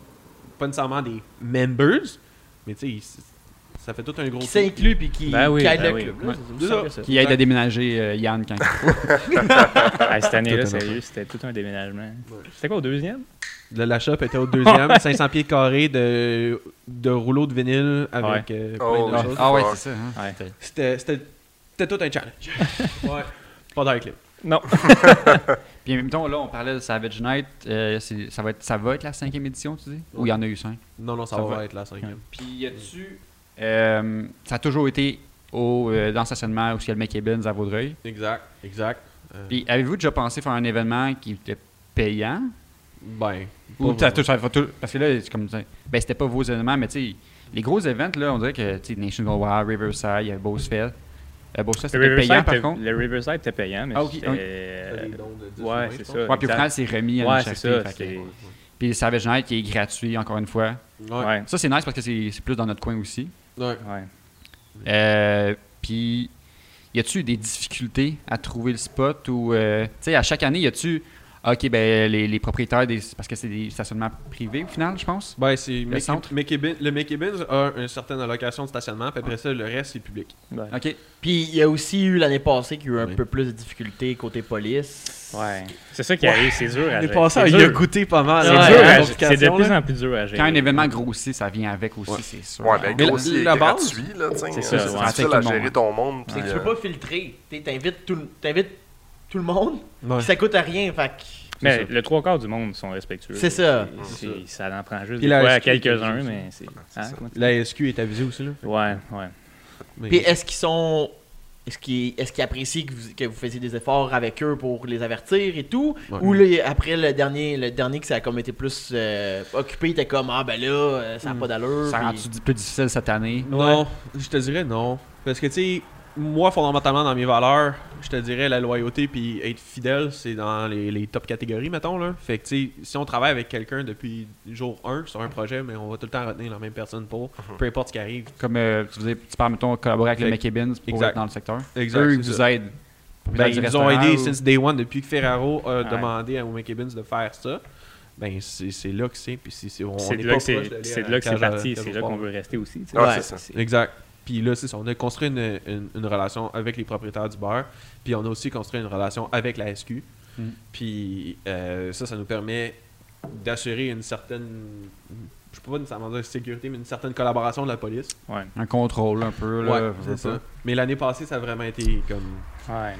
S6: pas nécessairement des members, mais tu sais, ils- Ça fait tout un gros
S2: Qui
S6: trou.
S2: s'inclut puis qui
S5: Ben oui,
S2: qui aide
S5: ben
S2: le
S5: oui.
S2: club.
S5: Ouais.
S2: là. C'est simple que ça.
S3: Qui aide à déménager euh, Yann quand
S5: Ah, cette année-là,
S3: Tout un
S5: sérieux, c'était tout un déménagement. C'était quoi au deuxième?
S6: Le- la shop était au deuxième, 500 pieds carrés de, de rouleaux de vinyle avec euh, plein
S1: Oh,
S6: de
S1: ouais.
S6: choses.
S3: Ah ouais,
S1: fuck.
S3: c'est ça. hein.
S5: Ouais.
S6: C'était c'était- c'était tout un challenge. ouais. Pas d'air clip.
S5: Non.
S3: Puis mettons, là, on parlait de Savage Night. euh, c'est- ça, va être, ça va être la cinquième édition, tu dis Ou il y en a eu cinq
S6: Non, non, ça,
S3: Ça
S6: va,
S3: va.
S6: être la cinquième.
S3: Puis y a-tu. euh, ça a toujours été au, euh, dans le stationnement où il y a le McKibbins à Vaudreuil.
S6: Exact, exact. Euh,
S3: Ben Puis avez-vous déjà pensé faire un événement qui était payant
S6: ben.
S3: Ou t'as
S6: pas vraiment.
S3: tout- ça va tout- parce que là, c'est comme ça. Ben, c'était pas vos événements, mais tu sais, les gros événements, là, on dirait que tu sais, National Wild, Riverside, il y a Beauce Fest. Euh, Beauce Fest, c'était payant par
S5: était-
S3: contre.
S5: le Riverside était payant, mais
S3: Ah, ok,
S5: c'était...
S3: ok.
S6: T'as des dons de 10
S5: Euh, ouais,
S6: ou 20,
S5: c'est
S6: je
S5: ça.
S3: Ouais, puis au
S5: exact.
S3: final, c'est remis à
S5: Ouais,
S3: une
S5: c'est
S3: charité.
S5: ça,
S3: fait que-
S5: c'est-
S3: Puis le Savage Night qui est gratuit, encore une fois.
S6: pense. Ouais.
S5: Ouais,
S3: Ça, c'est nice parce que c'est c'est plus dans notre coin aussi.
S6: ouais.
S5: ouais.
S3: Euh, puis, y a-tu des difficultés à trouver le spot ou, euh, tu sais, à chaque année, y a-tu, ok, ben, les, les propriétaires des, parce que c'est des stationnements privés au final, je pense.
S6: Ben, c'est Mickey-
S3: centre.
S6: Mickey Bin- le Mickey Bins a une certaine allocation de stationnement, puis après ça, le reste, c'est public.
S5: Ouais.
S3: Ok.
S2: Puis il y a aussi eu l'année passée qu'il y a eu un
S6: Oui.
S2: peu plus de difficultés côté police.
S5: Ouais. C'est ça qui arrive, c'est dur à gérer.
S6: à
S5: C'est dur.
S6: goûté pas mal.
S5: C'est
S2: Ouais,
S5: dur
S2: la
S5: à gérer. C'est de plus en plus dur à gérer.
S6: Euh,
S3: Quand un événement grossit, ça vient avec aussi, c'est sûr.
S1: Ouais, ben,
S3: Mais
S1: gros,
S6: la-
S1: il est
S6: la base-
S4: hein,
S1: gratuit, là, tu sais.
S5: C'est
S1: euh,
S5: ça, ouais.
S1: C'est
S5: Ça
S3: affecte
S1: difficile à
S3: tout le monde.
S1: gérer ton monde.
S2: C'est que
S1: puis,
S2: tu peux
S1: euh,
S2: pas filtrer. T'es- T'invites tout, le- t'invites tout le monde. puis Ça coûte à rien. Fait que-
S5: Mais le trois quarts du monde sont respectueux.
S2: C'est ça.
S5: C'est- c'est- Ça en prend juste
S6: Puis
S5: des
S6: la
S5: fois à
S6: SQ,
S5: quelques-uns,
S6: c'est
S5: mais c'est... Hein, comment tu-
S6: La SQ est avisée aussi, là.
S5: Ouais, ouais.
S6: Mais-
S2: Puis est-ce qu'ils sont. Est-ce qu'ils est-ce qu'ils apprécient que vous, que vous faisiez des efforts avec eux pour les avertir et tout
S6: Ouais.
S2: Ou là, après le dernier, le dernier que ça a comme été plus euh, occupé, t'es comme Ah ben là, euh, ça n'a
S6: Mm.
S2: pas d'allure.
S3: Ça
S2: puis-
S3: rend-tu di- plus difficile cette année?
S6: Non, je te dirais non. Parce que, tu sais, moi, fondamentalement, dans mes valeurs, je te dirais la loyauté puis être fidèle, c'est dans les, les top catégories, mettons. Là. Fait que, tu sais, si on travaille avec quelqu'un depuis jour 1 sur un projet, mais on va tout le temps retenir la même personne pour, peu importe ce qui arrive.
S3: Comme euh, tu faisais, tu parles, mettons, collaborer avec le
S6: Fait-
S3: McKibbins pour
S6: exact.
S3: être dans le secteur.
S6: Exact,
S3: Eux,
S6: c'est
S3: ils vous
S6: ça.
S3: aident.
S6: Ben, ils nous ont aidés
S3: c'est
S6: since day one depuis que Ferraro a
S5: Ouais.
S6: demandé à Womack Gibbons de faire ça. Ben, c'est c'est là que c'est. Puis c'est- c'est- on
S5: C'est
S6: n'est
S5: de là
S6: pas
S5: que c'est
S6: proche d'aller
S5: c'est
S6: à
S5: de là que c'est
S6: cage à-
S5: parti,
S6: cage
S5: c'est
S6: au
S5: là
S6: sport.
S5: qu'on veut rester aussi. tu sais.
S1: Ouais,
S2: Ouais.
S1: c'est ça.
S6: Exact. Puis là, c'est ça. On a construit une, une- une relation avec les propriétaires du bar. Puis on a aussi construit une relation avec la SQ.
S5: Hmm.
S3: Mm.
S6: Puis euh, ça, ça nous permet d'assurer une certaine. Je peux pas nécessairement dire sécurité, mais une certaine collaboration de la police.
S5: Ouais.
S3: Un contrôle un peu. Là,
S6: ouais,
S3: je veux
S6: c'est ça.
S3: pas.
S6: Mais l'année passée, ça a vraiment été comme
S5: Ouais.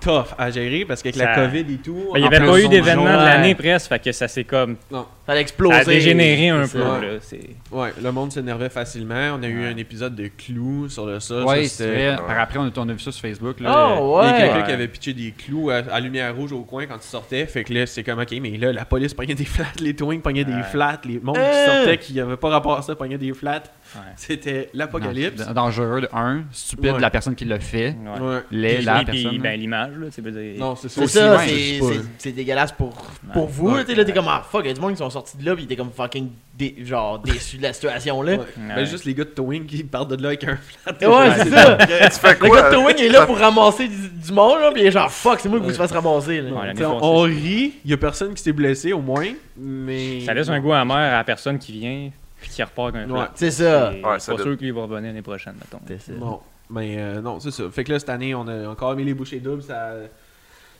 S6: tough à gérer parce qu'avec la
S5: Ça-
S6: COVID et tout.
S5: Ben, Il n'y
S6: en
S5: avait
S6: plus,
S5: pas eu
S6: on-
S5: d'événement de
S2: Ouais.
S5: l'année presque, fait que ça s'est comme.
S2: Ça a
S5: Ça
S2: explosé.
S5: a dégénéré un
S2: C'est
S5: peu,
S2: ça.
S5: là. C'est.
S6: Ouais, le monde s'énervait facilement. On a eu un épisode de clous sur le sol.
S3: Ouais,
S6: Ça,
S3: c'est
S6: c'était-
S3: vrai. Par après, on a, on a vu ça sur Facebook. Là,
S2: Oh
S6: Il y a
S2: ouais.
S6: quelqu'un
S5: Ouais.
S6: qui avait pitché des clous à, à lumière rouge au coin quand tu sortais. Fait que là, c'est comme, ok, mais là, la police pognait des flats, les twins pognaient des
S5: Ouais.
S6: flats, les mondes
S2: Euh.
S6: qui sortaient qui n'avaient pas rapport à ça pognaient des flats.
S5: Ouais.
S6: C'était l'apocalypse.
S3: Dan- Dangereux, de un. Stupide,
S6: Ouais.
S3: la personne qui le fait.
S5: Ouais.
S6: Ouais.
S3: Les, la
S5: Puis- puis,
S3: personne. hein.
S5: ben, l'image, là, tu veux dire.
S6: Non, c'est
S2: C'est ça,
S6: ça.
S3: ouais,
S2: c'est- c'est- c'est dégueulasse pour, pour vous.
S6: Ouais.
S2: là, t'sais, là, t'es comme ah fuck, il y a du monde qui sont sortis de là, puis t'es comme fucking dé- genre déçu de la situation là.
S6: Ouais. Ben, juste les gars de Twin qui partent de là avec un flat.
S2: Ouais, c'est ça.
S1: Tu fais
S2: Le
S1: quoi?
S2: gars de Towing est là pour ramasser du, du monde, là, pis il est genre fuck, c'est moi qui vous
S6: Ouais.
S2: se fasse ramasser. Là.
S5: Ouais, l'année
S6: T'sais, on,
S5: passée,
S6: on rit, il y a personne qui s'est blessé au moins, mais.
S5: Ça laisse un goût amer à la personne qui vient puis qui repart avec un
S6: Ouais.
S5: flat.
S2: C'est ça.
S5: Et
S1: Ouais,
S5: je suis
S1: ça
S5: pas
S1: doit-
S5: sûr qu'il va revenir l'année prochaine, mettons.
S2: C'est ça.
S6: Non, mais euh, non, c'est ça. Fait que là, cette année, on a encore mis les bouchées doubles, ça,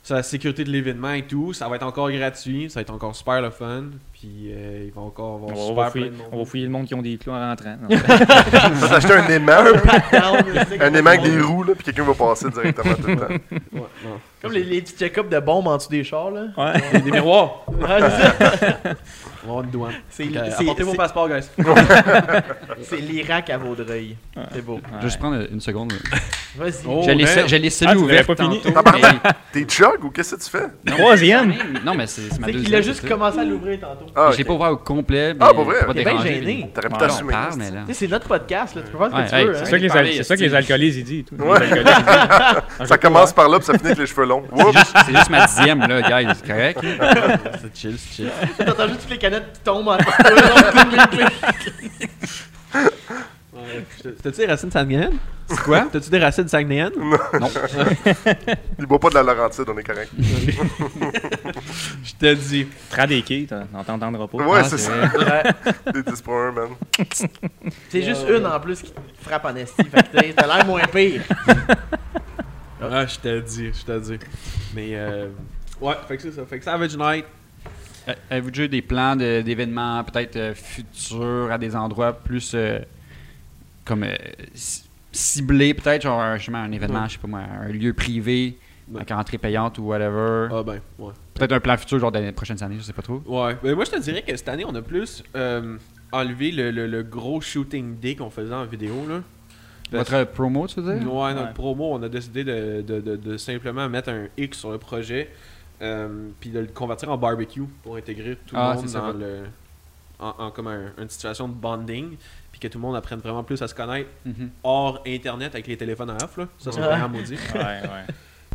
S6: ça la sécurité de l'événement et tout. Ça va être encore gratuit, ça va être encore super le fun. Puis euh, il va encore avoir
S5: On
S6: super
S5: va, fouiller,
S6: plein de monde.
S5: on va fouiller le monde qui ont des clous en rentrant.
S1: Tu
S5: Non,
S1: vas t'acheter un aimant,
S2: Down, là, c'est
S1: un
S2: comme-
S1: aimant avec des roues, là, puis quelqu'un va passer directement tout le temps.
S6: Ouais, non.
S2: Comme les, les petits check-ups de bombes en dessous des chars, là.
S5: Ouais.
S6: Des- Des miroirs!
S2: Ouais, c'est ça.
S6: On va avoir une douane.
S2: C'est-
S6: Fait que, euh,
S2: c'est-
S6: apportez vos
S2: c'est-
S6: passeports, guys.
S2: C'est l'Irak à Vaudreuil. C'est beau.
S3: Je vais juste prendre une seconde.
S2: Vas-y.
S6: Oh,
S3: J'ai les
S6: merde.
S3: j'ai les
S5: Ah,
S3: cellules
S5: tu l'avais
S3: ouvertes
S5: pas fini.
S3: tantôt,
S1: Tabarnak. T'es chug ou qu'est-ce que tu fais?
S3: mais-
S5: Troisième.
S3: Non, mais c'est c'est ma
S2: C'est
S3: deuxième.
S2: qu'il a juste
S3: c'est ça.
S2: commencé à l'ouvrir tantôt.
S1: Ah,
S3: Je l'ai
S1: ok.
S3: pas ouvert au complet. Mais
S1: Ah, pour vrai?
S3: pour pas
S2: T'es bien
S3: déranger,
S2: gêné.
S3: mais-
S1: T'aurais pu
S3: Ouais, on
S1: t'assumer.
S3: parle, mais là.
S2: Tu sais, c'est notre podcast, là. Tu peux faire ce que
S3: Ouais,
S2: tu
S3: hey,
S2: veux,
S3: ça
S5: C'est
S2: hein.
S5: ça que les, al-
S3: Parler,
S5: c'est ça que les
S3: esti.
S5: alcoolés, ils disent. et tout. Les
S1: Ouais.
S5: alcooliques, ils disent.
S1: Ça commence par là, puis ça finit avec les cheveux longs. Oups.
S3: C'est juste ma dixième, là, guys. C'est correct?
S6: C'est chill, c'est chill.
S2: T'entends juste toutes les canettes qui tombent en Cling, cling, cling.
S6: T'as-tu les racines sanguines? C'est quoi? T'as-tu des racines saguenéennes?
S1: Il boit pas de la Laurentide, on est correct.
S6: Je te dis.
S5: Prends des quilles, t'as- on t'entendra pas.
S1: Ouais,
S5: Ah,
S1: c'est ça.
S5: vrai.
S1: Des 10 pour 1, man.
S2: C'est juste une en plus qui te frappe en esti. Fait que t'as- t'as l'air moins pire.
S6: Ah, je te dis, je te dis. Mais euh, ouais, fait que c'est ça. Fait que Savage Night.
S3: Euh, Avez-vous déjà eu des plans de- d'événements peut-être euh, futurs à des endroits plus euh, comme euh, ci- ciblés peut-être, genre un, je sais pas, un événement,
S6: Non.
S3: je sais pas moi, un lieu privé
S6: Non.
S3: avec entrée payante ou whatever.
S6: Ah ben, ouais.
S3: Peut-être un plan futur genre des prochaines années, je sais pas trop.
S6: Ouais. Mais moi, je te dirais que cette année, on a plus euh, enlevé le, le- le gros shooting day qu'on faisait en vidéo, là. Parce-
S3: Votre euh, promo, tu veux
S6: Ouais,
S3: dire?
S6: notre
S5: Ouais.
S6: promo, on a décidé de, de- de- de simplement mettre un X sur le projet, euh, puis de le convertir en barbecue pour intégrer tout
S3: Ah,
S6: le monde
S3: c'est ça,
S6: dans
S3: ouais.
S6: le, en, en comme un- une situation de bonding, puis que tout le monde apprenne vraiment plus à se connaître
S3: Mhm.
S6: hors Internet avec les téléphones à off, là. Ça, c'est
S2: Ouais.
S6: vraiment maudit.
S5: Ouais, ouais.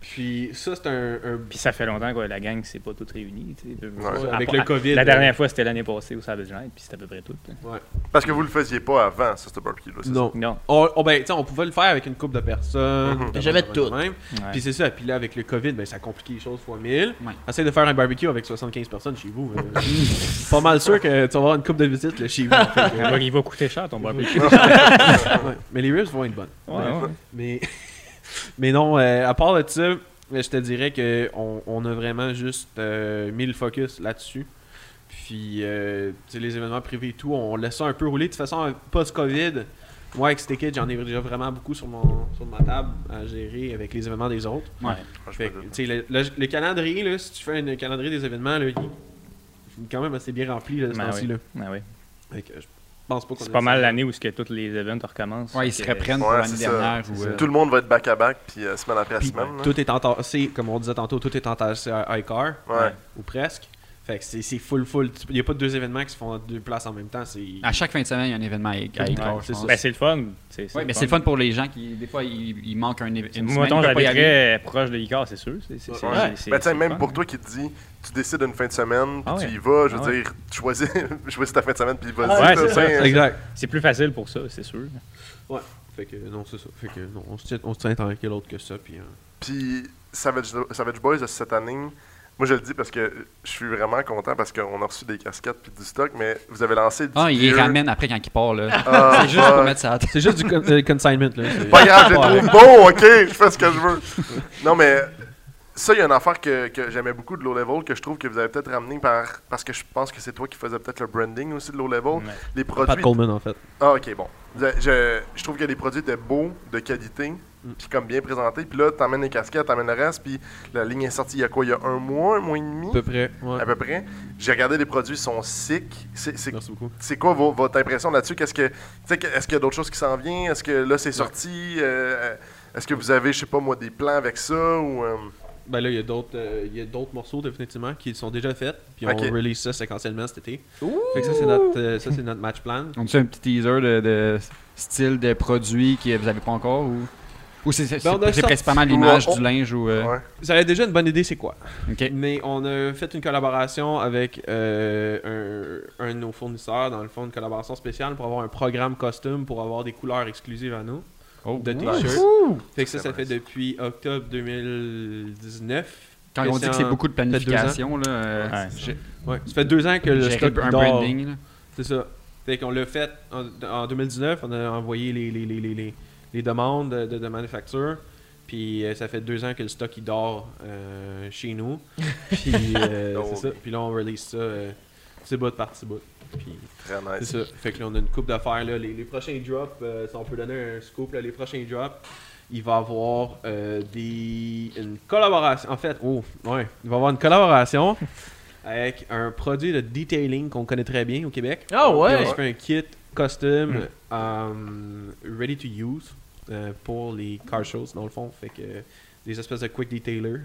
S6: Puis ça, c'est un, un-
S5: Puis ça fait longtemps que la gang s'est pas toute réunie. tu sais, de-
S1: Ouais.
S5: À-
S6: Avec
S5: à-
S6: le COVID.
S5: La
S6: euh,
S5: dernière fois, c'était l'année passée au Savage Night, puis c'était à peu près tout. là.
S1: Parce que vous le faisiez pas avant, ça, ce barbecue-là. c'est
S6: Non.
S5: Non.
S6: On, on- ben, tu sais, on pouvait le faire avec une couple de personnes.
S1: Mhm.
S6: de
S2: Jamais
S6: même,
S2: toutes.
S6: de même.
S5: Ouais.
S6: Puis c'est ça. Puis là, avec le COVID, ben, ça complique les choses fois 1000.
S3: Ouais.
S6: Essaye de faire un barbecue avec 75 personnes chez vous. euh, pas mal sûr que tu vas avoir une coupe de visite là, chez vous. Fait que,
S5: Il va- il va coûter cher ton barbecue.
S6: ouais. Mais les ribs vont être bonnes.
S5: Ouais, ouais.
S6: Mais, mais non, euh, à part de ça, euh, je te dirais que on, on a vraiment juste euh, mis le focus là-dessus. Puis, euh, tu sais, les événements privés et tout, on laisse ça un peu rouler. De toute façon, euh, post-COVID, moi, avec Stick It, j'en ai déjà vraiment beaucoup sur, mon, sur ma table à gérer avec les événements des autres.
S3: Ouais.
S1: ça?
S6: Fait que, tu sais, le, le- le calendrier, là, si tu fais un calendrier des événements, là, il il est quand même assez bien rempli là, de ce
S5: Ben
S6: temps-ci.
S5: oui.
S6: là.
S5: Ah oui.
S6: Fait que je pense pas qu'on
S5: C'est
S6: a
S5: pas
S6: ça.
S5: mal l'année où ce que tous les events recommencent.
S3: Ouais, ils
S5: Fait
S3: se
S5: que-
S3: reprennent
S1: Ouais,
S3: pour l'année
S1: c'est ça,
S3: dernière. ou,
S1: C'est-
S3: euh,
S1: Tout le monde va être back-à-back, puis euh, semaine après
S6: Puis,
S1: semaine. là.
S6: tout est entassé, comme on disait tantôt, tout est entassé à iCar,
S1: Ouais.
S6: ou presque. Fait que c'est c'est full, full. Il n'y a pas deux événements qui se font à deux places en même temps. C'est
S5: Ah.
S3: À chaque fin de semaine, il y a un événement à à
S6: Ouais,
S3: Écart, je
S6: c'est
S3: pense.
S6: ça.
S5: Ben, c'est le fun. C'est
S3: Ouais, mais c'est le fun pour les gens qui, des fois, ils, ils manquent un événement.
S5: Moi, mettons, j'habiterais proche de Icar, c'est sûr. C'est- c'est-
S6: Ouais.
S5: c'est-
S1: Ouais.
S5: c'est-
S1: Ben, tu sais,
S5: c'est
S1: même
S5: fun.
S1: pour toi qui te dis, tu décides une fin de semaine, puis
S5: Ah ouais.
S1: tu y vas, je veux
S5: Ah ouais.
S1: dire, tu choisis, choisis ta fin de semaine, puis vas-y.
S5: Ouais,
S1: là,
S5: c'est
S1: tu
S5: ça.
S4: euh,
S1: sais,
S6: Exact.
S5: C'est plus facile pour ça, c'est sûr.
S6: Fait que non, c'est ça. Fait que non, on se tient, on se tient tant que l'autre que ça. Puis, hein.
S1: Puis Savage, Savage Boys cette année, moi je le dis parce que je suis vraiment content parce qu'on a reçu des casquettes puis du stock, mais vous avez lancé du
S3: Ah, ils les
S1: gear.
S3: ramènent après quand ils partent, là.
S1: Ah,
S3: C'est juste pour
S1: fuck.
S3: mettre ça à terre.
S6: C'est juste du con- euh, consignment. Là, c'est-
S1: Pas grave, j'ai
S6: Ouais.
S1: trouvé bon, ok, je fais ce que je veux. Non, mais ça, il y a une affaire que, que j'aimais beaucoup de Low Level que je trouve que vous avez peut-être ramené par, parce que je pense que c'est toi qui faisais peut-être le branding aussi de Low Level.
S5: Ouais.
S1: Les
S6: Pat
S1: produits.
S6: Coleman, en fait.
S1: Ah, ok, bon. Je, je- je trouve que les produits étaient beaux, de qualité,
S5: Mm.
S1: puis comme bien présentés. Puis là, t'emmènes les casquettes, t'emmènes le reste, puis la ligne est sortie il y a quoi Il y a un mois, un mois et demi
S6: À peu près. ouais.
S1: à peu près. J'ai regardé les produits, ils sont sick. C'est- C'est
S6: Merci beaucoup.
S1: c'est quoi vo- votre impression là-dessus? Qu'est-ce que, tu sais, que- est-ce qu'il y a d'autres choses qui s'en viennent? Est-ce que là, c'est sorti? Euh, est-ce que vous avez, je sais pas moi, des plans avec ça? Ou, euh,
S6: Ben là, il y a d'autres euh, il y a d'autres morceaux, définitivement, qui sont déjà faits. Puis
S1: Ok.
S6: on release ça séquentiellement cet été. Fait que ça, c'est notre, euh, ça, c'est notre match plan.
S3: On dit un petit teaser de, de style de produit que vous avez pas encore ou ou c'est c'est-
S6: Ben, on a
S3: c'est- c'est
S6: sorti-
S3: principalement l'image
S1: ou on-
S3: du linge ou euh,
S1: ouais.
S6: Ça a déjà une bonne idée, c'est quoi?
S3: ok.
S6: Mais on a fait une collaboration avec euh, un, un de nos fournisseurs, dans le fond, une collaboration spéciale pour avoir un programme costume pour avoir des couleurs exclusives à nous
S3: Oh,
S6: de
S3: nice.
S6: t-shirts. Fait que ça,
S1: C'est
S6: ça
S1: vrai,
S6: fait depuis octobre 2019.
S3: Quand
S6: que
S3: on
S6: c'est
S3: dit que c'est
S6: en-
S3: beaucoup de
S6: deux ans.
S3: planification là, euh,
S5: Ouais,
S3: j'ai-
S6: Ouais, ça fait deux ans que le
S3: gérer
S6: stock
S3: un
S6: dort.
S3: branding. là.
S6: C'est ça. Fait qu'on l'a fait en, en 2019, on a envoyé les, les, les, les, les- les demandes de, de, de manufacture. Puis euh, ça fait deux ans que le stock il dort euh, chez nous. Puis euh,
S1: Oh,
S6: c'est ça. Puis là on release ça euh, petit bout par petit bout. Puis
S1: Très
S6: c'est
S1: nice.
S6: ça. Fait que là on a une coupe d'affaires là. Les, les prochains drops, euh, si on peut donner un scoop là, les prochains drops, il va avoir euh, des une collaboration. En fait, oh ouais, il va avoir une collaboration avec un produit de detailing qu'on connaît très bien au Québec.
S2: Ah ouais.
S6: Puis on se fait un kit custom um, ready to use euh, pour les car shows dans le fond. Fait que des espèces de quick detailer.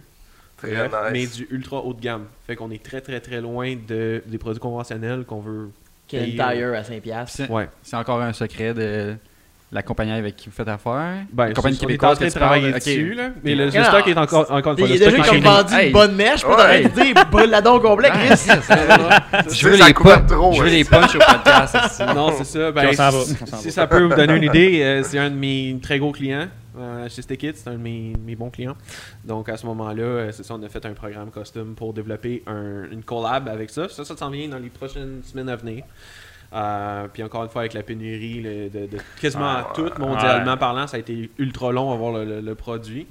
S1: Très
S6: Bref, Mais
S1: nice.
S6: du ultra haut de gamme. Fait qu'on est très très très loin de, des
S5: euh,
S6: produits conventionnels qu'on veut.
S2: Kill
S6: Et-
S2: Tire à 5
S3: C'est
S6: Ouais.
S3: c'est encore un secret de la compagnie avec qui vous faites affaire.
S6: Ben,
S3: la compagnie
S6: on est
S3: québécoise
S6: en
S3: que
S6: train de
S3: tu parles.
S6: travailler
S3: Ok.
S6: dessus, là. Mais le, le
S2: Non.
S6: stock est encore, encore une fois,
S2: Il
S6: le
S2: a déjà
S6: stock
S2: comme
S6: est réduit.
S2: vendu une
S3: Hey.
S2: bonne mèche, pour
S1: Ouais.
S2: t'arrêter de dire brûle la donc au complet,
S3: Ah,
S2: Chris.
S3: c'est ça. Je veux
S1: Ça
S3: les
S1: couvre
S3: punch-
S1: trop,
S3: je veux
S1: hein.
S3: les punch au podcast. c'est ça.
S6: Non, c'est ça.
S5: Puis
S6: Ben,
S5: on s'en va,
S6: si-
S5: on s'en va.
S6: Si ça peut vous donner une idée, euh, c'est un de mes très gros clients euh, chez Stickit. C'est un de mes, mes bons clients. Donc, à ce moment-là, euh, c'est ça, on a fait un programme costume pour développer un- une collab avec ça. Ça, ça s'en vient dans les prochaines semaines à venir. Euh, puis encore une fois, avec la pénurie le- de, de quasiment
S1: Ah,
S6: à tout, mondialement parlant, ça a été ultra long à voir le, le- le produit.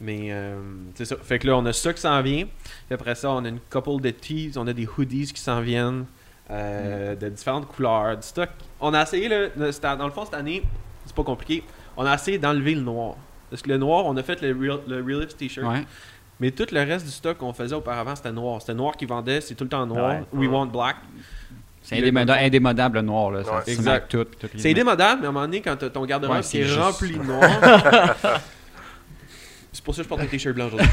S6: Mais euh, c'est ça. Fait que là, on a ça qui s'en vient. Puis après ça, on a une couple de tees, on a des hoodies qui s'en viennent euh,
S5: Mm.
S6: de différentes couleurs, du stock. On a essayé, là, le- c'était- dans le fond, cette année, c'est pas compliqué, on a essayé d'enlever le noir. Parce que le noir, on a fait le Real, le Real Lips T-shirt.
S3: Ouais.
S6: Mais tout le reste du stock qu'on faisait auparavant, c'était noir. C'était noir qui vendait, c'est tout le temps noir.
S5: Ouais.
S6: We want black.
S3: C'est indémoda- indémodable le noir. Là, ça,
S1: Ouais.
S3: ça
S6: Exact.
S3: marque tout, puis tout les-
S6: C'est indémodable, mais à un moment donné, quand t'as ton garde-robe
S3: Ouais,
S6: qui
S3: c'est
S6: est
S3: juste-
S6: rempli de noir. c'est pour ça que je porte un t-shirt blanc aujourd'hui.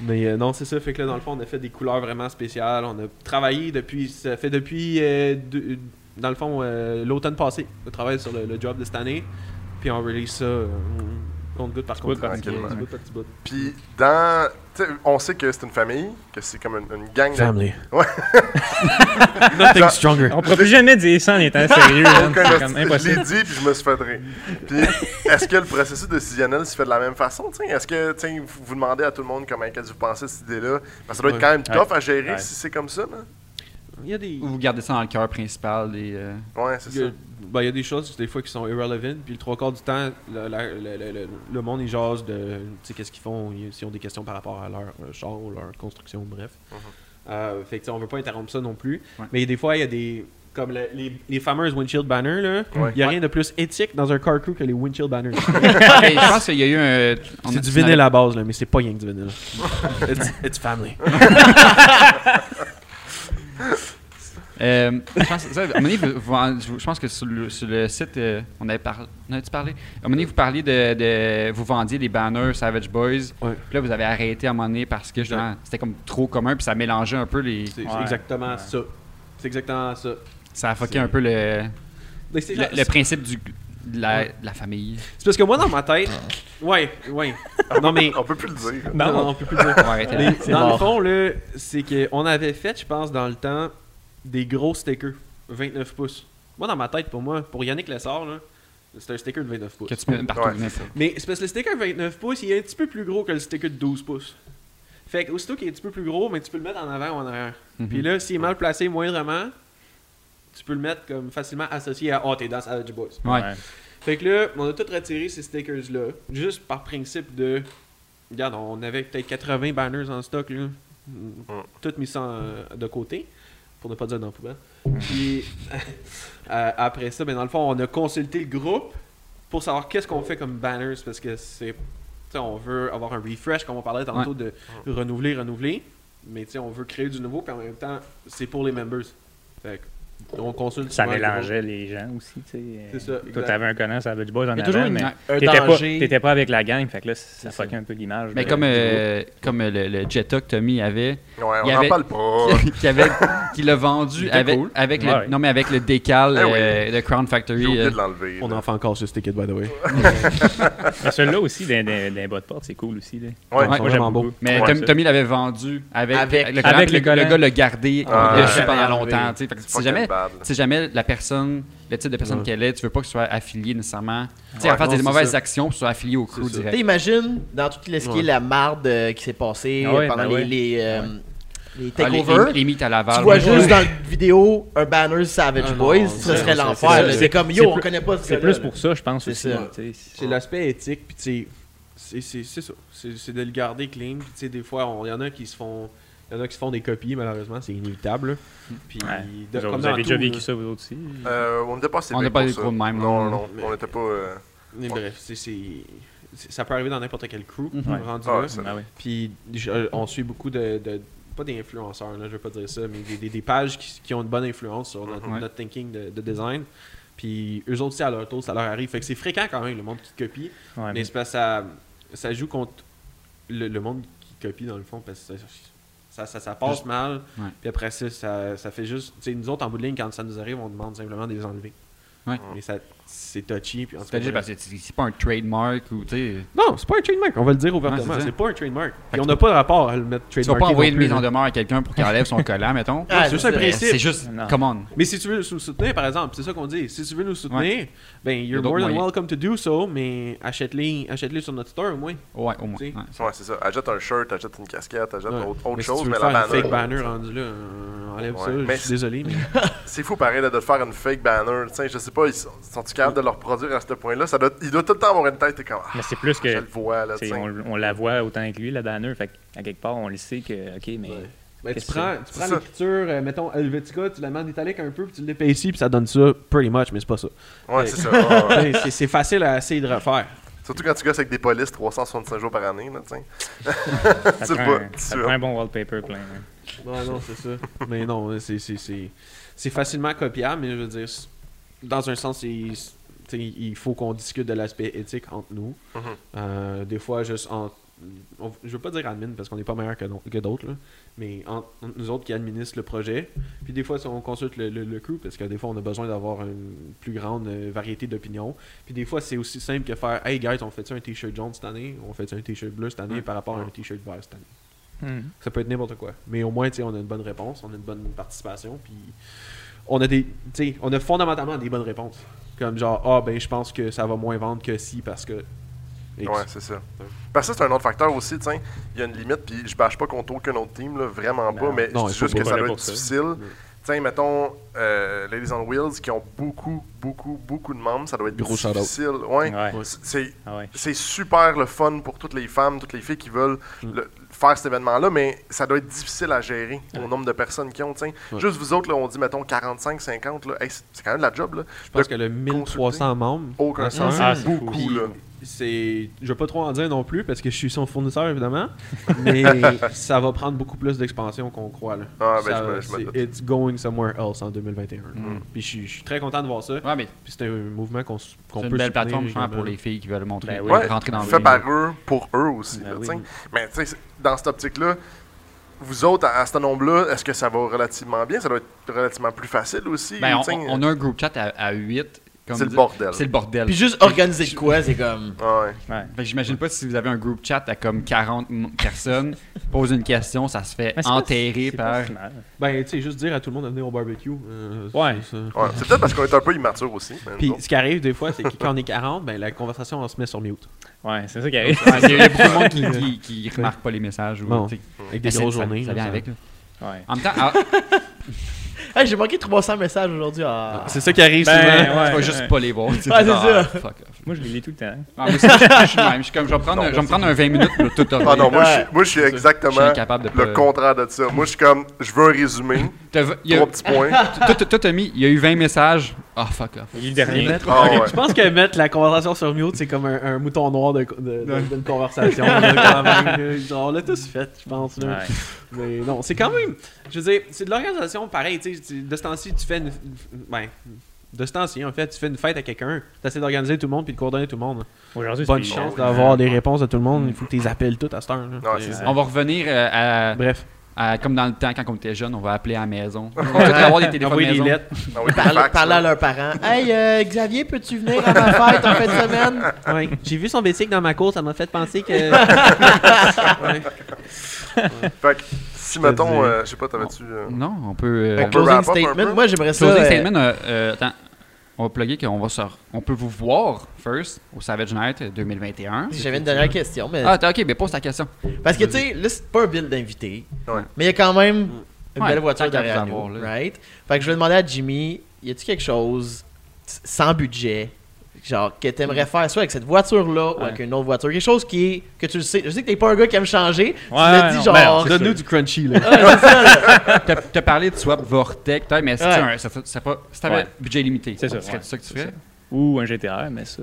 S6: mais euh, non, c'est ça. Fait que là, dans le fond, on a fait des couleurs vraiment spéciales. On a travaillé depuis. Ça fait depuis. euh, deux- dans le fond, euh, l'automne passé. On travaille sur le, le job de cette année. Puis on release ça. euh, compte goutte par contre.
S5: Goutte par
S6: Petit
S1: goutte,
S6: goutte par petit bout.
S1: Puis dans. tu sais, on sait que c'est une famille, que c'est comme une, une gang. de-
S6: Nothing stronger.
S5: On pourrait plus jamais dire ça en étant sérieux.
S3: hein.
S5: man.
S1: Aucun
S5: C'est
S1: hostie-
S5: comme
S1: Je l'ai
S5: impossible.
S1: dit puis je me suis fait rire. Puis est-ce que le processus décisionnel se fait de la même façon tu sais? Est-ce que tu sais, vous vous demandez à tout le monde comment est-ce que vous pensez cette idée-là Parce que ça doit être
S6: Ouais.
S1: quand même tough à gérer
S5: Ouais.
S1: si c'est comme ça. Là.
S6: Il y a des.
S3: Vous gardez ça dans le cœur principal. des, euh,
S1: Ouais, c'est
S6: Il y, a,
S1: ça.
S6: ben, il y a des choses, des fois, qui sont irrelevant. Puis le trois quarts du temps, la- la- la- la- la- le monde, il jase de tu sais, qu'est-ce qu'ils font, ils- s'ils ont des questions par rapport à leur euh, char ou leur construction, bref. Euh, fait que, tu sais, on veut pas interrompre ça non plus.
S3: Ouais.
S6: Mais des fois, il y a des. Comme le- les, les fameuses windshield banners, là,
S1: Ouais.
S6: il y a rien de plus éthique dans un car crew que les windshield banners.
S3: hey, je pense qu'il y a eu un. on
S6: c'est
S3: a-
S6: du
S3: on a-
S6: vinyle à la base, là, mais c'est pas rien que du vinyle. it's, it's family.
S3: Euh, je pense, ça, à un moment donné, vous- vous en- je pense que sur le, sur le site, euh, on avait par- on avait-tu parlé. À un moment donné, vous parliez de, de- Vous vendiez les banners Savage Boys.
S6: Ouais.
S3: Puis là, vous avez arrêté à un moment donné parce que justement, c'était comme trop commun. Puis ça mélangeait un peu les.
S6: C'est c'est
S5: Ouais.
S6: exactement
S5: Ouais.
S6: ça. C'est exactement ça.
S3: Ça a fucké un peu le,
S6: Mais c'est-
S3: le, le principe du, de, la, de la famille.
S6: c'est parce que moi, dans ma tête. Ouais, ouais. Non, mais.
S1: On peut plus le dire.
S5: Non.
S6: on peut plus dire.
S3: On va arrêter Ah, là.
S6: Mais
S2: C'est
S6: dans le
S2: mort.
S6: fond, là, c'est qu'on avait fait, je pense, dans le temps, des gros stickers, 29 pouces. Moi, dans ma tête, pour moi, pour Yannick Lessard, là, c'est un sticker de 29 pouces.
S3: Que tu peux partout
S1: Ouais,
S3: venir.
S1: c'est ça.
S6: Mais c'est parce que le sticker 29 pouces, il est un petit peu plus gros que le sticker de 12 pouces. Fait que aussitôt qu'il est un petit peu plus gros, mais tu peux le mettre en avant ou en arrière.
S3: Mhm.
S6: Puis là, s'il est mal placé moindrement, tu peux le mettre comme facilement associé à « Oh, t'es dans Savage Boys ».
S3: Ouais.
S5: Ouais.
S6: Fait que là, on a tout retiré ces stickers-là, juste par principe de. Regarde, on avait peut-être 80 banners en stock, là. Tout mis ça euh, de côté, pour ne pas dire dans la poubelle. Puis euh, après ça, ben, dans le fond, on a consulté le groupe pour savoir qu'est-ce qu'on fait comme banners, parce que c'est. tu sais, on veut avoir un refresh, comme on parlait tantôt, de renouveler, renouveler. Mais tu sais, on veut créer du nouveau, puis en même temps, c'est pour les members. Fait que, on consulte.
S5: Ça
S6: souvent le groupe.
S5: mélangeait les gens aussi, tu sais.
S6: C'est ça,
S5: Toi,
S6: exact.
S5: t'avais un connard, ça avait du boys en
S3: Il y a
S5: avant,
S3: toujours une-
S5: mais
S3: ouais.
S2: Un
S5: t'étais pas,
S2: danger.
S5: t'étais pas avec la gang, fait que là,
S2: ça.
S5: ça fuck un peu l'image.
S3: Mais
S5: de-
S3: comme,
S5: du
S3: euh, comme le, le Jetta que Tommy avait,
S1: Ouais, on
S3: Il y
S1: n'en
S3: avait-
S1: parle pas.
S3: qui, qui avait- qui l'a vendu
S6: était
S3: avec,
S6: cool.
S3: avec le,
S5: Ouais.
S3: non, mais avec le décal
S1: Eh oui.
S3: euh, de Crown Factory.
S1: J'ai oublié
S3: euh,
S1: de l'enlever.
S6: On
S1: là.
S6: en fait encore ce sticker, by the way.
S5: groupe. Mais celui-là aussi, d'un- d'un d'un bas de porte, c'est cool aussi. Là.
S1: Ouais.
S6: Ouais.
S5: Moi, j'aime
S6: vraiment
S5: beaucoup.
S6: beau.
S3: Mais
S5: Ouais,
S3: Tom-
S5: ça.
S3: Tommy l'avait vendu avec,
S2: Avec-
S3: le collant, puis
S5: avec le
S3: le, le
S5: collant.
S3: gars l'a gardé
S1: Ah.
S3: dessus
S1: Ouais.
S3: pendant
S2: Ouais.
S3: longtemps. tu sais. Fait que
S1: fucking
S3: si jamais,
S1: bad, là.
S3: si jamais la personne, le type de personne qu'elle est, tu veux pas que tu sois affilié nécessairement. Tu sais,
S6: Ouais,
S3: en fait,
S6: non,
S3: des
S6: c'est
S3: mauvaises
S6: ça.
S3: actions, puis tu sois affilié au crew
S6: C'est ça.
S2: Tu sais,
S3: direct.
S2: imagine dans tout ce qui est
S6: Ouais.
S2: la marde euh, qui s'est passée
S5: Ah ouais,
S2: euh, pendant
S5: ben
S2: les, les, euh, les
S3: Ah, les,
S2: takeovers.
S3: les- les mythes à Laval.
S2: Tu vois
S3: ouais.
S2: juste dans la vidéo un banner Savage
S6: Ah non,
S2: Boys,
S6: c'est-
S2: ce serait
S6: c'est-
S5: c'est-
S2: l'enfer. là.
S5: c'est-
S2: C'est comme
S5: c'est
S2: yo, on
S5: plus-
S2: connaît pas ce
S5: C'est
S2: gars-là,
S5: plus pour ça, je pense
S2: C'est
S5: aussi.
S2: ça.
S5: là, tu sais.
S6: C'est l'aspect éthique, puis tu sais, c'est- c'est c'est ça. C'est c'est de le garder clean. Puis tu sais, des fois, il y en a qui se font. Il y en a qui se font des copies, malheureusement, c'est inévitable. là. Puis,
S5: Ouais.
S6: de-
S5: Genre,
S6: comme
S5: Vous
S6: dans
S5: avez
S6: tout,
S5: déjà
S6: là.
S5: vécu Hmm. ça, vous autres aussi.
S1: Euh, on n'était pas assez
S3: On
S1: big
S3: n'a pas
S1: pour
S3: eu
S1: ça.
S3: trop de même,
S1: Non,
S3: non.
S1: non, on n'était pas. euh,
S6: Mais bref, c'est- c'est- c'est- ça peut arriver dans n'importe quel crew,
S5: Ouais.
S6: rendu
S1: Ah,
S6: là.
S1: c'est-
S5: Ah oui.
S6: Puis je- euh, on suit beaucoup de, de- pas d'influenceurs, là, je veux pas dire ça, mais des, des- des pages qui, qui ont une bonne influence sur
S5: Mhm.
S6: notre,
S3: Ouais.
S6: notre thinking de, de design. Puis eux autres aussi à leur tour, ça leur arrive. Fait que c'est fréquent quand même le monde qui copie,
S5: Ouais,
S6: mais c'est parce que ça, ça joue contre le, le monde qui copie dans le fond parce que ça, ça, ça- ça passe mal.
S3: Ouais.
S6: Puis après ça, ça, ça fait juste, tu sais, nous autres en bout de ligne quand ça nous arrive, on demande simplement de les enlever.
S3: Ouais.
S6: Mais ça, c'est touchy. Puis en tout cas,
S3: C'est parce que c'est c'est pas un trademark ou tu sais.
S6: Non, c'est pas un trademark, on va le dire
S3: Non,
S6: ouvertement.
S3: c'est ça.
S6: c'est pas un trademark. Puis
S3: que
S6: on n'a pas de rapport à le mettre
S3: Tu vas
S6: trademark.
S3: pas envoyer une mise en demeure à quelqu'un pour qu'il enlève son collant, mettons. Euh,
S2: Ah,
S6: c'est juste un
S2: c'est-
S6: principe.
S3: C'est juste,
S5: Non.
S3: come on.
S6: Mais si tu veux nous soutenir, par exemple, c'est ça qu'on dit. Si tu veux nous soutenir, ben,
S3: y a
S6: you're
S3: d'autres
S6: more than
S3: moyens.
S6: welcome to do so, mais achète-les achète-les sur notre store au moins.
S3: Ouais, au moins.
S6: Si.
S3: ouais.
S1: Ouais, c'est ça. Achète un shirt, achète une casquette, achète
S6: Ouais.
S1: autre, autre
S6: Mais si
S1: chose,
S6: tu veux
S1: mais
S6: faire
S1: la
S6: un
S1: banner.
S6: fake banner rendu là, euh, enlève
S1: Ouais.
S6: ça.
S1: Mais
S6: Je suis désolé, mais
S1: C'est fou pareil là, de te faire une fake banner. Tiens, je sais pas, ils sont- sont-ils capables de le reproduire à ce point-là? Ça doit, il doit tout le temps avoir une tête, t'es comme ah,
S5: Mais c'est plus
S1: je
S5: que.
S1: le vois là,
S5: t'sais,
S1: tu sais.
S5: On, on la voit autant que lui, la banner. Fait à quelque part, on le sait que. Ok, mais.
S6: Ben, tu
S5: Qu'est-ce
S6: prends, tu
S1: C'est
S6: prends
S1: ça.
S6: l'écriture, euh, mettons Helvetica, tu la mets en italique un peu, puis tu l'épaissis, puis ça donne ça, pretty much, mais c'est pas ça.
S1: Ouais, c'est ça. Ah ouais, ouais.
S6: T'sais, c'est- c'est facile à essayer de refaire.
S1: Surtout quand tu gosses avec des polices 365 jours par année, là, tu sais. Tu le
S5: Ça prend
S1: vois, tu
S5: un- ça
S1: le
S5: prend
S1: vois.
S5: un bon wallpaper plein. hein.
S6: Non, non, c'est ça. mais non, hein, c'est- c'est- c'est c'est facilement copiable, mais je veux dire, c'est- dans un sens, c'est- t'sais, il faut qu'on discute de l'aspect éthique entre nous.
S1: Mhm.
S6: Euh, des fois, juste en. on- je veux pas dire admin parce qu'on n'est pas meilleur que, non- que d'autres, là, mais entre, entre nous autres qui administrent le projet. Puis des fois, on consulte le, le, le crew parce que des fois, on a besoin d'avoir une plus grande euh, variété d'opinions. Puis des fois, c'est aussi simple que faire Hey guys, on fait-tu un t-shirt jaune cette année On fait-tu un t-shirt bleu cette année par rapport à un t-shirt vert cette année ça peut être n'importe quoi. Mais au moins, tu sais, on a une bonne réponse, on a une bonne participation, puis on a des, tu sais, on a fondamentalement des bonnes réponses. Comme genre, ah ben, je pense que ça va moins vendre que si parce que. X.
S1: Ouais, c'est ça. Parce que ça, c'est un autre facteur aussi, tiens. Il y a une limite, puis je bâche pas contre aucun autre team, là, vraiment pas,
S5: Non.
S1: mais
S6: Non,
S1: je dis
S6: ils
S1: juste
S6: sont
S1: que
S5: pas
S1: ça
S5: là
S1: doit être
S5: pour ça.
S1: difficile. Tiens, mettons, euh, Ladies on Wheels, qui ont beaucoup, beaucoup, beaucoup de membres, ça doit être
S6: Gros shout-out.
S1: difficile. Ouais.
S5: Ouais.
S1: C'est
S5: Ah ouais.
S1: c'est super le fun pour toutes les femmes, toutes les filles qui veulent
S6: Mm.
S1: le- faire cet événement-là, mais ça doit être difficile à gérer au nombre de personnes qui ont. tiens.
S6: Ouais.
S1: Juste vous autres, là, on dit, mettons, 45, 50, là, hey, c'est c'est quand même de la job. Là.
S6: Je pense que le 1300 membres.
S1: Aucun sens,
S5: Ah,
S1: c'est
S5: c'est
S1: beaucoup.
S6: Puis,
S1: Là.
S6: c'est, je veux pas trop en dire non plus parce que je suis son fournisseur évidemment, mais ça va prendre beaucoup plus d'expansion qu'on croit là.
S1: Ah, ben,
S6: Ça-
S1: je me- je me
S6: c'est-
S1: doute. Hmm.
S6: it's going somewhere else en 2021. Puis je suis- je suis très content de voir ça.
S3: Ouais, mais
S6: Puis c'est un mouvement qu'on, s- qu'on
S3: c'est
S6: peut
S3: une belle
S6: soutenir,
S3: plateforme je pense,
S6: évidemment.
S3: pour les filles qui veulent montrer,
S5: Ben oui.
S3: ouais, rentrer dans le
S1: fait
S3: ring.
S1: par eux, pour eux aussi.
S5: Ben
S1: là,
S5: oui.
S1: t'sais. Mais tu sais, dans cette optique-là, vous autres, à, à ce nombre-là, est-ce que ça va relativement bien? Ça doit être relativement plus facile aussi.
S3: Ben,
S1: t'sais.
S3: on, on a un group chat à, 8.
S1: euh, C'est le bordel.
S3: C'est le bordel.
S2: Puis juste organiser de quoi, c'est comme.
S1: Ouais.
S3: Fait que j'imagine pas si vous avez un group chat à comme 40 m- personnes, pose une question, ça se fait
S5: Mais c'est pas-
S3: enterrer
S5: c'est pas
S3: par.
S5: si mal.
S6: Ben, tu sais, juste dire à tout le monde de venir au barbecue. euh,
S5: Ouais.
S6: c'est ça.
S1: Ouais. C'est peut-être parce qu'on est un peu immature aussi. mais
S6: Puis
S1: non.
S6: ce qui arrive des fois, c'est que quand on est 40, ben la conversation, on se met sur mute.
S5: Ouais, c'est ça qui arrive.
S3: Ouais, Il y a beaucoup de monde qui, qui, qui remarque pas les messages. Ou,
S6: Bon.
S3: tu sais.
S1: Hmm.
S6: Avec
S3: Mais
S6: des
S3: Ben, c'est-
S6: grosses
S3: ça-
S6: journées.
S3: Ça
S6: là,
S3: vient
S6: ça-
S3: avec. là.
S5: Ouais.
S3: En même temps, ah, tu
S2: Hey, j'ai manqué 300 messages aujourd'hui. Ah.
S6: C'est ça qui arrive
S5: Ben,
S6: souvent.
S5: ouais,
S3: vas
S5: ouais.
S3: juste pas les voir. tu sais,
S2: Ouais,
S3: tu dis,
S2: c'est
S3: ah,
S2: ça.
S3: fuck off.
S5: Moi, je les lis tout le temps.
S3: Ah, moi aussi, je je suis de même. Je suis comme, je vais prendre, un- je vais me prendre un 20 minutes pour tout
S1: Ah non, moi,
S2: Ouais.
S1: je suis- moi, je suis
S3: Je
S1: exactement
S3: suis incapable euh, de
S1: le
S3: pas-
S1: contraire de ça. Moi, je suis comme, je veux un résumé, trois petits points. Ah,
S3: Toi, Tommy, il y a eu 20 messages. Ah, fuck off.
S5: Je lis le dernier.
S6: Mettre-
S1: Ah, ouais.
S6: Je pense que mettre la conversation sur mute, c'est comme un, un mouton noir de- de- de- d'une conversation. là, quand même, là. Genre, on l'a tous fait, je pense. là.
S5: Ouais.
S6: Mais non, c'est quand même. Je veux dire, c'est de l'organisation pareil. Tu sais, tu- de ce temps-ci, tu fais une. Ben, de ce temps-ci, en fait, tu fais une fête à quelqu'un. Tu essaies d'organiser tout le monde puis de coordonner tout le monde. hein.
S5: Aujourd'hui,
S6: Bonne
S5: c'est-
S6: chance d'avoir des réponses de tout le monde. Il faut que tu les appelles toutes à cette heure. là.
S1: Ouais, c'est
S6: Euh,
S1: ça.
S3: On va revenir euh, à,
S6: Bref.
S3: à- comme dans le temps, quand on était jeune, on va appeler à la maison. On va tous avoir des téléphones
S6: Envoyer des
S3: maison.
S6: lettres.
S1: Ah oui,
S2: Parler,
S1: des fax,
S2: parler
S1: là.
S2: à leurs parents. Hey, euh, Xavier, peux-tu venir à ma fête en fin de semaine?
S6: Ouais. J'ai vu son bicycle dans ma cour, ça m'a fait penser que. Ouais.
S1: Fait que, si,
S6: te
S1: mettons,
S6: dis.
S1: euh, je sais pas, t'avais-tu... euh,
S3: Non, on peut... euh,
S1: On peut
S2: Closing
S1: wrap up un peu?
S2: statement. Moi, j'aimerais ça.
S3: Closing
S2: euh,
S3: statement, euh, euh, attends, on va plugger qu'on va se re- on peut vous voir first au Savage Night 2021.
S2: J'avais une dernière question, mais.
S3: Ah, t'as- ok, mais pose ta question.
S2: Parce que, tu sais, là, c'est pas un bill d'invité.
S1: Ouais.
S2: Mais il y a quand même une
S3: Mm. Ouais,
S2: belle voiture
S3: tant qu'à
S2: derrière
S3: vous avoir,
S2: nous,
S3: là.
S2: right? Fait que je vais demander à Jimmy, y a-tu quelque chose s- sans budget, genre, que t'aimerais faire, soit avec cette voiture-là ou
S3: Ouais.
S2: avec une autre voiture? Quelque chose qui est, que tu le sais. Je sais que t'es pas un gars qui aime changer. tu
S5: Ouais,
S2: l'as
S5: ouais,
S2: dit,
S5: non,
S2: genre.
S5: ben non, c'est
S6: Donne-nous du crunchy, là.
S2: Ah, c'est ça, là.
S3: T'as t'as parlé de swap Vortex, t'as- mais si
S2: Ouais.
S3: tu as un- ça- ça- ça pas- si t'avais
S5: Ouais.
S3: budget limité,
S5: C'est ça,
S3: serait
S5: ouais.
S3: ça que tu
S5: C'est
S3: ferais?
S5: Ou un GTR, mais ça.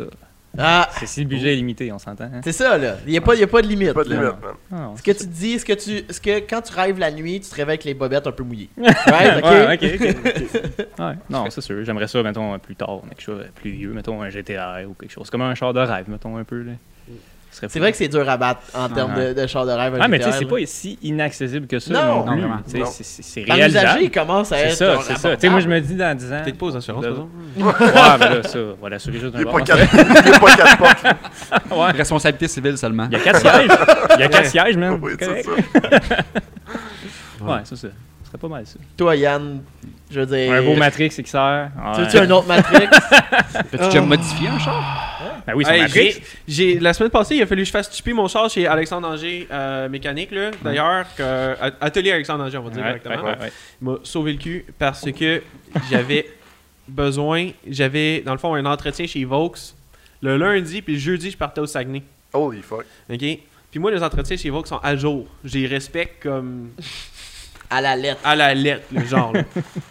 S2: Ah,
S5: C'est si le budget est limité, on s'entend. hein?
S2: c'est ça, là. Y a pas, y a pas de limite.
S1: Pas de
S2: là.
S1: limite, man.
S5: Ah, non,
S2: Ce
S5: c'est-
S2: que tu te dis, ce que tu, ce que quand tu rêves la nuit, tu te réveilles avec les bobettes un peu mouillées. Right? ok?
S5: Ouais, ok, ok, ok. Ouais, Non, c'est sûr. J'aimerais ça, mettons, plus tard, quelque chose de plus vieux, mettons un GTR ou quelque chose. Comme un char de rêve, mettons un peu. Là.
S2: C'est vrai que c'est dur à battre en
S3: Ouais,
S2: termes de, de char de rêve.
S5: Ah, mais tu sais,
S2: GTR,
S5: c'est
S2: là.
S5: pas si inaccessible que ça.
S2: Non.
S5: Non,
S3: Non,
S5: plus.
S3: vraiment.
S5: Tu sais,
S1: Non.
S5: c'est- C'est c'est
S2: Par usager,
S5: réalisable.
S2: il commence à
S5: C'est
S2: être.
S5: ça,
S2: genre,
S5: c'est ça. Tu sais, moi, je
S2: abordable.
S5: me dis dans 10 ans.
S6: Peut-être pas aux assurances,
S5: De-
S6: par exemple.
S5: Ah, ben là, ça, on va l'assurer juste
S1: Il
S5: d'un
S1: n'y a pas
S5: bord.
S1: quatre il y a pas quatre portes.
S5: Ouais.
S3: Responsabilité civile seulement.
S5: Il y a 4 sièges. Il y a 4 sièges, man.
S1: Ah Oui,
S5: C'est
S1: c'est
S5: correct.
S1: ça.
S5: Ouais, ça, ça. Ce serait pas mal, ça.
S2: Toi, Yann, je veux dire.
S5: Un beau Matrix XR.
S2: Tu veux-tu un autre Matrix
S3: Peux-tu déjà modifier un char?
S5: Ben oui, c'est
S6: Hey,
S5: un Matrix.
S6: j'ai- j'ai- la semaine passée, il a fallu que je fasse tuer mon char chez Alexandre Anger euh, mécanique là. D'ailleurs, que- euh, atelier Alexandre Anger, on va dire
S5: Mm. Ouais,
S6: directement.
S5: ouais, ouais, ouais.
S6: Il m'a sauvé le cul parce que j'avais besoin, j'avais dans le fond un entretien chez Vaux le lundi puis le jeudi je partais au Saguenay.
S1: Holy fuck.
S6: OK Puis moi les entretiens chez Vaux sont à jour. Je les respecte comme
S2: à la lettre
S6: à la lettre, le genre. là.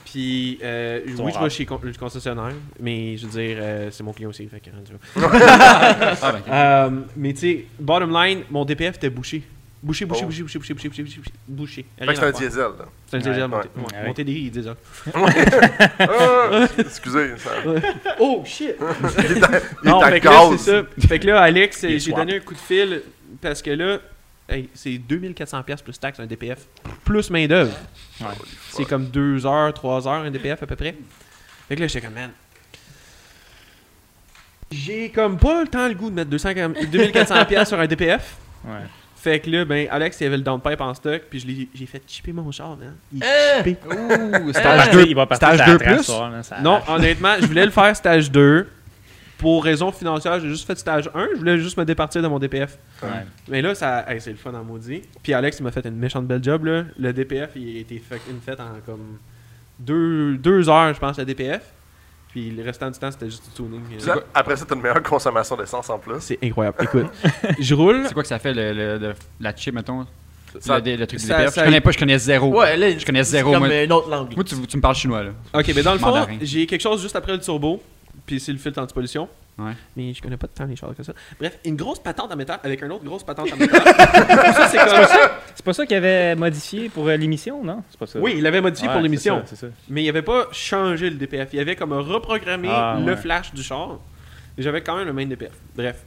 S6: Puis, euh,
S5: Ton
S6: oui, je
S5: rap.
S6: vais chez con- le concessionnaire, mais je veux dire, euh, c'est mon client aussi. Fait que, hein, tu vois.
S1: Ah, ben,
S6: Euh, mais tu sais, bottom line, mon DPF était bouché. Bouché, bouché,
S1: Oh.
S6: bouché, bouché, bouché, bouché, bouché, bouché, bouché.
S1: Fait
S6: Rien
S1: que c'est
S6: à
S1: un
S6: faire.
S1: diesel. là.
S6: C'est un diesel, monté-
S5: ouais.
S6: ouais,
S5: Ouais.
S6: monté des diesel.
S1: Ah, excusez. Ça...
S6: Oh shit!
S1: Il est à, il est
S6: Non,
S1: à
S6: fait que là,
S1: gaz.
S6: c'est ça. Fait que là, Alex,
S5: Il est
S6: j'ai
S5: swap.
S6: donné un coup de fil parce que là, hey, c'est 2400$ plus taxes un DPF, plus main-d'œuvre. C'est comme 2 heures, 3 heures un DPF à peu près. Fait que là, j'étais comme, man. J'ai comme pas le temps le goût de mettre 200 comme- 2400$ sur un DPF.
S5: Ouais.
S6: Fait que là, ben, Alex, il avait le downpipe en stock, puis je l'ai- j'ai fait chipper mon char, man. Il est
S2: Hein?
S6: chippé.
S3: Ouh,
S5: Ah,
S3: stage
S5: tu sais,
S3: 2.
S5: il va partir
S3: stage
S5: sur la
S3: 2
S5: trace
S3: plus?
S5: soir, là, ça
S6: Non,
S5: arrache.
S6: honnêtement, je voulais le faire stage 2. Pour raison financière, j'ai juste fait stage 1. Je voulais juste me départir de mon DPF.
S5: Ouais.
S6: Mais là, ça, hey, c'est le fun en maudit. Puis Alex, il m'a fait une méchante belle job. Là. Le DPF, il a été fait, une fête en comme deux, deux heures, je pense, le DPF. Puis le restant du temps, c'était juste du tuning.
S1: Puis là, après ça, t'as une meilleure consommation d'essence en plus.
S6: C'est incroyable. Écoute, je roule.
S3: C'est quoi que ça fait, le, le- le- la chip, mettons?
S1: Ça-
S3: le, le truc du
S6: ça-
S3: DPF?
S6: ça-
S3: je connais pas, je connais zéro.
S2: Ouais, là,
S3: Oh. Je connais
S2: c'est
S3: zéro,
S2: Comme
S3: moi.
S2: une autre langue.
S3: Moi, tu, tu me parles chinois, là.
S6: Ok, mais dans le fond,
S3: Mandarin.
S6: j'ai quelque chose juste après le turbo. Puis c'est le filtre anti-pollution.
S3: Ouais.
S6: Mais je connais pas tant les chars que ça. Bref, une grosse patente en métal avec une autre grosse patente en métal. ça, c'est comme
S5: C'est pas ça qu'il avait modifié pour euh, l'émission, non? C'est pas ça.
S6: Oui, il l'avait modifié
S5: Ouais,
S6: pour
S5: c'est
S6: l'émission,
S5: ça, C'est ça.
S6: mais il avait pas changé le DPF. Il avait comme reprogrammé
S5: Ah,
S6: le
S5: ouais.
S6: flash du char. Mais J'avais quand même le même DPF. Bref.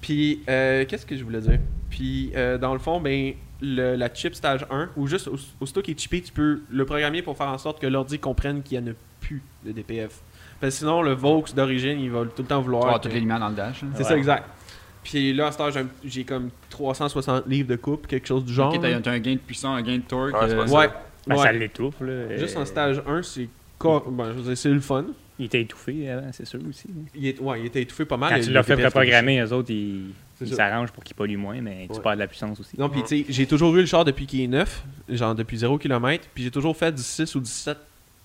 S6: Puis, euh, qu'est-ce que je voulais dire? Puis, euh, dans le fond, ben, le- la chip stage 1, ou juste au- aussitôt qu'il est chippé, tu peux le programmer pour faire en sorte que l'ordi comprenne qu'il n'y en a plus de DPF. Parce que sinon, le Vaux d'origine, il va tout le temps vouloir.
S3: Ah,
S6: que-
S3: toutes les lumières dans le dash. là.
S6: C'est
S5: Ouais.
S6: ça, exact. Puis là, à ce stade, j'ai comme 360 livres de coupe, quelque chose du genre.
S3: Ok, t'as t'as un gain de puissance, un gain de torque.
S1: Ouais, c'est
S3: euh,
S1: pas
S6: ouais.
S5: Ben,
S6: ouais.
S5: ça l'étouffe, là.
S6: Juste
S5: Euh,
S6: en stage 1, c'est cor- ben, je veux dire, c'est le fun.
S5: Il était étouffé avant, c'est sûr aussi.
S6: Il, est- ouais, Ah, il était étouffé pas mal.
S5: Quand
S6: le-
S5: tu
S6: le
S5: l'as fait
S6: PPF.
S5: reprogrammer, eux autres, ils
S6: C'est
S5: ils
S6: ça.
S5: s'arrangent pour qu'ils polluent moins, mais tu
S6: Ouais.
S5: perds de la puissance aussi.
S6: Non, puis tu sais, j'ai toujours eu le char depuis qu'il est neuf, genre depuis 0 km, puis j'ai toujours fait du 6 ou 17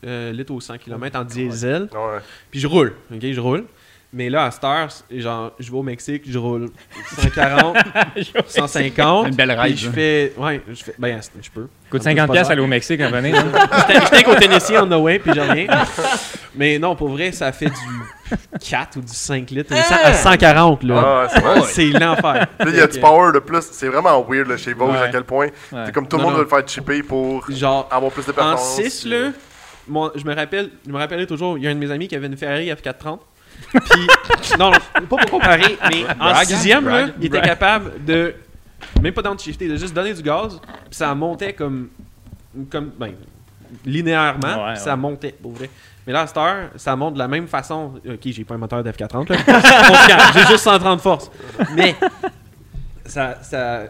S6: euh, litres au 100 km en diesel,
S1: Ouais.
S6: puis je roule, ok, je roule. Mais là, à cette heure, c'est- genre, je vais au Mexique, je roule 140, 150.
S3: Une belle
S6: puis
S3: ride,
S6: Je
S3: là.
S6: fais, ouais, je fais, ben, je peux.
S5: hein. Coûte
S6: En plus,
S5: 50$
S6: pas cher.
S5: piastres aller au Mexique, en venez. hein.
S6: J'étais j'étais qu'au Tennessee en away, puis je reviens. Mais non, pour vrai, ça fait du 4 ou du 5 litres, mais ça- à 140, là.
S1: Ah, c'est vrai.
S6: C'est l'enfer.
S1: Puis là, il y a du power de plus. C'est vraiment weird là, chez Vos
S6: Ouais.
S1: à quel point.
S5: Ouais.
S1: C'est comme tout le
S6: Non,
S1: monde
S6: non.
S1: veut le faire chipper pour
S6: Genre,
S1: avoir plus de
S6: en
S1: performance.
S6: 6,
S1: puis-
S6: là, mon- je me rappelle, je me rappellerai toujours, il y a un de mes amis qui avait une Ferrari F430. Puis, non, non, pas pour comparer, mais en
S3: Brag, hein?
S6: sixième, là,
S3: Brag.
S6: il était capable de, même pas downshifter, de juste donner du gaz, puis ça montait comme, comme, ben, linéairement,
S5: Ouais,
S6: puis ça
S5: ouais.
S6: montait, pour vrai. Mais là, à cette heure, ça monte de la même façon. Ok, j'ai pas un moteur d'F430, là. Confiant, j'ai juste 130 force. Mais, ça, ça,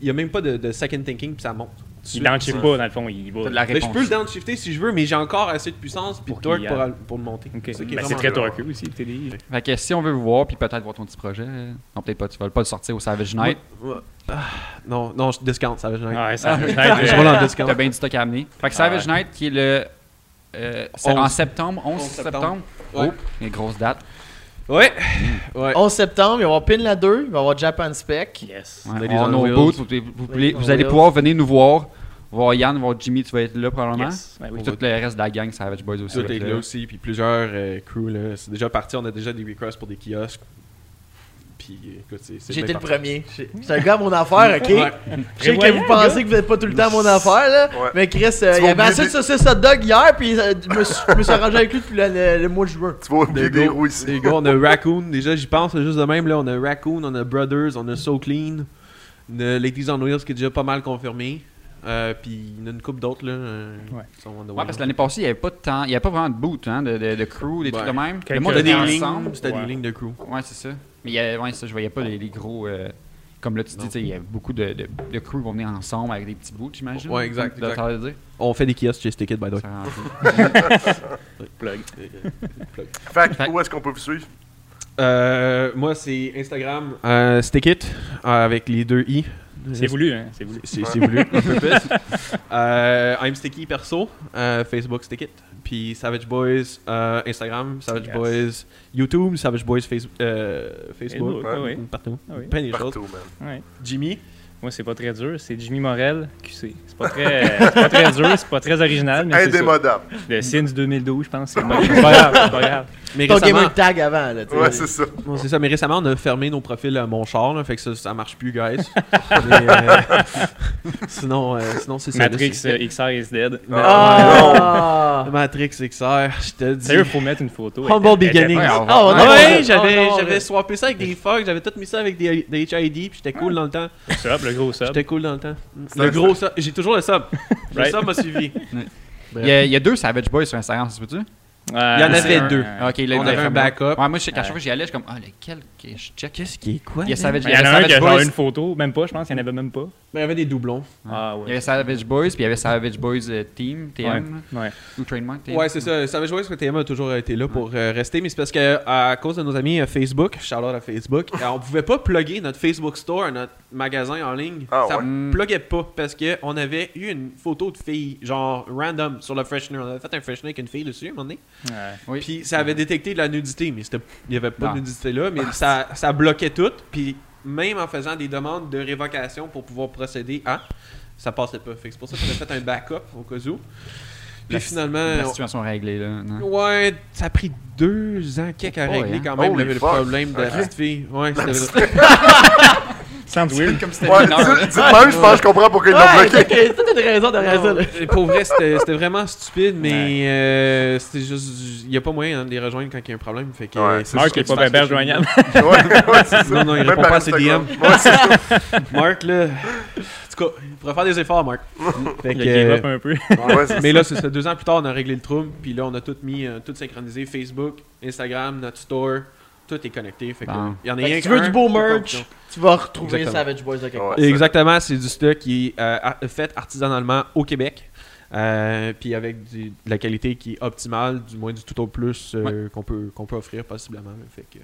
S6: il y a même pas de, de second thinking, puis ça monte.
S5: Il downshifte pas, dans le fond, il va.
S3: T'as de la
S6: Ben, je
S3: réponse.
S6: peux le downshifter si je veux, mais j'ai encore assez de puissance puis de
S5: Pour
S6: torque
S5: qu'il y
S6: pour,
S5: a-
S6: al- pour le monter.
S5: Ok. Ben,
S6: ça qui est
S5: C'est
S6: vraiment-
S5: très torqueux aussi, le TDI.
S3: Fait que si on veut vous voir, puis peut-être voir ton petit projet, euh, non, peut-être pas, tu vas pas le sortir au Savage Night.
S6: Non, non, je discount, ça va jamais.
S5: Ouais, ça peut être,
S6: Ah, Je
S5: euh,
S6: roule en
S3: T'as
S6: discount.
S3: bien du stock à amener. Fait que
S6: Ah,
S3: Savage Night, qui est le. euh, c'est en
S6: 11.
S3: septembre, 11,
S6: 11
S3: septembre.
S6: septembre.
S3: Oh,
S6: Ouais.
S3: une grosse date.
S6: Ouais. Ouais.
S2: 11 septembre, il va y avoir Pinla 2, il va y avoir Japan Spec.
S5: Yes.
S3: Ouais,
S6: Ladies
S3: on
S6: on
S3: nos
S6: wheels.
S3: boots, vous, pouvez- vous pouvez-
S2: on
S3: vous allez
S2: wheels.
S3: pouvoir venir nous voir. Voir Yann, voir Jimmy, tu vas être là probablement.
S5: Yes. Ben oui.
S3: Puis Tout le reste de la gang Savage Boys aussi.
S6: Tout
S3: va
S6: est
S3: être
S6: là aussi, puis plusieurs euh, crews, là. C'est déjà parti, on a déjà des requests pour des kiosques. Puis écoute, c'est. c'est
S2: J'étais
S6: bien
S2: le
S6: parti.
S2: premier.
S6: J'ai-
S2: J'étais un gars à mon affaire, ok? Je
S6: Ouais.
S2: sais que
S5: Prévoyant,
S2: vous
S5: gars.
S2: pensez que vous n'êtes pas tout le temps à mon affaire, là.
S1: Ouais.
S2: Mais Chris, euh,
S1: Tu
S2: il y
S1: vas
S2: avait
S1: oublier
S2: assez de
S1: des-
S2: saucisses hot dog hier, puis euh, je me suis- je me suis arrangé avec lui depuis le, le- le mois de juin.
S1: Tu vas oublier
S6: Les
S1: des
S6: gars,
S1: roues ici.
S6: les gars, on a Raccoon. Déjà, j'y pense là, juste de même. Là, on a Raccoon, on a Brothers, on a So Clean, on a Ladies on Wheels qui est déjà pas mal confirmé. Euh, puis il y en a une coupe d'autres. là. euh,
S5: Ouais.
S6: qui sont on the way,
S3: Ouais, parce que
S6: là.
S3: l'année passée, il n'y avait pas de temps, il n'y avait pas vraiment de boot, hein, de, de, de crew, des
S6: Ouais.
S3: trucs de même.
S5: Quelques-
S3: moi,
S6: C'était des
S5: Ouais.
S6: lignes,
S3: ensemble.
S6: c'était des
S5: Ouais.
S6: lignes de crew.
S3: Ouais, c'est ça. Mais il y avait, ouais, ça, je voyais pas les, les gros. euh, comme là, tu dis,
S6: Non.
S3: tu sais, il y a beaucoup de, de, de crews qui vont venir ensemble avec des petits bouts, j'imagine.
S6: Ouais, exact,
S3: De- de-
S6: exact.
S3: de- de- de-
S6: On fait des kiosques chez Stick It, by the way.
S3: ça rend fou.
S5: Plug.
S1: Fait
S3: Fait-
S1: que, où est-ce qu'on peut vous suivre?
S6: Euh, moi, c'est Instagram euh, Stick It euh, avec les deux i.
S5: C'est voulu, hein? C'est voulu.
S6: C'est c'est voulu. un peu plus. Euh, I'm Sticky perso, euh, Facebook Stick It, puis Savage Boys euh, Instagram, Savage
S5: Yes.
S6: Boys YouTube, Savage Boys Face- euh, Facebook,
S5: Facebook, ah oui.
S6: partout,
S5: Ah oui.
S6: plein des choses.
S1: Partout, man.
S5: Ouais.
S6: Jimmy,
S5: Moi, c'est pas très dur. C'est Jimmy Morel, QC. C'est pas très, c'est pas très dur, c'est pas très original, mais c'est ça.
S1: Indémodable.
S5: Le Sims 2012, je pense. C'est pas c'est pas grave, c'est pas grave.
S6: mais
S2: Ton
S6: récemment,
S2: gamer tag avant, là, tu sais.
S1: Ouais, c'est ça.
S6: Non, c'est ça, mais récemment on a fermé nos profils à mon char, là, fait que ça, ça marche plus, guys. Mais, euh, sinon, euh, sinon c'est ça. là,
S5: Matrix
S6: c'est-
S5: euh, XR is dead.
S2: Ah!
S6: Matrix XR, je te dis.
S5: Sérieux, faut mettre une photo.
S6: Humble
S5: Elle était- elle était
S6: beginnings.
S5: pas-
S3: Ouais, on
S2: Ah,
S3: va-
S2: on a-
S6: ouais,
S2: non,
S6: j'avais,
S2: non,
S6: j'avais
S2: ouais.
S6: swappé ça avec des fucks, j'avais tout mis ça avec des, des HID, puis j'étais cool dans le temps.
S5: Sub, le gros sub.
S6: J'étais cool dans le temps.
S1: C'est
S6: Le
S1: un-
S6: gros sub, j'ai toujours le sub. Le
S5: Right.
S6: sub m'a suivi.
S3: Il y, a, il y a deux Savage Boys sur Instagram, ça se peut-tu?
S5: Ah,
S6: Il y en
S5: c'est
S6: avait
S5: un,
S6: deux.
S5: euh,
S3: Ah, ok, là, il
S6: On
S3: y a
S6: avait un
S3: vraiment-
S6: backup.
S3: Ouais, moi, je sais qu'à chaque
S5: Ouais.
S3: fois que j'y allais, je suis comme, ah, lequel que je check?
S6: Qu'est-ce qui est quoi?
S3: Il y a Savage,
S5: Il y en a un qui
S3: Savage
S5: a genre
S3: Boys.
S5: une photo, même pas, je pense, il n'y en avait même pas.
S6: il y avait des doublons.
S5: Ah
S3: Il y avait Savage Boys, puis il y avait Savage Boys euh, Team, TM,
S5: Ouais.
S3: ou Trademark TM.
S6: Ouais, c'est ça. Savage Boys que TM a toujours été là pour euh, rester, mais c'est parce que euh, à cause de nos amis euh, Facebook, shout-out à Facebook, euh, on pouvait pas plugger notre Facebook Store, notre magasin en ligne.
S1: Ah,
S6: ça
S1: ouais.
S3: Mm.
S6: pluguait pas parce que on avait eu une photo de fille, genre random, sur le freshener. On avait fait un freshener avec une fille dessus, à un moment donné.
S5: Ouais.
S3: Oui.
S6: Puis ça avait détecté de la nudité, mais c'était- il n'y avait pas
S3: Non. Ah,
S6: de nudité là, mais ça, ça bloquait tout. Puis même en faisant des demandes de révocation pour pouvoir procéder à, ça passait pas. Fait que c'est pour ça qu'on a fait un backup au cas où. Puis
S3: La-
S6: finalement,
S3: La
S5: euh,
S3: situation réglée, là.
S5: Hein?
S3: non?
S6: on- ouais, ça a pris deux ans quelques à
S3: Oh, ouais,
S6: régler
S3: hein.
S6: quand même
S1: Holy
S6: le, le
S1: fuck.
S6: problème de la
S1: Ok.
S6: petite fille. Ouais, c'était
S5: Sounds weird.
S3: Comme si c'était
S1: Ouais,
S3: une heure, là.
S1: dis- dites même, je pense que je comprends pourquoi ils l'ont
S2: Ouais,
S1: bloqué.
S2: t'as t'as une raison derrière ça, là.
S6: Non, Pour vrai, c'était c'était vraiment stupide, mais
S5: Ouais.
S6: euh, c'était juste. Il n'y a pas moyen hein, de les rejoindre quand il y a un problème. Fait que,
S1: Ouais,
S6: euh,
S1: c'est
S6: faut que
S5: Marc
S6: tu
S5: est pas
S6: fasses
S5: bien bien
S6: quelque chose.
S5: joignable.
S1: Ouais, ouais, c'est ça.
S6: Non, non, il
S1: Même
S6: répond
S1: par
S6: pas à ses
S1: Instagram.
S6: DM.
S1: Ouais, c'est ça.
S6: Marc, là. En tout cas, il pourrait faire des efforts, Marc. Fait
S5: Il
S6: que,
S5: a give up un peu.
S1: Ouais, c'est
S6: mais là, c'est ça. Deux ans plus tard, on a réglé le trouble. Puis là, on a tout mis, euh, tout synchronisé. Facebook, Instagram, notre store. Tout est connecté. Fait que,
S3: Ah.
S6: il y en a
S2: Fait que
S6: rien
S2: si tu veux
S6: qu'un
S2: du beau
S6: qui est
S2: merch,
S6: confiant.
S2: tu vas retrouver
S6: Exactement.
S2: Savage Boys de quelque
S1: Ouais.
S2: part.
S6: Exactement, c'est du stock qui est euh, ar- fait artisanalement au Québec. Euh, puis avec du- de la qualité qui est optimale, du moins du tout au plus euh, qu'on peut, qu'on peut offrir possiblement. Fait que,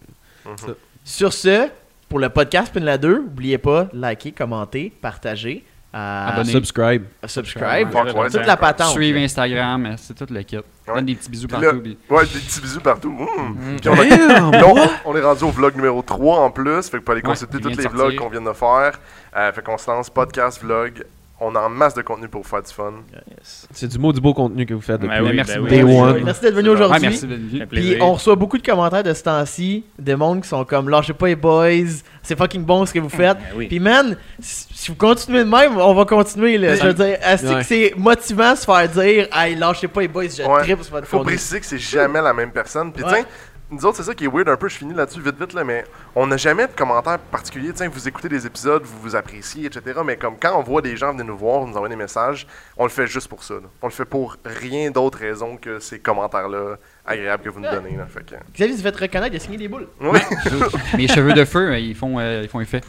S2: Sur ce, pour le podcast Pin la 2, n'oubliez pas de liker, commenter, partager, euh,
S3: Abonner.
S6: subscribe.
S2: subscribe,
S1: Fuck, ouais,
S2: toute
S1: c'est
S2: la
S1: incroyable.
S2: patente.
S3: Suivre Instagram, euh, c'est tout le kit. Donne des petits bisous
S1: Puis
S3: partout.
S1: là-
S3: puis-
S1: Ouais, des petits bisous partout. Mmh. Puis on a-
S6: Damn!
S1: Donc, on est rendu au vlog numéro 3 en plus. Fait que pour aller
S3: Ouais,
S1: consulter
S3: il vient
S1: tous les
S3: de sortir.
S1: vlogs qu'on vient de faire. Euh, fait qu'on se lance podcast, vlog. On a en masse de contenu pour faire du fun.
S6: C'est du mot du beau contenu que vous faites.
S5: Ben
S6: depuis-
S5: oui,
S3: merci
S5: ben
S3: beaucoup.
S5: oui.
S6: Day one.
S2: Merci d'être venu
S1: Ouais,
S3: Ouais,
S2: aujourd'hui.
S3: merci d'être venu.
S5: Ça fait
S2: Puis
S5: plaisir.
S2: on reçoit beaucoup de commentaires de ce temps-ci, des mondes qui sont comme lâchez pas les boys, c'est fucking bon ce que vous faites.
S5: Ben oui.
S2: Puis man, si si vous continuez de même, on va continuer là. Je veux
S5: Ben,
S2: dire, est-ce
S6: Ouais.
S2: que c'est motivant de se faire dire hey lâchez pas les boys, je
S1: Ouais.
S2: tripe sur votre
S1: Faut
S2: contenu.
S1: préciser que c'est jamais la même personne. Puis
S2: Ouais.
S1: tiens, nous autres, c'est ça qui est weird un peu. Je finis là-dessus vite, vite, là, mais on n'a jamais de commentaires particuliers. Tiens, vous écoutez des épisodes, vous vous appréciez, etc. Mais comme quand on voit des gens venir nous voir, nous envoyer des messages, on le fait juste pour ça. là. On le fait pour rien d'autre raison que ces commentaires-là agréables que vous nous donnez. Là. Fait que,
S2: Xavier s'est fait reconnaître, il a signé des boules.
S1: oui.
S3: Mes cheveux de feu, euh, ils font, euh, ils font effet.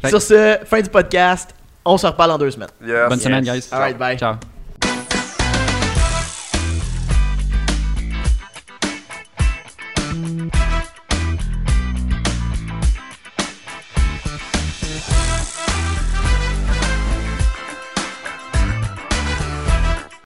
S3: Fait-
S2: Sur ce, fin du podcast, on se reparle en deux semaines.
S1: Yes.
S3: Bonne semaine, guys.
S2: Alright, bye.
S3: Ciao.